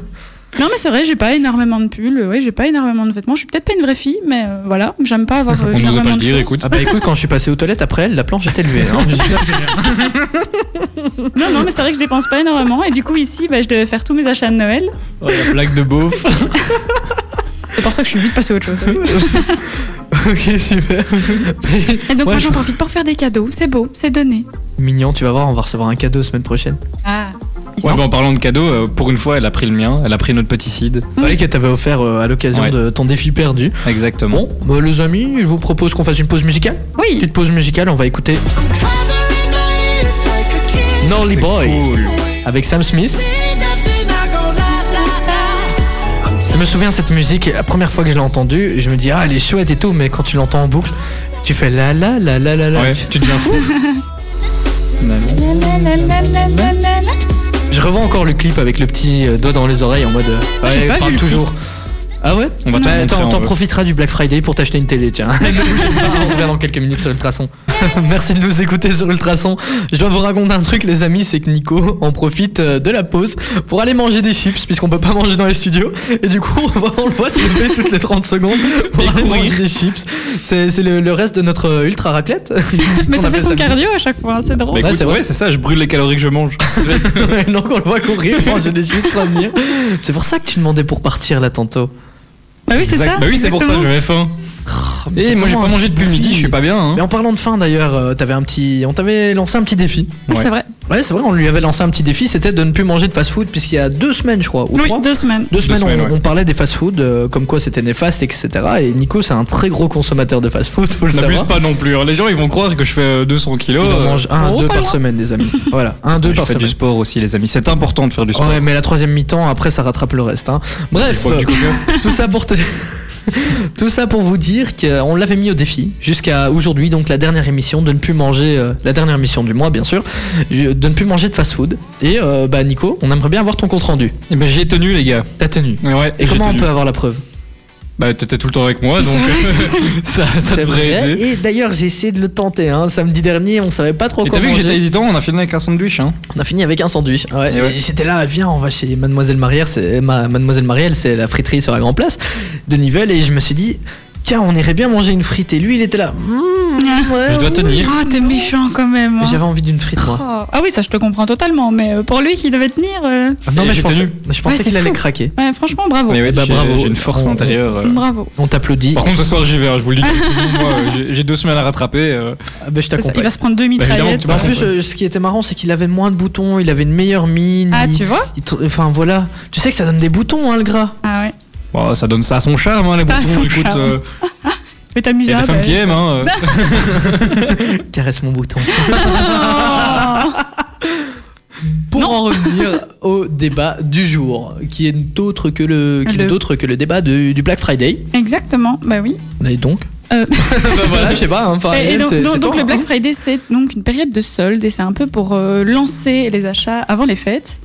S3: Non, mais c'est vrai, j'ai pas énormément de pulls, ouais, j'ai pas énormément de vêtements. Je suis peut-être pas une vraie fille, mais euh, voilà, j'aime pas avoir. euh,
S2: On nous a pas
S3: énormément
S2: le
S3: de
S2: dire,
S3: choses.
S2: écoute.
S1: Ah bah écoute, quand je suis passé aux toilettes après elle, la planche était levée. hein. Je suis là,
S3: Non, non, mais c'est vrai que je dépense pas énormément. Et du coup, ici, bah, je devais faire tous mes achats de Noël.
S2: Oh, la blague de beauf.
S3: C'est pour ça que je suis vite passée à autre chose.
S1: ok, super. Mais-
S3: Et donc,
S1: Ouais,
S3: moi,
S1: je-
S3: j'en profite pour faire des cadeaux. C'est beau, c'est donné.
S1: Mignon, tu vas voir, on va recevoir un cadeau semaine prochaine.
S3: Ah, ici.
S2: Ouais, bah, en parlant de cadeaux, euh, pour une fois, elle a pris le mien. Elle a pris notre petit cid.
S1: Ouais, que t'avais offert euh, à l'occasion
S2: Ouais.
S1: de ton défi perdu.
S2: Exactement.
S1: Bon, bah, les amis, je vous propose qu'on fasse une pause musicale.
S3: Oui,
S1: Petite pause musicale, on va écouter Norley
S2: C'est
S1: Boy
S2: cool.
S1: avec Sam Smith. Je me souviens cette musique, la première fois que je l'ai entendue, je me dis ah elle est chouette et tout, mais quand tu l'entends en boucle, tu fais la la la la la la.
S2: Ouais, tu deviens fou. Finalement.
S1: Je revois encore le clip avec le petit euh, doigt dans les oreilles en mode euh,
S3: J'ai
S1: ouais,
S3: pas
S1: parle
S3: vu le
S1: toujours. Ah ouais
S2: On va te
S1: Bah,
S2: le montrer,
S1: Attends,
S2: on
S1: t'en
S2: veut.
S1: profiteras du Black Friday pour t'acheter une télé, tiens. on revient dans quelques minutes sur Ultrason. Merci de nous écouter sur Ultrason. Je dois vous raconter un truc, les amis, c'est que Nico en profite euh, de la pause pour aller manger des chips, puisqu'on peut pas manger dans les studios. Et du coup, on, va- on le voit se lever toutes les 30 secondes pour aller manger des chips. C'est c'est le, le reste de notre euh, Ultra Raclette.
S3: mais
S1: qu'on
S3: ça fait
S1: appelle
S3: son
S1: samedi.
S3: cardio à chaque fois, hein, c'est
S2: Bah,
S3: drôle.
S1: Ouais,
S2: écoute,
S1: c'est vrai.
S2: ouais, c'est ça, je brûle les calories que je mange.
S1: Maintenant qu'on le voit courir, manger des chips, revenir. C'est pour ça que tu demandais pour partir là tantôt.
S2: Oh,
S3: Bah oui, c'est
S2: Exact.
S3: ça.
S2: Bah oui, c'est pour ça, Oh, j'avais faim. Et moi, j'ai pas mangé depuis le midi, je suis pas bien. hein.
S1: Mais en parlant de faim d'ailleurs, euh, t'avais un petit, on t'avait lancé un petit défi.
S3: Ah, C'est vrai.
S1: Ouais, c'est vrai, on lui avait lancé un petit défi, c'était de ne plus manger de fast-food puisqu'il y a deux semaines, je crois, ou
S3: Oui,
S1: trois.
S3: deux semaines.
S1: Deux semaines,
S2: semaines,
S1: on,
S2: ouais.
S1: on parlait des fast-food, euh, comme quoi c'était néfaste, etc. Et Nico, c'est un très gros consommateur de fast-food, faut le
S2: N'abuse
S1: savoir.
S2: pas non plus. hein. Les gens, ils vont croire que je fais euh, 200 kilos.
S1: Il en
S2: euh,
S1: mange un,
S3: oh,
S1: deux
S3: pas
S1: par
S3: loin.
S1: semaine, les amis. Voilà, un, deux
S2: je
S1: par
S2: fais
S1: semaine.
S2: du sport aussi, les amis. C'est important de faire du sport.
S1: Ouais, mais la troisième mi-temps, après, ça rattrape le reste. hein.
S2: Je
S1: Bref,
S2: crois que du coca.
S1: tout ça pour te- tout ça pour vous dire qu'on l'avait mis au défi jusqu'à aujourd'hui, donc la dernière émission de ne plus manger, euh, la dernière émission du mois bien sûr, je- de ne plus manger de fast-food. Et euh, bah Nico, on aimerait bien avoir ton compte rendu.
S2: Eh ben, j'ai tenu, les gars.
S1: T'as tenu.
S2: Ouais, Ouais,
S1: Et
S2: j'ai
S1: comment on
S2: tenu.
S1: peut avoir la preuve
S2: Bah, t'étais tout le temps avec moi, donc euh, ça, ça devrait aider.
S1: Et d'ailleurs, j'ai essayé de le tenter. hein. Samedi dernier, on savait pas trop
S2: Et
S1: quoi
S2: t'as vu que
S1: manger.
S2: j'étais hésitant, on a fini avec un sandwich. Hein.
S1: On a fini avec un sandwich. Ouais,
S2: Et Eh ouais.
S1: et J'étais là, viens, on va chez Mademoiselle Marielle, c'est ma- Mademoiselle Marielle, c'est la friterie sur la Grand Place de Nivelles, et je me suis dit, tiens, on irait bien manger une frite. Et lui, il était là, Mmh, ouais,
S2: Je dois
S1: ouais.
S2: tenir.
S3: Ah, t'es méchant quand même. hein.
S1: Mais J'avais envie d'une frite, moi.
S3: Oh. Ah oui, ça je te comprends totalement, mais euh, pour lui qui devait tenir, euh,
S1: Non,
S2: Ah. Et
S1: mais je
S2: j'ai
S1: pensais,
S2: tenu.
S1: je pensais
S3: Ouais, c'est
S1: qu'il allait
S3: fou.
S1: craquer.
S3: ouais, franchement, bravo.
S2: Mais ouais,
S1: bah,
S2: j'ai-
S1: bravo.
S2: J'ai une force
S1: On-
S2: intérieure. euh.
S3: Bravo.
S1: On t'applaudit.
S2: Par contre, ce soir, j'y vais, hein, je vous le dis. Moi, euh, j'ai- J'ai deux semaines à rattraper. euh.
S1: Ah, bah, je
S3: Ça, Il
S1: t'accompagne.
S3: va se prendre deux
S2: évidemment,
S3: mitraillettes.
S2: tu
S1: Bah, en
S2: Ouais.
S1: plus, euh, ce qui était marrant, c'est qu'il avait moins de boutons, il avait une meilleure mine.
S3: Ah,
S1: il-
S3: tu vois
S1: il t- Enfin, voilà. Tu sais que ça donne des boutons, hein, le gras.
S3: Ah ouais.
S2: Bon, ça donne ça à son charme, hein, les
S3: Ça a
S2: boutons.
S3: son
S2: Écoute,
S3: charme. bah,
S2: euh,
S3: Tu peux t'amuser
S2: il y a
S3: à
S2: des femmes qui aiment. Hein. euh.
S1: Caresse mon bouton.
S3: Oh.
S1: Pour
S3: Non.
S1: en revenir au débat du jour, qui est autre que le, qui
S3: Le-
S1: n'est autre que le débat de- du Black Friday.
S3: Exactement, bah oui.
S1: Et donc
S3: Euh.
S1: Bah voilà, je sais pas. hein,
S2: Ah,
S1: enfin,
S3: Et- et
S1: Ariel,
S3: donc,
S1: c'est-
S3: donc-
S1: c'est
S3: donc
S1: toi,
S3: le
S1: hein.
S3: Black Friday, c'est donc une période de solde et c'est un peu pour euh, lancer les achats avant les fêtes.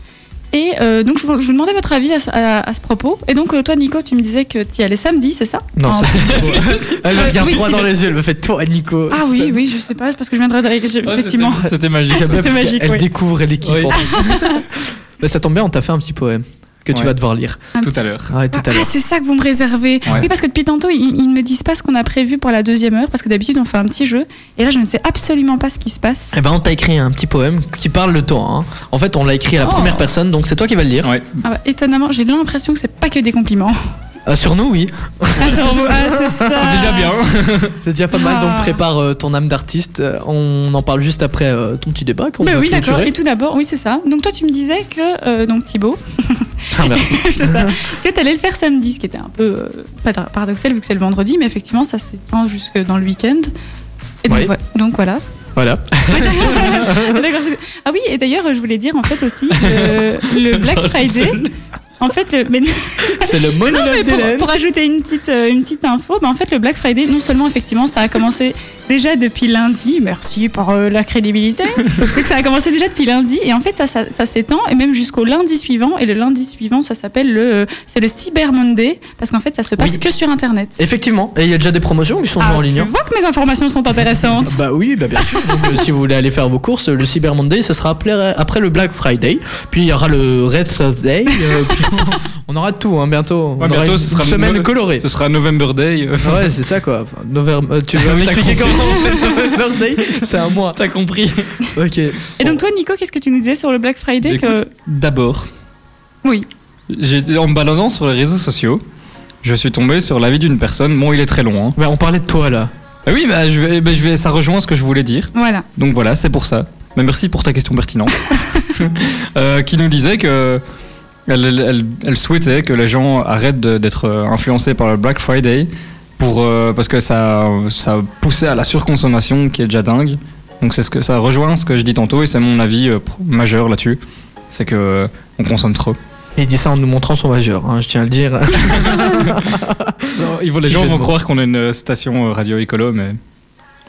S3: Et euh, donc, je vous, je vous demandais votre avis à, ce- à- à ce propos. Et donc, euh, toi, Nico, tu me disais que tu y allais samedi, c'est ça
S1: Non,
S3: En-
S1: ça c'est Nico. Elle me
S3: Euh,
S1: regarde
S3: Ah, oui,
S1: droit
S3: c'est
S1: dans
S3: le-
S1: les yeux, elle me fait toi, Nico.
S3: Ah oui, oui, je sais pas, parce que je viendrai avec
S2: Ouais,
S3: effectivement.
S2: c'était- C'était magique.
S1: J'aime bien
S3: C'était
S1: parce
S3: magique,
S1: qu'elle
S3: oui.
S1: découvre l'équipe.
S2: Oui.
S1: en fait. Mais ça tombe bien, on t'a fait un petit poème que tu
S2: Ouais.
S1: vas devoir lire.
S3: Un
S2: Tout
S3: petit-
S2: à l'heure.
S1: Ouais, tout à
S3: Ah,
S1: l'heure.
S3: c'est ça que vous me réservez.
S2: Ouais.
S3: Oui, parce que depuis tantôt, ils, ils ne me disent pas ce qu'on a prévu pour la deuxième heure, parce que d'habitude, on fait un petit jeu. Et là, je ne sais absolument pas ce qui se passe.
S1: Eh ben, on t'a écrit un petit poème qui parle de toi. hein. En fait, on l'a écrit à la
S3: Oh.
S1: première personne, donc c'est toi qui vas le lire.
S2: Ouais.
S3: Ah bah, étonnamment, j'ai l'impression que c'est pas que des compliments.
S1: Ah, sur nous, oui.
S3: Ah, sur vous. Ah, c'est ça.
S2: C'est déjà bien.
S1: C'est déjà pas mal, donc
S3: Ah.
S1: prépare euh, ton âme d'artiste. Euh, On en parle juste après euh, ton petit débat. qu'on
S3: Mais
S1: va
S3: oui, d'accord.
S1: clôturer.
S3: Et tout d'abord, oui, c'est ça. Donc toi, tu me disais que euh, donc Thibaut,
S1: Ah, merci.
S3: c'est ça, que t'allais le faire samedi, ce qui était un peu euh, pas tra- paradoxal vu que c'est le vendredi, mais effectivement, ça s'étend jusque dans le week-end. Et donc,
S1: Oui.
S3: ouais, donc voilà.
S1: Voilà.
S3: D'accord, c'est- ah oui, et d'ailleurs, je voulais dire en fait aussi euh, le Black Friday. En fait, le, mais-
S1: C'est le
S3: Non, mais
S1: monologue
S3: pour,
S1: d'Hélène.
S3: pour ajouter une petite, euh, une petite info, bah, en fait, le Black Friday, non seulement effectivement, ça a commencé déjà depuis lundi, merci pour euh, la crédibilité, donc ça a commencé déjà depuis lundi, et en fait, ça, ça, ça s'étend, et même jusqu'au lundi suivant, et le lundi suivant, ça s'appelle le, euh, c'est le Cyber Monday, parce qu'en fait, ça se passe
S1: Oui.
S3: que sur Internet.
S1: Effectivement. Et il y a déjà des promotions qui sont
S3: Ah,
S1: en ligne.
S3: tu
S1: hein.
S3: vois que mes informations sont intéressantes.
S1: Bah oui, bah bien sûr. Donc, euh, si vous voulez aller faire vos courses, le Cyber Monday, ce sera après, après le Black Friday. Puis il y aura le Red Saturday. euh, puis on aura tout hein, bientôt.
S2: Ouais,
S1: on aura
S2: bientôt,
S1: une,
S2: ce sera
S1: semaine
S2: no-
S1: colorée.
S2: Ce sera November Day. euh,
S1: Ah Ouais, c'est ça quoi. Enfin, November- euh, tu
S2: T'as
S1: veux m'expliquer
S2: compris.
S1: comment on fait le November Day C'est un mois.
S2: T'as compris.
S1: Ok.
S3: Et donc, toi, Nico, qu'est-ce que tu nous disais sur le Black Friday que...
S2: Écoute, D'abord,
S3: Oui.
S2: j'étais en me baladant sur les réseaux sociaux. Je suis tombé sur l'avis d'une personne. Bon, il est très long. Hein.
S1: Bah, on parlait de toi là.
S2: Bah oui, bah, je vais, bah, je vais, ça rejoint ce que je voulais dire.
S3: Voilà.
S2: Donc voilà, c'est pour ça. Mais merci pour ta question pertinente. Euh, qui nous disait que elle, elle- elle- elle souhaitait que les gens arrêtent de- d'être euh, influencés par le Black Friday pour, euh, parce que ça, ça poussait à la surconsommation qui est déjà dingue. Donc c'est ce que ça rejoint ce que je dis tantôt et c'est mon avis euh, pro- majeur là-dessus. C'est que euh, on consomme trop.
S1: Il dit ça en nous montrant son majeur, hein, je tiens à le dire.
S2: Les
S1: Petit
S2: gens
S1: jeu de
S2: vont
S1: mots.
S2: croire qu'on est une station euh, radio écolo, mais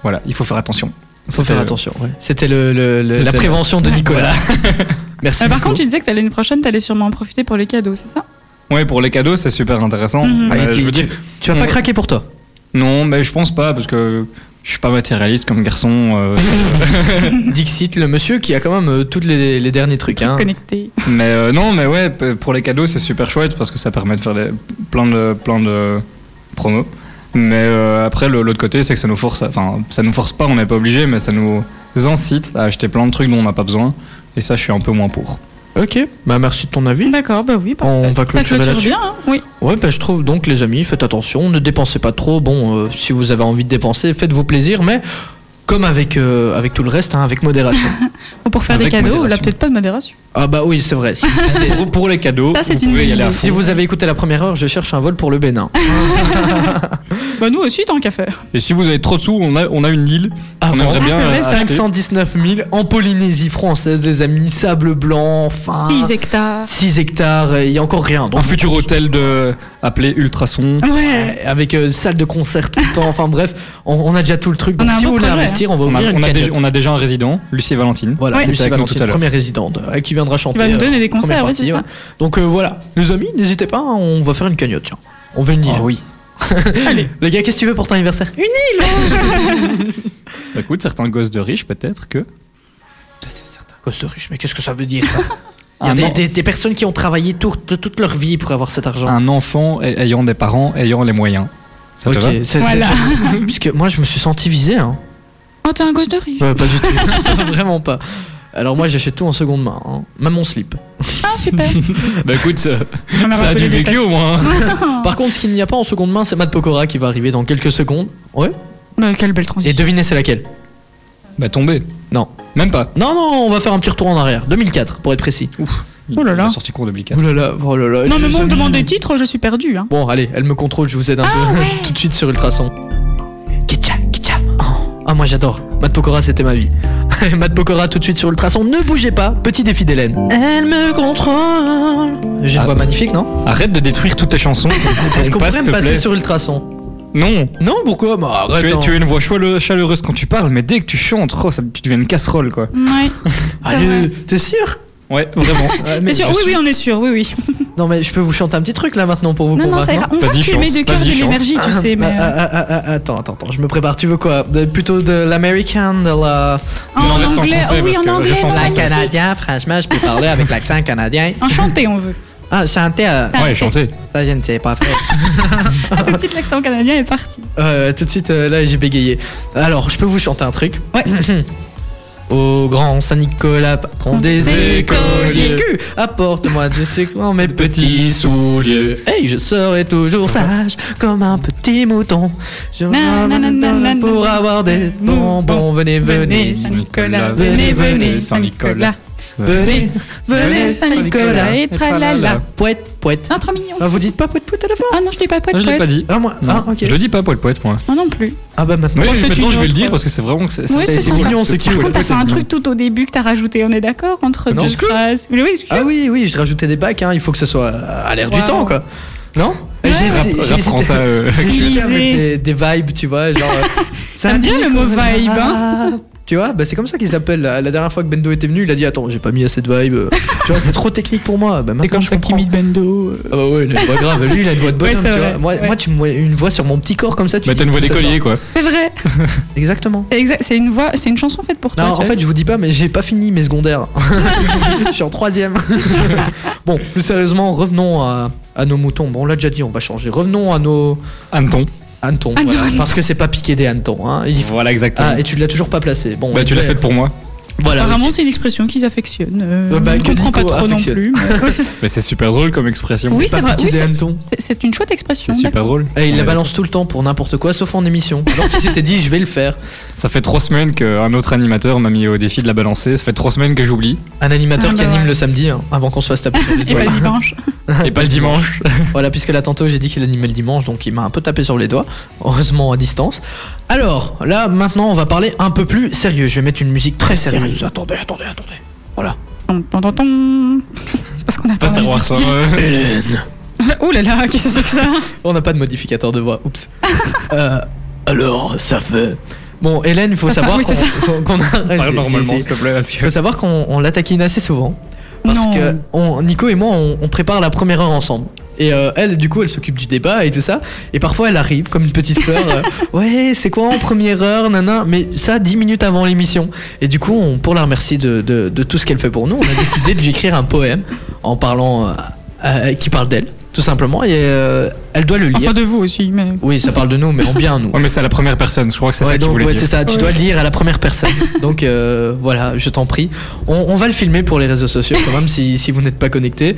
S2: voilà, il faut faire attention.
S1: Faut faire
S2: C'était- euh,
S1: attention. ouais. C'était le, le- le- la
S2: C'était-
S1: prévention de Nicolas. Merci.
S3: Euh, par
S1: Nico.
S3: contre, tu disais que t'allais une prochaine, t'allais sûrement en profiter pour les cadeaux, c'est ça
S2: euh, Ouais, pour les cadeaux, c'est super intéressant.
S3: Mhm.
S2: Bah,
S1: Ouais,
S2: je
S1: tu-
S2: veux
S1: Ah, tu-
S2: dire-
S1: tu vas
S3: Euh,
S1: pas craquer pour toi.
S2: Non, mais je pense pas parce que je suis pas matérialiste comme garçon. euh,
S1: Dixit, le monsieur qui a quand même euh, tous les, les derniers trucs. Hein.
S3: Connecté.
S2: mais euh, non, mais ouais, p- pour les cadeaux, c'est super chouette parce que ça permet de faire des- plein de plein de promos. Mais euh, après, le- l'autre côté, c'est que ça nous force. à- Enfin, ça nous force pas, on n'est pas obligé, mais ça nous incite à acheter plein de trucs dont on n'a pas besoin. Et ça, je suis un peu moins pour.
S1: Ok, bah merci de ton avis.
S3: D'accord, bah oui, parfait.
S1: On va
S3: Ça
S1: clôturer
S3: clôture
S1: là-dessus.
S3: bien, hein oui.
S1: Ouais, bah je trouve donc, les amis, faites attention, ne dépensez pas trop. Bon, euh, si vous avez envie de dépenser, faites-vous plaisir, mais comme avec, euh, avec tout le reste, hein, avec modération.
S3: Ou pour faire
S2: Avec
S3: des cadeaux,
S2: modération.
S3: là peut-être pas de modération.
S1: ah bah oui, c'est vrai. Si,
S2: Pour, pour les cadeaux,
S3: Ça, c'est
S2: vous
S3: une
S2: pouvez y
S3: bonne
S2: aller à
S3: idée.
S2: fond.
S1: si vous avez écouté la première heure, je cherche un vol pour le Bénin.
S3: Bah nous aussi tant qu'à faire.
S2: Et si vous avez trop de sous, on a on a une île.
S1: Avant,
S2: On aimerait bien
S3: Ah,
S2: euh,
S3: c'est vrai, ça.
S2: acheter.
S1: 519 000 en Polynésie française, les amis, sable blanc, enfin...
S3: 6 hectares.
S1: 6 hectares, et il y a encore rien.
S2: un
S1: Donc,
S2: futur hôtel de appelé Ultrason.
S3: Ouais.
S1: avec euh, salle de concert tout le temps. Enfin bref, on, on a déjà tout le truc.
S3: On
S1: Donc
S3: a un
S1: si
S3: beau
S1: vous voulez
S3: projet,
S1: investir, on va
S2: On a,
S1: ouvrir
S2: on
S1: une
S2: a
S1: cagnotte.
S2: déjà, on a déjà un résident, Lucie et Valentine.
S1: Voilà,
S3: Ouais.
S1: Lucie
S2: Avec nous
S1: Valentine,
S2: tout à l'heure.
S1: première résidente, euh, qui viendra chanter.
S3: va nous
S1: euh,
S3: donner des
S1: première
S3: concerts, oui,
S1: partie,
S3: c'est ça.
S1: Donc euh, voilà, les amis, n'hésitez pas, hein, on va faire une cagnotte. tiens. On veut une île.
S2: Ah oui.
S3: Allez.
S1: Les gars, qu'est-ce que tu veux pour ton anniversaire Une
S2: Bah, Écoute, certains gosses de riches, peut-être que.
S1: Costa riche, mais qu'est-ce que ça veut dire ça Il y
S2: Ah,
S1: a des,
S2: non.
S1: des- des personnes qui ont travaillé tout- de- toute leur vie pour avoir cet argent.
S2: un enfant ay- ayant des parents ayant les moyens. Ça
S1: ok,
S2: te va
S1: c'est- c'est-
S3: Voilà.
S1: c'est- Puisque moi je me suis senti visé. Hein.
S3: Oh t'es un gosse de riche.
S1: Ouais, pas du tout. Vraiment pas. Alors moi j'achète tout en seconde main, hein. même mon slip.
S3: Ah super.
S2: Bah écoute, euh,
S3: On aura
S2: ça a
S3: tous
S2: du
S3: les
S2: vécu
S3: détails.
S2: au moins. hein.
S1: Par contre, ce qu'il n'y a pas en seconde main, c'est Matt Pokora qui va arriver dans quelques secondes. Ouais.
S3: Bah, quelle belle
S1: Et
S3: transition.
S1: devinez c'est laquelle
S2: Bah tombé.
S1: Non.
S2: Même pas.
S1: Non, non, on va faire un petit retour en arrière. 2004, pour être précis.
S2: Il-
S3: Oh là là.
S2: il a sorti court 2004.
S1: Oh là là, oh là là.
S3: Non mais
S1: les
S3: moi on me
S1: amis.
S3: demande des titres, je suis perdue. Hein.
S1: Bon, allez, elle me contrôle, je vous aide un peu. Tout de Ah, suite sur Ultrason. Kitcha, kitcha. Oh. Ah, moi j'adore. Matt Pokora, c'était ma vie. Et Matt Pokora tout de suite sur Ultrason. Ne bougez pas, petit défi d'Hélène. Elle me contrôle. J'ai une
S2: Ah.
S1: voix magnifique, non
S2: Arrête de détruire toutes tes chansons.
S1: Est-ce qu'on
S2: passe,
S1: pourrait
S2: s'il
S1: me
S2: te
S1: passer
S2: plaît.
S1: sur Ultrason
S2: Non.
S1: Non, pourquoi Bah, arrête,
S2: Tu es,
S1: hein.
S2: tu as une voix chouale- chaleureuse quand tu parles, mais dès que tu chantes, oh, ça- tu deviens une casserole, quoi.
S3: Ouais.
S1: Allez, t'es sûr
S2: Ouais, vraiment.
S1: Ah, Ouais,
S3: T'es
S1: mais
S3: sûr
S1: je
S3: Oui,
S1: suis-
S3: oui, on est sûr, oui,
S2: Oh,
S3: oui.
S1: Non, mais je peux vous chanter un petit truc là maintenant pour vous
S3: Non, non,
S1: convaincre,
S3: ça ira. On voit que
S2: bah, Vas-y,
S3: tu mets
S2: chante.
S3: de cœur de
S2: Vas-y, chante.
S3: l'énergie, tu sais, mais.
S1: Ah,
S3: euh,
S1: ah, ah, ah, ah, attends, attends, attends, je me prépare. Tu veux quoi De- Plutôt de l'American, de la.
S2: Non,
S3: En
S2: reste en
S3: anglais,
S2: français,
S3: oh oui,
S2: parce
S3: en
S2: que
S3: anglais.
S2: reste en français.
S3: non, non, non.
S1: franchement, je peux parler avec l'accent canadien.
S3: En chanté, on veut.
S1: Ah, chanter, euh,
S2: Ouais, chanter.
S1: ça je ne sais pas faire.
S3: Ah, tout de suite, l'accent canadien est parti.
S1: Euh, tout de suite, euh, là j'ai bégayé. Alors, je peux vous chanter un truc
S3: Ouais.
S1: Au grand Saint-Nicolas, patron des
S3: Des
S1: écoliers,
S2: écoliers.
S1: Scu, apporte-moi du sucre dans mes petits souliers. Hey, je serai toujours sage comme un petit mouton. Je
S3: Na, na, na, na, na,
S1: pour
S3: na,
S1: avoir
S3: na,
S1: des
S3: na,
S1: bonbons. Venez, venez,
S3: Saint-Nicolas,
S1: venez,
S3: venez,
S1: venez,
S3: venez, Saint-Nicolas.
S1: venez, venez, Saint-Nicolas.
S3: Et tralala.
S1: Poète, poète.
S3: Ah, trop mignon.
S1: Ah, vous dites pas poète, poète à la fin
S3: Ah non, je l'ai pas poète,
S2: Ah, je l'ai
S3: poète.
S2: pas dit.
S1: Ah, moi,
S2: Non,
S1: ah, ok.
S2: Je le dis pas pour le poète, moi.
S3: Moi non plus.
S1: Ah, bah maintenant.
S2: Oui,
S3: Moi,
S2: mais
S3: c'est
S2: maintenant
S3: une
S2: je vais le
S3: autre,
S2: dire
S3: euh,
S2: parce que c'est vraiment que c'est
S3: Oui,
S2: c'est-
S3: c'est
S2: c'est
S3: sympa.
S2: mignon, c'est
S1: Par
S2: cute.
S3: Par contre, t'as
S2: Ouais,
S3: fait un truc tout au début que t'as rajouté, on est d'accord Entre
S1: Non,
S3: deux
S1: c'est cool.
S3: phrases. Mais oui, c'est
S1: Ah oui, oui, je rajoutais des bacs, hein, il faut que ce soit à l'air du
S3: Wow.
S1: temps, quoi. Non J'ai-
S3: Ouais, ouais.
S1: j'ai- j'ai-
S2: J'apprends ça. euh,
S1: j'ai hésité avec des,
S3: Stylisé.
S1: des vibes, tu vois, genre... euh, ça
S3: T'aimes bien
S1: dit
S3: le mot
S1: qu'on a-
S3: vibe, hein?
S1: Tu vois, bah c'est comme ça qu'il s'appelle. La, la dernière fois que Bendo était venu, il a dit Attends, j'ai pas mis assez de vibe. euh. tu vois, c'était trop technique pour moi. Bah, maintenant, je comprends.
S3: Bendo. euh.
S1: Ah bah ouais, il a une voix grave. Lui, il a une voix de bonhomme,
S3: Ouais, c'est
S1: tu
S3: vrai,
S1: vois. Moi,
S3: ouais.
S1: moi, tu me vois une voix sur mon petit corps comme ça. Tu
S2: Bah,
S1: dis,
S2: t'as une voix
S1: ça sort.
S2: d'écolier, quoi.
S3: C'est vrai.
S1: Exactement.
S3: C'est exact- C'est une voix, c'est une chanson faite pour toi.
S1: Non,
S3: tu
S1: en
S3: vois.
S1: fait, je vous dis pas, mais j'ai pas fini mes secondaires. je suis en troisième. bon, plus sérieusement, revenons à, à nos moutons. Bon, on l'a déjà dit, on va changer. Revenons à nos
S2: Anton.
S1: hannetons.
S3: Ah,
S1: voilà,
S3: non, non.
S1: parce que c'est pas piqué des hannetons. hein. Il y-
S2: Voilà, exactement.
S1: Ah, et tu l'as toujours pas placé. Bon,
S2: Bah,
S1: il
S2: tu l'as
S1: fait-
S2: faite pour moi.
S1: Voilà.
S3: Apparemment,
S1: ok.
S3: c'est une expression qu'ils affectionnent. euh,
S1: Ouais, bah,
S3: on ne
S1: que
S3: comprend pas
S1: Nico
S3: trop non
S1: affectionne.
S3: plus. mais- Ouais, c'est-
S2: Mais c'est super drôle comme expression.
S3: Oui,
S1: Pas
S3: c'est vrai,
S1: piqué
S3: oui,
S1: des
S3: c'est-
S1: hannetons.
S3: c'est- C'est une chouette expression.
S2: C'est super
S3: Ah, d'accord.
S2: drôle.
S1: Eh, il
S2: On
S1: la
S2: est-
S1: balance tout le temps pour n'importe quoi, sauf en émission. Alors qu'il s'était dit, je vais le faire.
S2: Ça fait trois semaines qu'un autre animateur m'a mis au défi de la balancer. Ça fait trois semaines que j'oublie.
S1: Un animateur
S3: Ah,
S1: qui
S3: bah
S1: anime
S3: ouais.
S1: le samedi, hein, avant qu'on se fasse taper sur les
S3: Et
S1: doigts.
S3: pas le Eh ben, dimanche.
S2: Et pas le dimanche.
S1: Voilà, puisque là tantôt j'ai dit qu'il animait le dimanche, donc il m'a un peu tapé sur les doigts, heureusement à distance. Alors, là maintenant on va parler un peu plus sérieux. Je vais mettre une musique très sérieuse. Attendez, attendez, attendez. Voilà.
S3: Ton, ton, ton, ton. C'est parce qu'on a
S2: Pas Star Wars. hein.
S3: Oh là là, qu'est-ce que c'est que ça
S1: On n'a pas de modificateur de voix, oups. Euh, alors, ça fait. Bon, Hélène, il faut
S3: Ça fait-
S1: savoir
S3: oui,
S1: qu'on
S3: c'est ça.
S1: qu'on- qu'on arrête.
S2: Parle
S1: J'ai-
S2: normalement, s'il
S1: j'ai-
S2: te plaît. Parce que...
S1: faut savoir qu'on on la taquine assez souvent. Parce
S3: Non.
S1: que on- Nico et moi, on, on prépare la première heure ensemble. Et euh, elle, du coup, elle s'occupe du débat et tout ça. Et parfois, elle arrive comme une petite fleur. euh, ouais, c'est quoi en première heure, nana Mais ça, 10 minutes avant l'émission. Et du coup, on, pour la remercier de, de- de tout ce qu'elle fait pour nous, on a décidé de lui écrire un poème en parlant. euh, euh, qui parle d'elle, tout simplement. Et euh, elle doit le lire.
S3: Enfin, de vous aussi, mais.
S1: Oui, ça parle de nous, mais en bien, nous.
S2: Ouais, mais c'est à la première personne. Je crois que c'est
S1: Ouais,
S2: ça qu'il
S1: donc,
S2: voulait
S1: ouais,
S2: dire.
S1: c'est ça, tu dois le lire à la première personne. Donc euh, voilà, je t'en prie. On, on va le filmer pour les réseaux sociaux quand même si, si vous n'êtes pas connecté.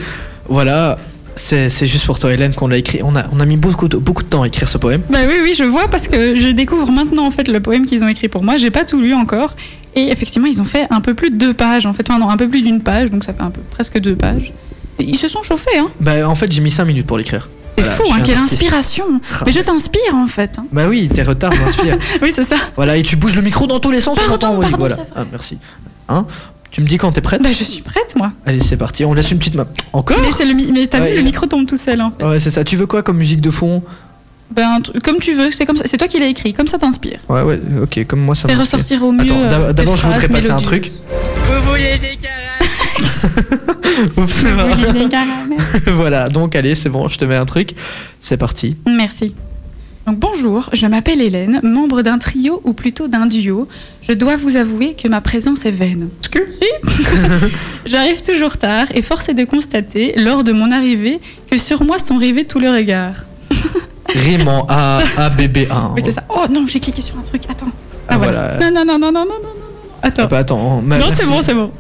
S1: Voilà, c'est c'est juste pour toi Hélène qu'on l'a écrit. On a, on a mis beaucoup de, beaucoup de temps à écrire ce poème.
S3: Bah oui, oui, je vois parce que je découvre maintenant en fait le poème qu'ils ont écrit pour moi. J'ai pas tout lu encore. Et effectivement, ils ont fait un peu plus de deux pages en fait. Enfin, non, un peu plus d'une page, donc ça fait un peu presque deux pages. Et Ils se sont chauffés, hein.
S1: Bah en fait j'ai mis 5 minutes pour l'écrire.
S3: C'est
S1: Voilà,
S3: fou,
S1: je suis
S3: hein,
S1: un
S3: quelle
S1: artiste.
S3: inspiration.
S1: Ah.
S3: Mais je t'inspire en fait. hein.
S1: Bah oui, tes retards m'inspirent.
S3: Oui, c'est ça.
S1: voilà, et tu bouges le micro dans tous les sens. on
S3: Pardon,
S1: entend, oui,
S3: pardon,
S1: voilà.
S3: ça va.
S1: Ah, merci. Hein tu me dis quand t'es prête
S3: Bah, je suis prête moi.
S1: Allez, c'est parti. On laisse une petite map. Encore
S3: Mais c'est le mi- mais t'as
S1: Ouais,
S3: vu, le
S1: il-
S3: micro tombe tout seul en fait.
S1: Ouais, c'est ça. Tu veux quoi comme musique de fond
S3: Ben, un tru- comme tu veux, c'est comme ça. C'est toi qui l'as écrit, comme ça t'inspire.
S1: Ouais, ouais, ok, comme moi ça
S3: Fais
S1: me
S3: ressortir au mieux.
S1: Attends,
S3: euh,
S1: d'ab-
S3: tes
S1: d'abord je
S3: phrases
S1: voudrais passer un
S3: mélodieuses.
S1: truc. Vous voyez les
S3: Vous
S1: Oups,
S3: voyez les caramels.
S1: voilà, donc allez, c'est bon, je te mets un truc. C'est parti.
S3: Merci. Donc bonjour, je m'appelle Hélène, membre d'un trio ou plutôt d'un duo. Je dois vous avouer que ma présence est vaine. Si. J'arrive toujours tard et force est de constater, lors de mon arrivée, que sur moi sont rivés tous les regards.
S1: Rime en A, A, hein. B, B, 1.
S3: Oui, c'est ça. Oh non, j'ai cliqué sur un truc. Attends.
S1: Ah,
S3: Ah,
S1: voilà.
S3: voilà. Non, non, non, non, non, non, non, non. Attends.
S1: Ah, bah, attends, ma-
S3: non,
S1: merci.
S3: c'est bon, c'est bon.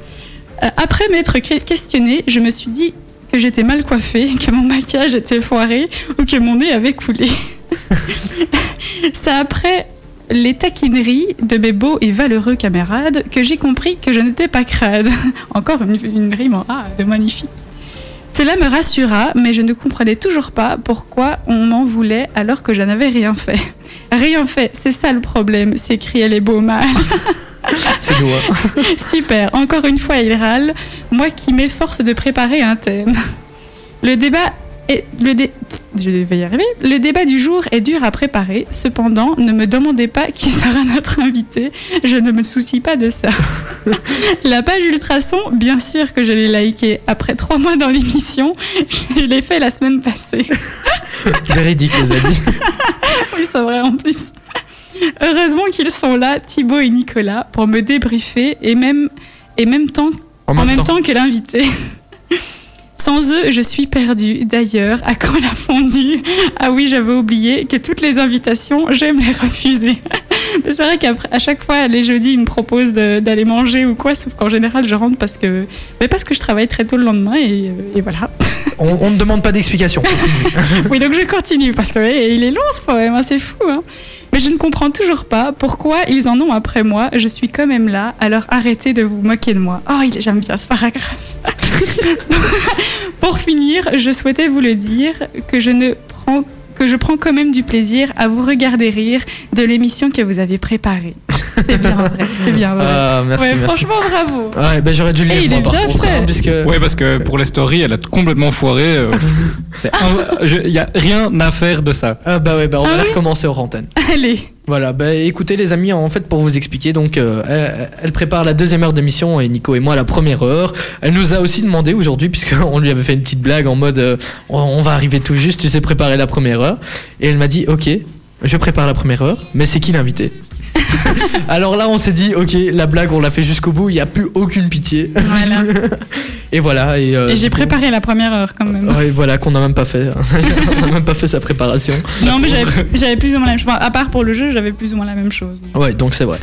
S3: Euh, après m'être que- questionnée, je me suis dit que j'étais mal coiffée, que mon maquillage était foiré ou que mon nez avait coulé. C'est après les taquineries de mes beaux et valeureux camarades que j'ai compris que je n'étais pas crade. Encore une, une rime en A de magnifique. Cela me rassura, mais je ne comprenais toujours pas pourquoi on m'en voulait alors que je n'avais rien fait. Rien fait, c'est ça le problème, s'écriaient les beaux mâles.
S1: C'est nous. hein.
S3: Super, encore une fois, il râle. Moi qui m'efforce de préparer un thème. Le débat est. Le dé... Je vais y arriver. Le débat du jour est dur à préparer. Cependant, ne me demandez pas qui sera notre invité. Je ne me soucie pas de ça. La page Ultrason, bien sûr que je l'ai likée après trois mois dans l'émission. Je l'ai fait la semaine passée.
S1: Véridique, les amis.
S3: Oui, c'est vrai en plus. Heureusement qu'ils sont là, Thibaut et Nicolas, pour me débriefer et même, et même temps, en, même, temps. que l'invité. Sans eux, je suis perdue. D'ailleurs, à quand la fondue Ah oui, j'avais oublié que toutes les invitations, j'aime les refuser. Mais C'est vrai qu'à chaque fois, les jeudis, ils me proposent de- d'aller manger ou quoi, sauf qu'en général, je rentre parce que, mais parce que je travaille très tôt le lendemain et, euh, et voilà.
S1: On, on ne demande pas d'explication.
S3: Oui, donc je continue parce que eh, il est long ce poème, hein, c'est fou. hein. Mais je ne comprends toujours pas pourquoi ils en ont après moi. Je suis quand même là, alors arrêtez de vous moquer de moi. Oh, il- j'aime bien ce paragraphe. Pour finir, je souhaitais vous le dire que je ne prends que je prends quand même du plaisir à vous regarder rire de l'émission que vous avez préparée. C'est bien vrai, c'est bien vrai.
S1: Ah, merci,
S3: ouais,
S1: merci.
S3: franchement, bravo.
S1: Ouais, ben j'aurais dû le
S3: Et
S1: lire,
S3: il
S1: moi,
S3: est
S1: par
S3: bien
S1: contre,
S3: fait.
S1: hein, puisque...
S2: Ouais, parce que pour la story, elle a complètement foiré. euh, C'est un- je- Il n'y a rien à faire de ça.
S1: Ah bah ouais, bah on va
S3: Ah
S1: la
S3: oui.
S1: recommencer hors antenne.
S3: Allez,
S1: Voilà, bah écoutez les amis, en fait pour vous expliquer, donc euh, elle, elle prépare la deuxième heure d'émission et Nico et moi la première heure. Elle nous a aussi demandé aujourd'hui, puisqu'on lui avait fait une petite blague en mode euh, on, on va arriver tout juste, tu sais préparer la première heure. Et elle m'a dit ok, je prépare la première heure, mais c'est qui l'invité Alors là on s'est dit ok, la blague on l'a fait jusqu'au bout, il n'y a plus aucune pitié.
S3: voilà.
S1: Et voilà. Et, euh,
S3: Et j'ai
S1: du coup-
S3: préparé la première heure quand même.
S1: Ouais, voilà, qu'on n'a même pas fait. on n'a même pas fait sa préparation.
S3: Non, mais j'avais- j'avais plus ou moins la même chose. Enfin, à part pour le jeu, j'avais plus ou moins la même chose.
S1: Ouais, donc c'est vrai.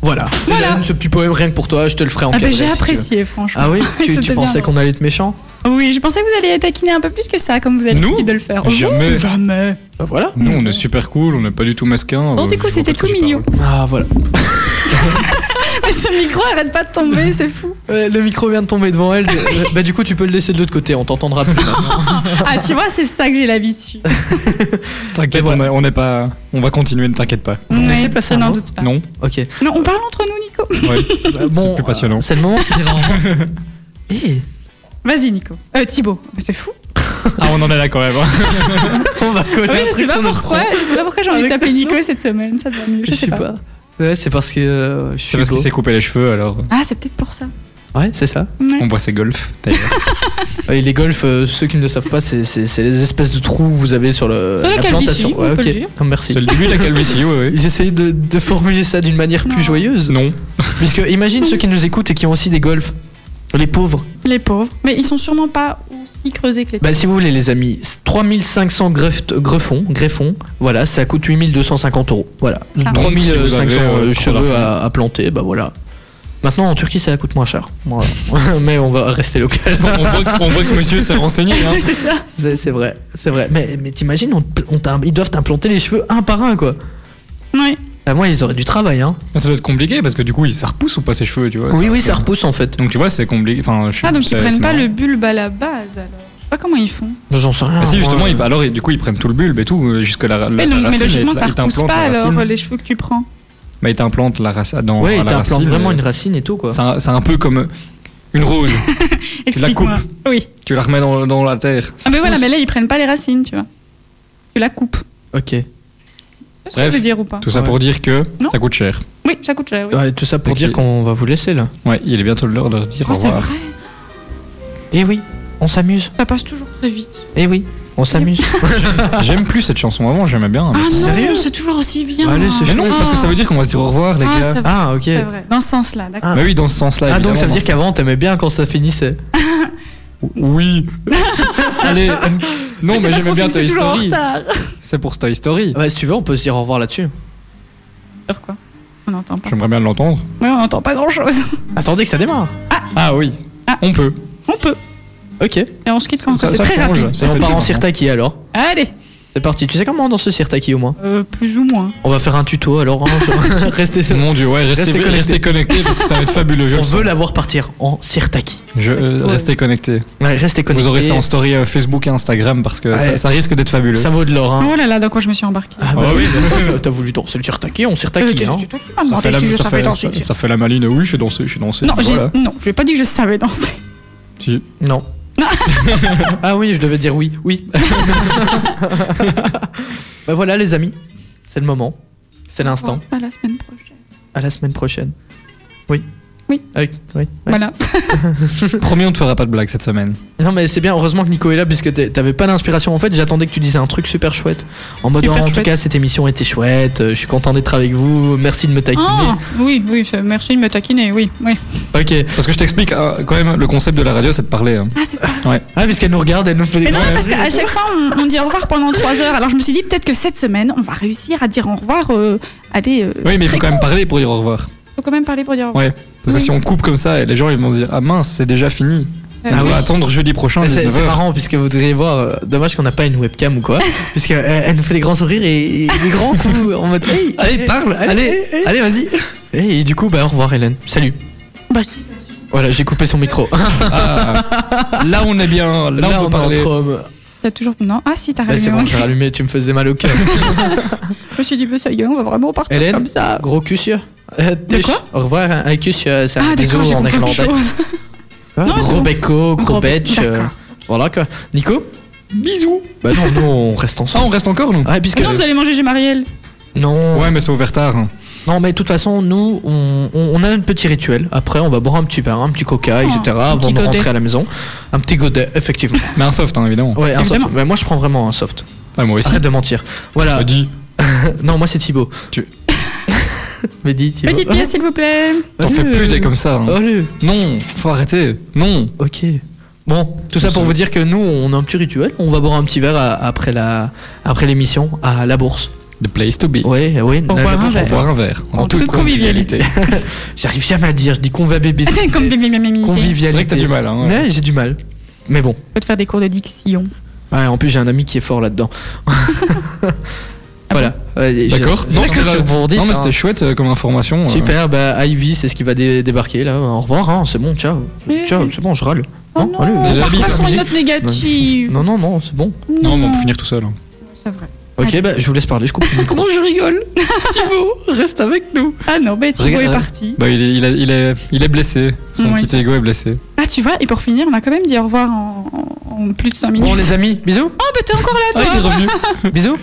S1: Voilà.
S3: Voilà.
S1: Hélène, ce petit poème rien que pour toi, je te le ferai en
S3: Ah, bah,
S1: cabré,
S3: j'ai
S1: si tu
S3: apprécié,
S1: veux.
S3: franchement.
S1: Ah oui, tu,
S3: C'était
S1: tu
S3: bien
S1: pensais
S3: drôle.
S1: qu'on allait être méchant
S3: Ah Oui, je pensais que vous alliez taquiner un peu plus que ça, comme vous avez
S2: Nous
S3: l'habitude de le faire.
S2: Jamais.
S3: Vous, jamais.
S1: Bah voilà.
S2: Nous, on est super cool, on n'est pas du tout masquin. Euh,
S3: Bon, du coup, c'était tout mignon.
S1: Ah voilà.
S3: Mais ce micro arrête pas de tomber, c'est fou.
S1: Ouais, le micro vient de tomber devant elle. Euh, bah du coup, tu peux le laisser de l'autre côté, on t'entendra plus.
S3: Ah, tu vois, c'est ça que j'ai l'habitude.
S2: T'inquiète,
S1: Mais
S2: on
S1: voilà.
S2: est- on n'est pas. On va continuer, ne t'inquiète pas.
S1: Vous me laissez
S3: Ouais,
S1: placer
S3: je
S1: un
S3: n'en
S1: mot
S3: doute pas.
S2: Non.
S1: ok.
S3: Non, on parle entre nous, Nico.
S2: Ouais.
S1: Bah,
S2: c'est plus passionnant.
S1: euh, C'est le moment qui s'est rendu. Eh,
S3: Vas-y, Nico. Euh, Thibaut. Mais c'est fou.
S1: euh,
S2: Ah, on en est là quand même. hein.
S1: on va coller
S3: Ah Oui,
S1: un
S3: je sais
S1: truc
S3: pas
S1: sur notre
S3: pourquoi.
S1: front.
S3: Je sais pas pourquoi j'ai envie de
S1: Avec
S3: t'appeler
S1: le
S3: Nico cette semaine. Ça te va mieux. Je, sais pas.
S1: Ouais, c'est parce que euh, je
S2: C'est
S1: suis
S2: parce qu'il
S1: beau.
S2: s'est coupé les cheveux, alors
S3: Ah, c'est peut-être pour ça.
S1: Ouais, c'est ça.
S3: Ouais.
S2: on voit ses golfs. d'ailleurs.
S1: Et les golfs, euh, ceux qui ne le savent pas, c'est c'est- c'est les espèces de trous que vous avez sur le,
S3: Sur la calvitie,
S1: plantation. Ouais,
S3: on peut
S1: ok.
S3: le dire.
S1: Ah, merci.
S2: C'est le début de la calvitie, ouais, ouais.
S1: J'essayais de, de formuler ça d'une manière
S3: Non.
S1: plus joyeuse.
S2: Non.
S1: Puisque imagine ceux qui nous écoutent et qui ont aussi des golfs. Les pauvres.
S3: Les pauvres. Mais ils sont sûrement pas aussi creusés que les
S1: Bah si vous voulez les amis, 3500 greffes- greffons, greffons, voilà, ça coûte 8250 euros. Voilà.
S3: Ah.
S1: 3500
S2: Donc, si vous avez, euh,
S1: cheveux
S2: trois
S1: à, à planter, bah voilà. Maintenant en Turquie ça coûte moins cher. Voilà. Mais on va rester local.
S2: Bon, on, voit que, on voit que monsieur s'est renseigné. hein.
S3: c'est ça.
S1: C'est c'est vrai, c'est vrai. Mais, mais t'imagines, on te- on t'im- ils doivent t'implanter les cheveux un par un quoi.
S3: Ouais.
S1: Bah moi ils auraient du travail hein.
S2: Ça doit être compliqué parce que du coup, il- ça repousse ou pas ses cheveux, tu vois
S1: oui
S2: ça-
S1: oui ça repousse en fait.
S2: Donc tu vois, c'est compliqué. Enfin, je-
S3: Ah, donc
S2: c'est-
S3: ils prennent
S2: c'est
S3: pas
S2: marrant.
S3: le bulbe à la base alors. Je sais pas comment ils font.
S1: J'en sais rien.
S2: Ah si justement,
S1: moi.
S2: ils, alors du coup ils prennent tout le bulbe et tout euh, jusque la, la,
S3: Mais,
S2: la
S3: donc, mais
S2: racine.
S3: logiquement,
S2: et-
S3: ça
S2: ils
S3: repousse
S2: t'implantent
S3: pas
S2: la
S3: alors
S2: racine.
S3: les cheveux que tu prends.
S2: Bah, ils t'implantent la racine dans
S1: Ouais,
S2: à
S1: ils
S2: la
S1: t'implantent
S2: racine. euh,
S1: vraiment une racine et tout quoi.
S2: C'est un- c'est un, peu comme euh, une rose.
S3: Explique-moi.
S2: coupes.
S3: Oui.
S2: tu la remets dans, dans la terre.
S3: Ah, mais voilà,
S2: repousse.
S3: mais là, ils prennent pas les racines, tu vois. Tu la coupes.
S1: Ok.
S3: C'est ce que je
S2: Bref.
S3: veux dire ou pas
S2: Tout ça
S1: Ouais.
S2: pour dire que
S3: Non.
S2: ça coûte cher.
S3: Oui, ça coûte cher. Oui.
S1: Ouais, tout ça pour
S2: Ok.
S1: dire qu'on va vous laisser là.
S2: Ouais, il est bientôt l'heure de se dire
S3: Oh,
S2: au
S3: c'est
S2: revoir.
S3: vrai.
S1: Eh oui, on s'amuse.
S3: Ça passe toujours très vite.
S1: Eh oui, on s'amuse.
S2: J'aime plus cette chanson avant, j'aimais bien.
S3: Ah non,
S1: sérieux
S3: c'est toujours aussi bien.
S2: Bah,
S1: Allez, c'est
S2: Mais non,
S1: chouette.
S2: parce que ça veut dire qu'on va se dire au revoir, les
S3: Ah,
S2: gars.
S3: c'est vrai.
S1: Ah ok.
S3: C'est vrai. Dans ce sens-là, d'accord.
S1: Ah.
S2: Bah oui, dans ce sens-là.
S1: Ah donc ça veut
S2: évidemment,
S1: dire qu'avant t'aimais bien quand ça finissait.
S2: Oui. Allez. euh, Non, mais,
S3: c'est parce
S2: j'aimais
S3: qu'on
S2: bien
S3: finit,
S2: Toy
S3: c'est toujours en
S2: Story.
S3: retard.
S2: C'est pour Toy Story.
S1: Ouais, si tu veux on peut se dire au revoir là-dessus.
S3: Sur quoi On n'entend pas.
S2: J'aimerais bien l'entendre.
S3: Ouais, on n'entend pas grand-chose.
S1: Attendez que ça démarre.
S2: Ah oui.
S3: Ah.
S2: On peut.
S3: On peut.
S1: Ok.
S3: Et on se quitte quand
S2: Ça-
S3: c'est
S2: ça
S3: très
S2: change.
S3: rapide.
S2: Ça
S1: Et on
S2: fait
S1: part
S2: du
S1: en
S2: bien.
S1: sirtaki alors.
S3: Allez.
S1: C'est parti. Tu sais comment on danse le sirtaki au moins
S3: Euh, plus ou moins.
S1: On va faire un tuto alors. hein, sur- Restez sur-
S2: Mon dieu, ouais, restez,
S1: Restez
S2: restez,
S1: connectés.
S2: connectés. parce que ça va être fabuleux. je
S1: On
S2: le sens.
S1: veut la voir partir en sirtaki.
S2: Je- euh, Restez connectés.
S1: Ouais, restez connectés.
S2: Vous aurez ça en story euh, Facebook et Instagram parce que ça,
S1: Ouais.
S2: ça risque d'être fabuleux.
S1: Ça vaut de l'or.
S2: Ah.
S1: Hein.
S3: Oh là là, dans quoi je me suis embarquée
S1: Ah
S2: bah oui.
S1: t'as- t'as voulu danser le sirtaki, on sirtaki. hein.
S2: Ça fait la- ça fait- ça- ça fait la maline. Oui, je suis dansé, je suis dansé.
S3: Non, j'ai
S2: Voilà.
S3: non, je n'ai pas dit que je savais danser.
S2: Si.
S1: Non. ah oui, je devais dire oui. Oui. bah voilà, les amis. C'est le moment. C'est l'instant.
S3: À la semaine prochaine.
S1: À la semaine prochaine. Oui.
S3: Oui.
S1: Ah oui. Ouais.
S3: Voilà.
S2: Promis, on ne fera pas de blague cette semaine.
S1: Non, mais c'est bien, heureusement que Nico est là, puisque t'es- t'avais pas d'inspiration. En fait, j'attendais que tu dises un truc super chouette. En mode,
S3: Super
S1: en tout
S3: chouette.
S1: cas, cette émission était chouette, euh, je suis content d'être avec vous, merci de me taquiner.
S3: Ah, oui, oui, je- merci de me taquiner, oui, oui.
S1: Ok.
S2: Parce que je t'explique euh, quand même, le concept de la radio, c'est de parler. hein.
S3: Ah, c'est pas
S1: Ah, puisqu'elle nous regarde, elle nous fait des
S3: Mais non,
S1: grands
S3: parce qu'à chaque fois, on, on dit au revoir pendant 3 heures. Alors je me suis dit, peut-être que cette semaine, on va réussir à dire au revoir. euh, allez, euh,
S2: Oui, mais il faut
S3: très
S2: quand même parler pour dire au revoir.
S3: court. faut quand même parler pour dire au revoir.
S2: Ouais. Parce que
S3: Oui.
S2: si on coupe comme ça, les gens ils vont se dire Ah mince, c'est déjà fini.
S3: Euh,
S2: on
S1: oui.
S2: va attendre jeudi prochain,
S1: Mais Ah, C'est
S2: 19
S1: c'est
S2: heures.
S1: marrant puisque vous devriez voir, euh, dommage qu'on n'a pas une webcam ou quoi, puisque euh, elle nous fait des grands sourires et, et des grands coups en mode hey, allez parle, allez, allez vas-y. Et, du coup bah au revoir Hélène, salut.
S3: Bah,
S1: voilà j'ai coupé son micro.
S2: Ah, là on est bien, là, on peut parler.
S1: entre hommes.
S3: T'as toujours. Non, ah si, t'as
S1: Bah,
S3: rallumé
S1: c'est bon
S3: mon
S1: j'ai
S3: cri.
S1: rallumé, tu me faisais mal au cœur.
S3: Je me suis dit, bah, ça y est, on va vraiment partir
S1: Hélène
S3: comme ça.
S1: Gros cussier. Euh,
S3: De
S1: tuche.
S3: quoi
S1: Au revoir un un cuss euh, c'est un
S3: Ah,
S1: bisou
S3: d'accord, j'ai
S1: en
S3: compris autre
S1: irlandais.
S3: chose.
S1: Hein,
S3: Non, c'est
S1: Gros
S3: bon.
S1: becco, gros
S3: Gros bec-
S1: betch. euh,
S3: d'accord.
S1: Voilà quoi. Nico
S2: Bisous.
S1: Bah non nous on reste
S2: Ah,
S1: ensemble.
S2: on reste encore nous
S1: Ah, puisque...
S3: non, vous allez manger chez Marielle.
S1: non.
S2: Ouais, mais c'est ouvert tard. hein.
S1: Non, mais de toute façon, nous, on, on- on a un petit rituel. Après, on va boire un petit vin, un petit coca, etc. avant
S3: Ah, petit
S1: de rentrer
S3: godet.
S1: à la maison. Un petit godet, effectivement.
S2: Mais un soft, hein, évidemment.
S1: Ouais, un soft.
S3: Évidemment.
S1: Mais moi, je prends vraiment un soft.
S2: Ah, moi aussi.
S1: Arrête de mentir. Voilà. Euh,
S2: Ah, dis,
S1: Non, moi, c'est Thibaut.
S2: Tu-
S1: mais dis, Thibaut.
S3: Petite pièce, s'il vous plaît.
S2: T'en
S1: Allez,
S2: fais plus des
S1: euh,
S2: comme ça. hein.
S1: Allez.
S2: Non, faut arrêter. Non.
S1: Ok. Bon, tout ça
S2: On
S1: pour
S2: se-
S1: vous dire que nous, on a un petit rituel. On va boire un petit verre à- après la après l'émission à la bourse.
S2: The place to be.
S1: Oui, oui.
S3: Pour
S1: la-
S3: boire
S1: la
S3: un
S1: bourse,
S2: Pour
S1: on boit.
S2: boire un verre.
S3: En toute convivialité.
S1: J'arrive jamais à le dire. Je dis qu'on va bébé.
S3: Comme bim, bim, bim, bim, bim.
S1: Convivialité.
S2: C'est vrai que t'as du mal. Hein, ouais.
S1: Mais j'ai du mal. Mais bon.
S3: Faut te faire des cours de diction.
S1: Ouais, en plus j'ai un ami qui est fort là-dedans. voilà. Ouais, je-
S2: Ah D'accord. Non,
S1: D'accord,
S2: c'était-
S1: tu rebondis,
S2: Non, mais
S1: ça,
S2: c'était
S1: hein.
S2: chouette euh, comme information. euh.
S1: Super, bah Ivy, c'est ce qui va dé- débarquer là. Au revoir, hein, c'est bon, ciao.
S3: Oui.
S1: Ciao, c'est bon, je râle.
S3: Oh
S1: Non, allez, euh,
S3: non,
S2: déjà,
S3: on part
S2: bisous,
S3: pas sur une
S2: musique.
S3: note négative.
S1: Non, non, non, c'est bon.
S2: Non, mais on peut finir tout seul. hein.
S3: C'est vrai.
S1: Ok,
S3: Allez.
S1: bah je vous laisse parler, je coupe le micro.
S3: Comment je rigole Thibaut, reste avec nous. Ah non, bah Thibaut
S2: Regarde,
S3: est
S2: euh,
S3: parti.
S2: Bah, il est, il, est- il est, il est blessé. Son
S3: Ouais,
S2: petit
S3: c'est
S2: ego est blessé.
S3: Ah, tu vois, et pour finir, on a quand même dit au revoir en, en- en plus de 5 minutes.
S1: Bon, les amis, bisous,
S3: Oh, bah t'es encore là,
S2: Ah, il est
S3: toi
S2: revenu.
S1: bisous.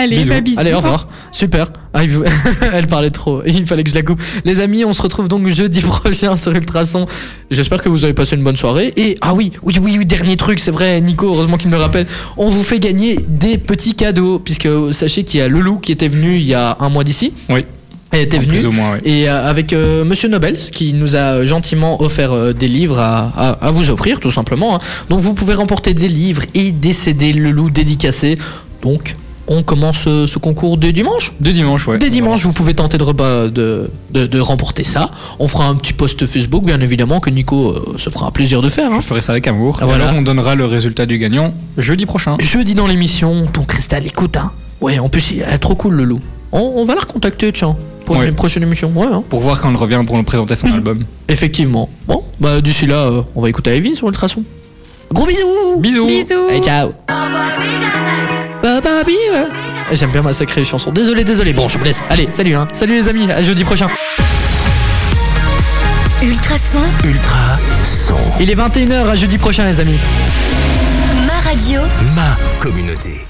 S3: Allez,
S2: Bisous.
S3: bah bisous.
S1: Allez, au revoir. Super. Ah, il vous- Elle parlait trop. Il fallait que je la coupe. Les amis, on se retrouve donc jeudi prochain sur Ultrason. J'espère que vous avez passé une bonne soirée. Et ah oui, oui, oui, oui, dernier truc, c'est vrai, Nico, heureusement qu'il me le rappelle. On vous fait gagner des petits cadeaux. Puisque euh, sachez qu'il y a Loulou qui était venu il y a un mois d'ici.
S2: Oui.
S1: Elle était venue.
S2: Plus ou moins, oui.
S1: Et euh, avec euh, Monsieur Nobels qui nous a euh, gentiment offert euh, des livres à, à- à vous offrir tout simplement. hein. Donc vous pouvez remporter des livres et des CD Le Loup dédicacés. Donc on commence euh, ce concours dès dimanche.
S2: Deux dimanches, ouais.
S1: Dès dimanche, vous pouvez tenter de, repas- de, de- de remporter ça. On fera un petit post Facebook, bien évidemment, que Nico euh, se fera un plaisir de faire. hein.
S2: Je ferai ça avec amour.
S1: Ah,
S2: Et
S1: voilà.
S2: alors, on donnera le résultat du gagnant jeudi prochain.
S1: Jeudi dans l'émission, donc restez à l'écoute. hein. Ouais, en plus, il est trop cool, le loup. On, on va la recontacter, tiens, pour
S2: Ouais.
S1: une prochaine émission. Ouais, hein.
S2: Pour voir quand il revient pour nous présenter son album.
S1: Effectivement. Bon, bah d'ici là, euh, on va écouter Ivy sur Ultrason. Gros bisous
S2: Bisous.
S3: Bisous.
S1: Allez, ciao Bah, bah, bi, euh. J'aime bien ma sacrée chanson. Désolé, désolé. Bon, je vous laisse. Allez, salut, hein. Salut les amis, à jeudi prochain.
S5: Ultrason,
S6: Ultra son.
S1: Il est 21h, à jeudi prochain les amis.
S5: ma radio.
S6: Ma communauté.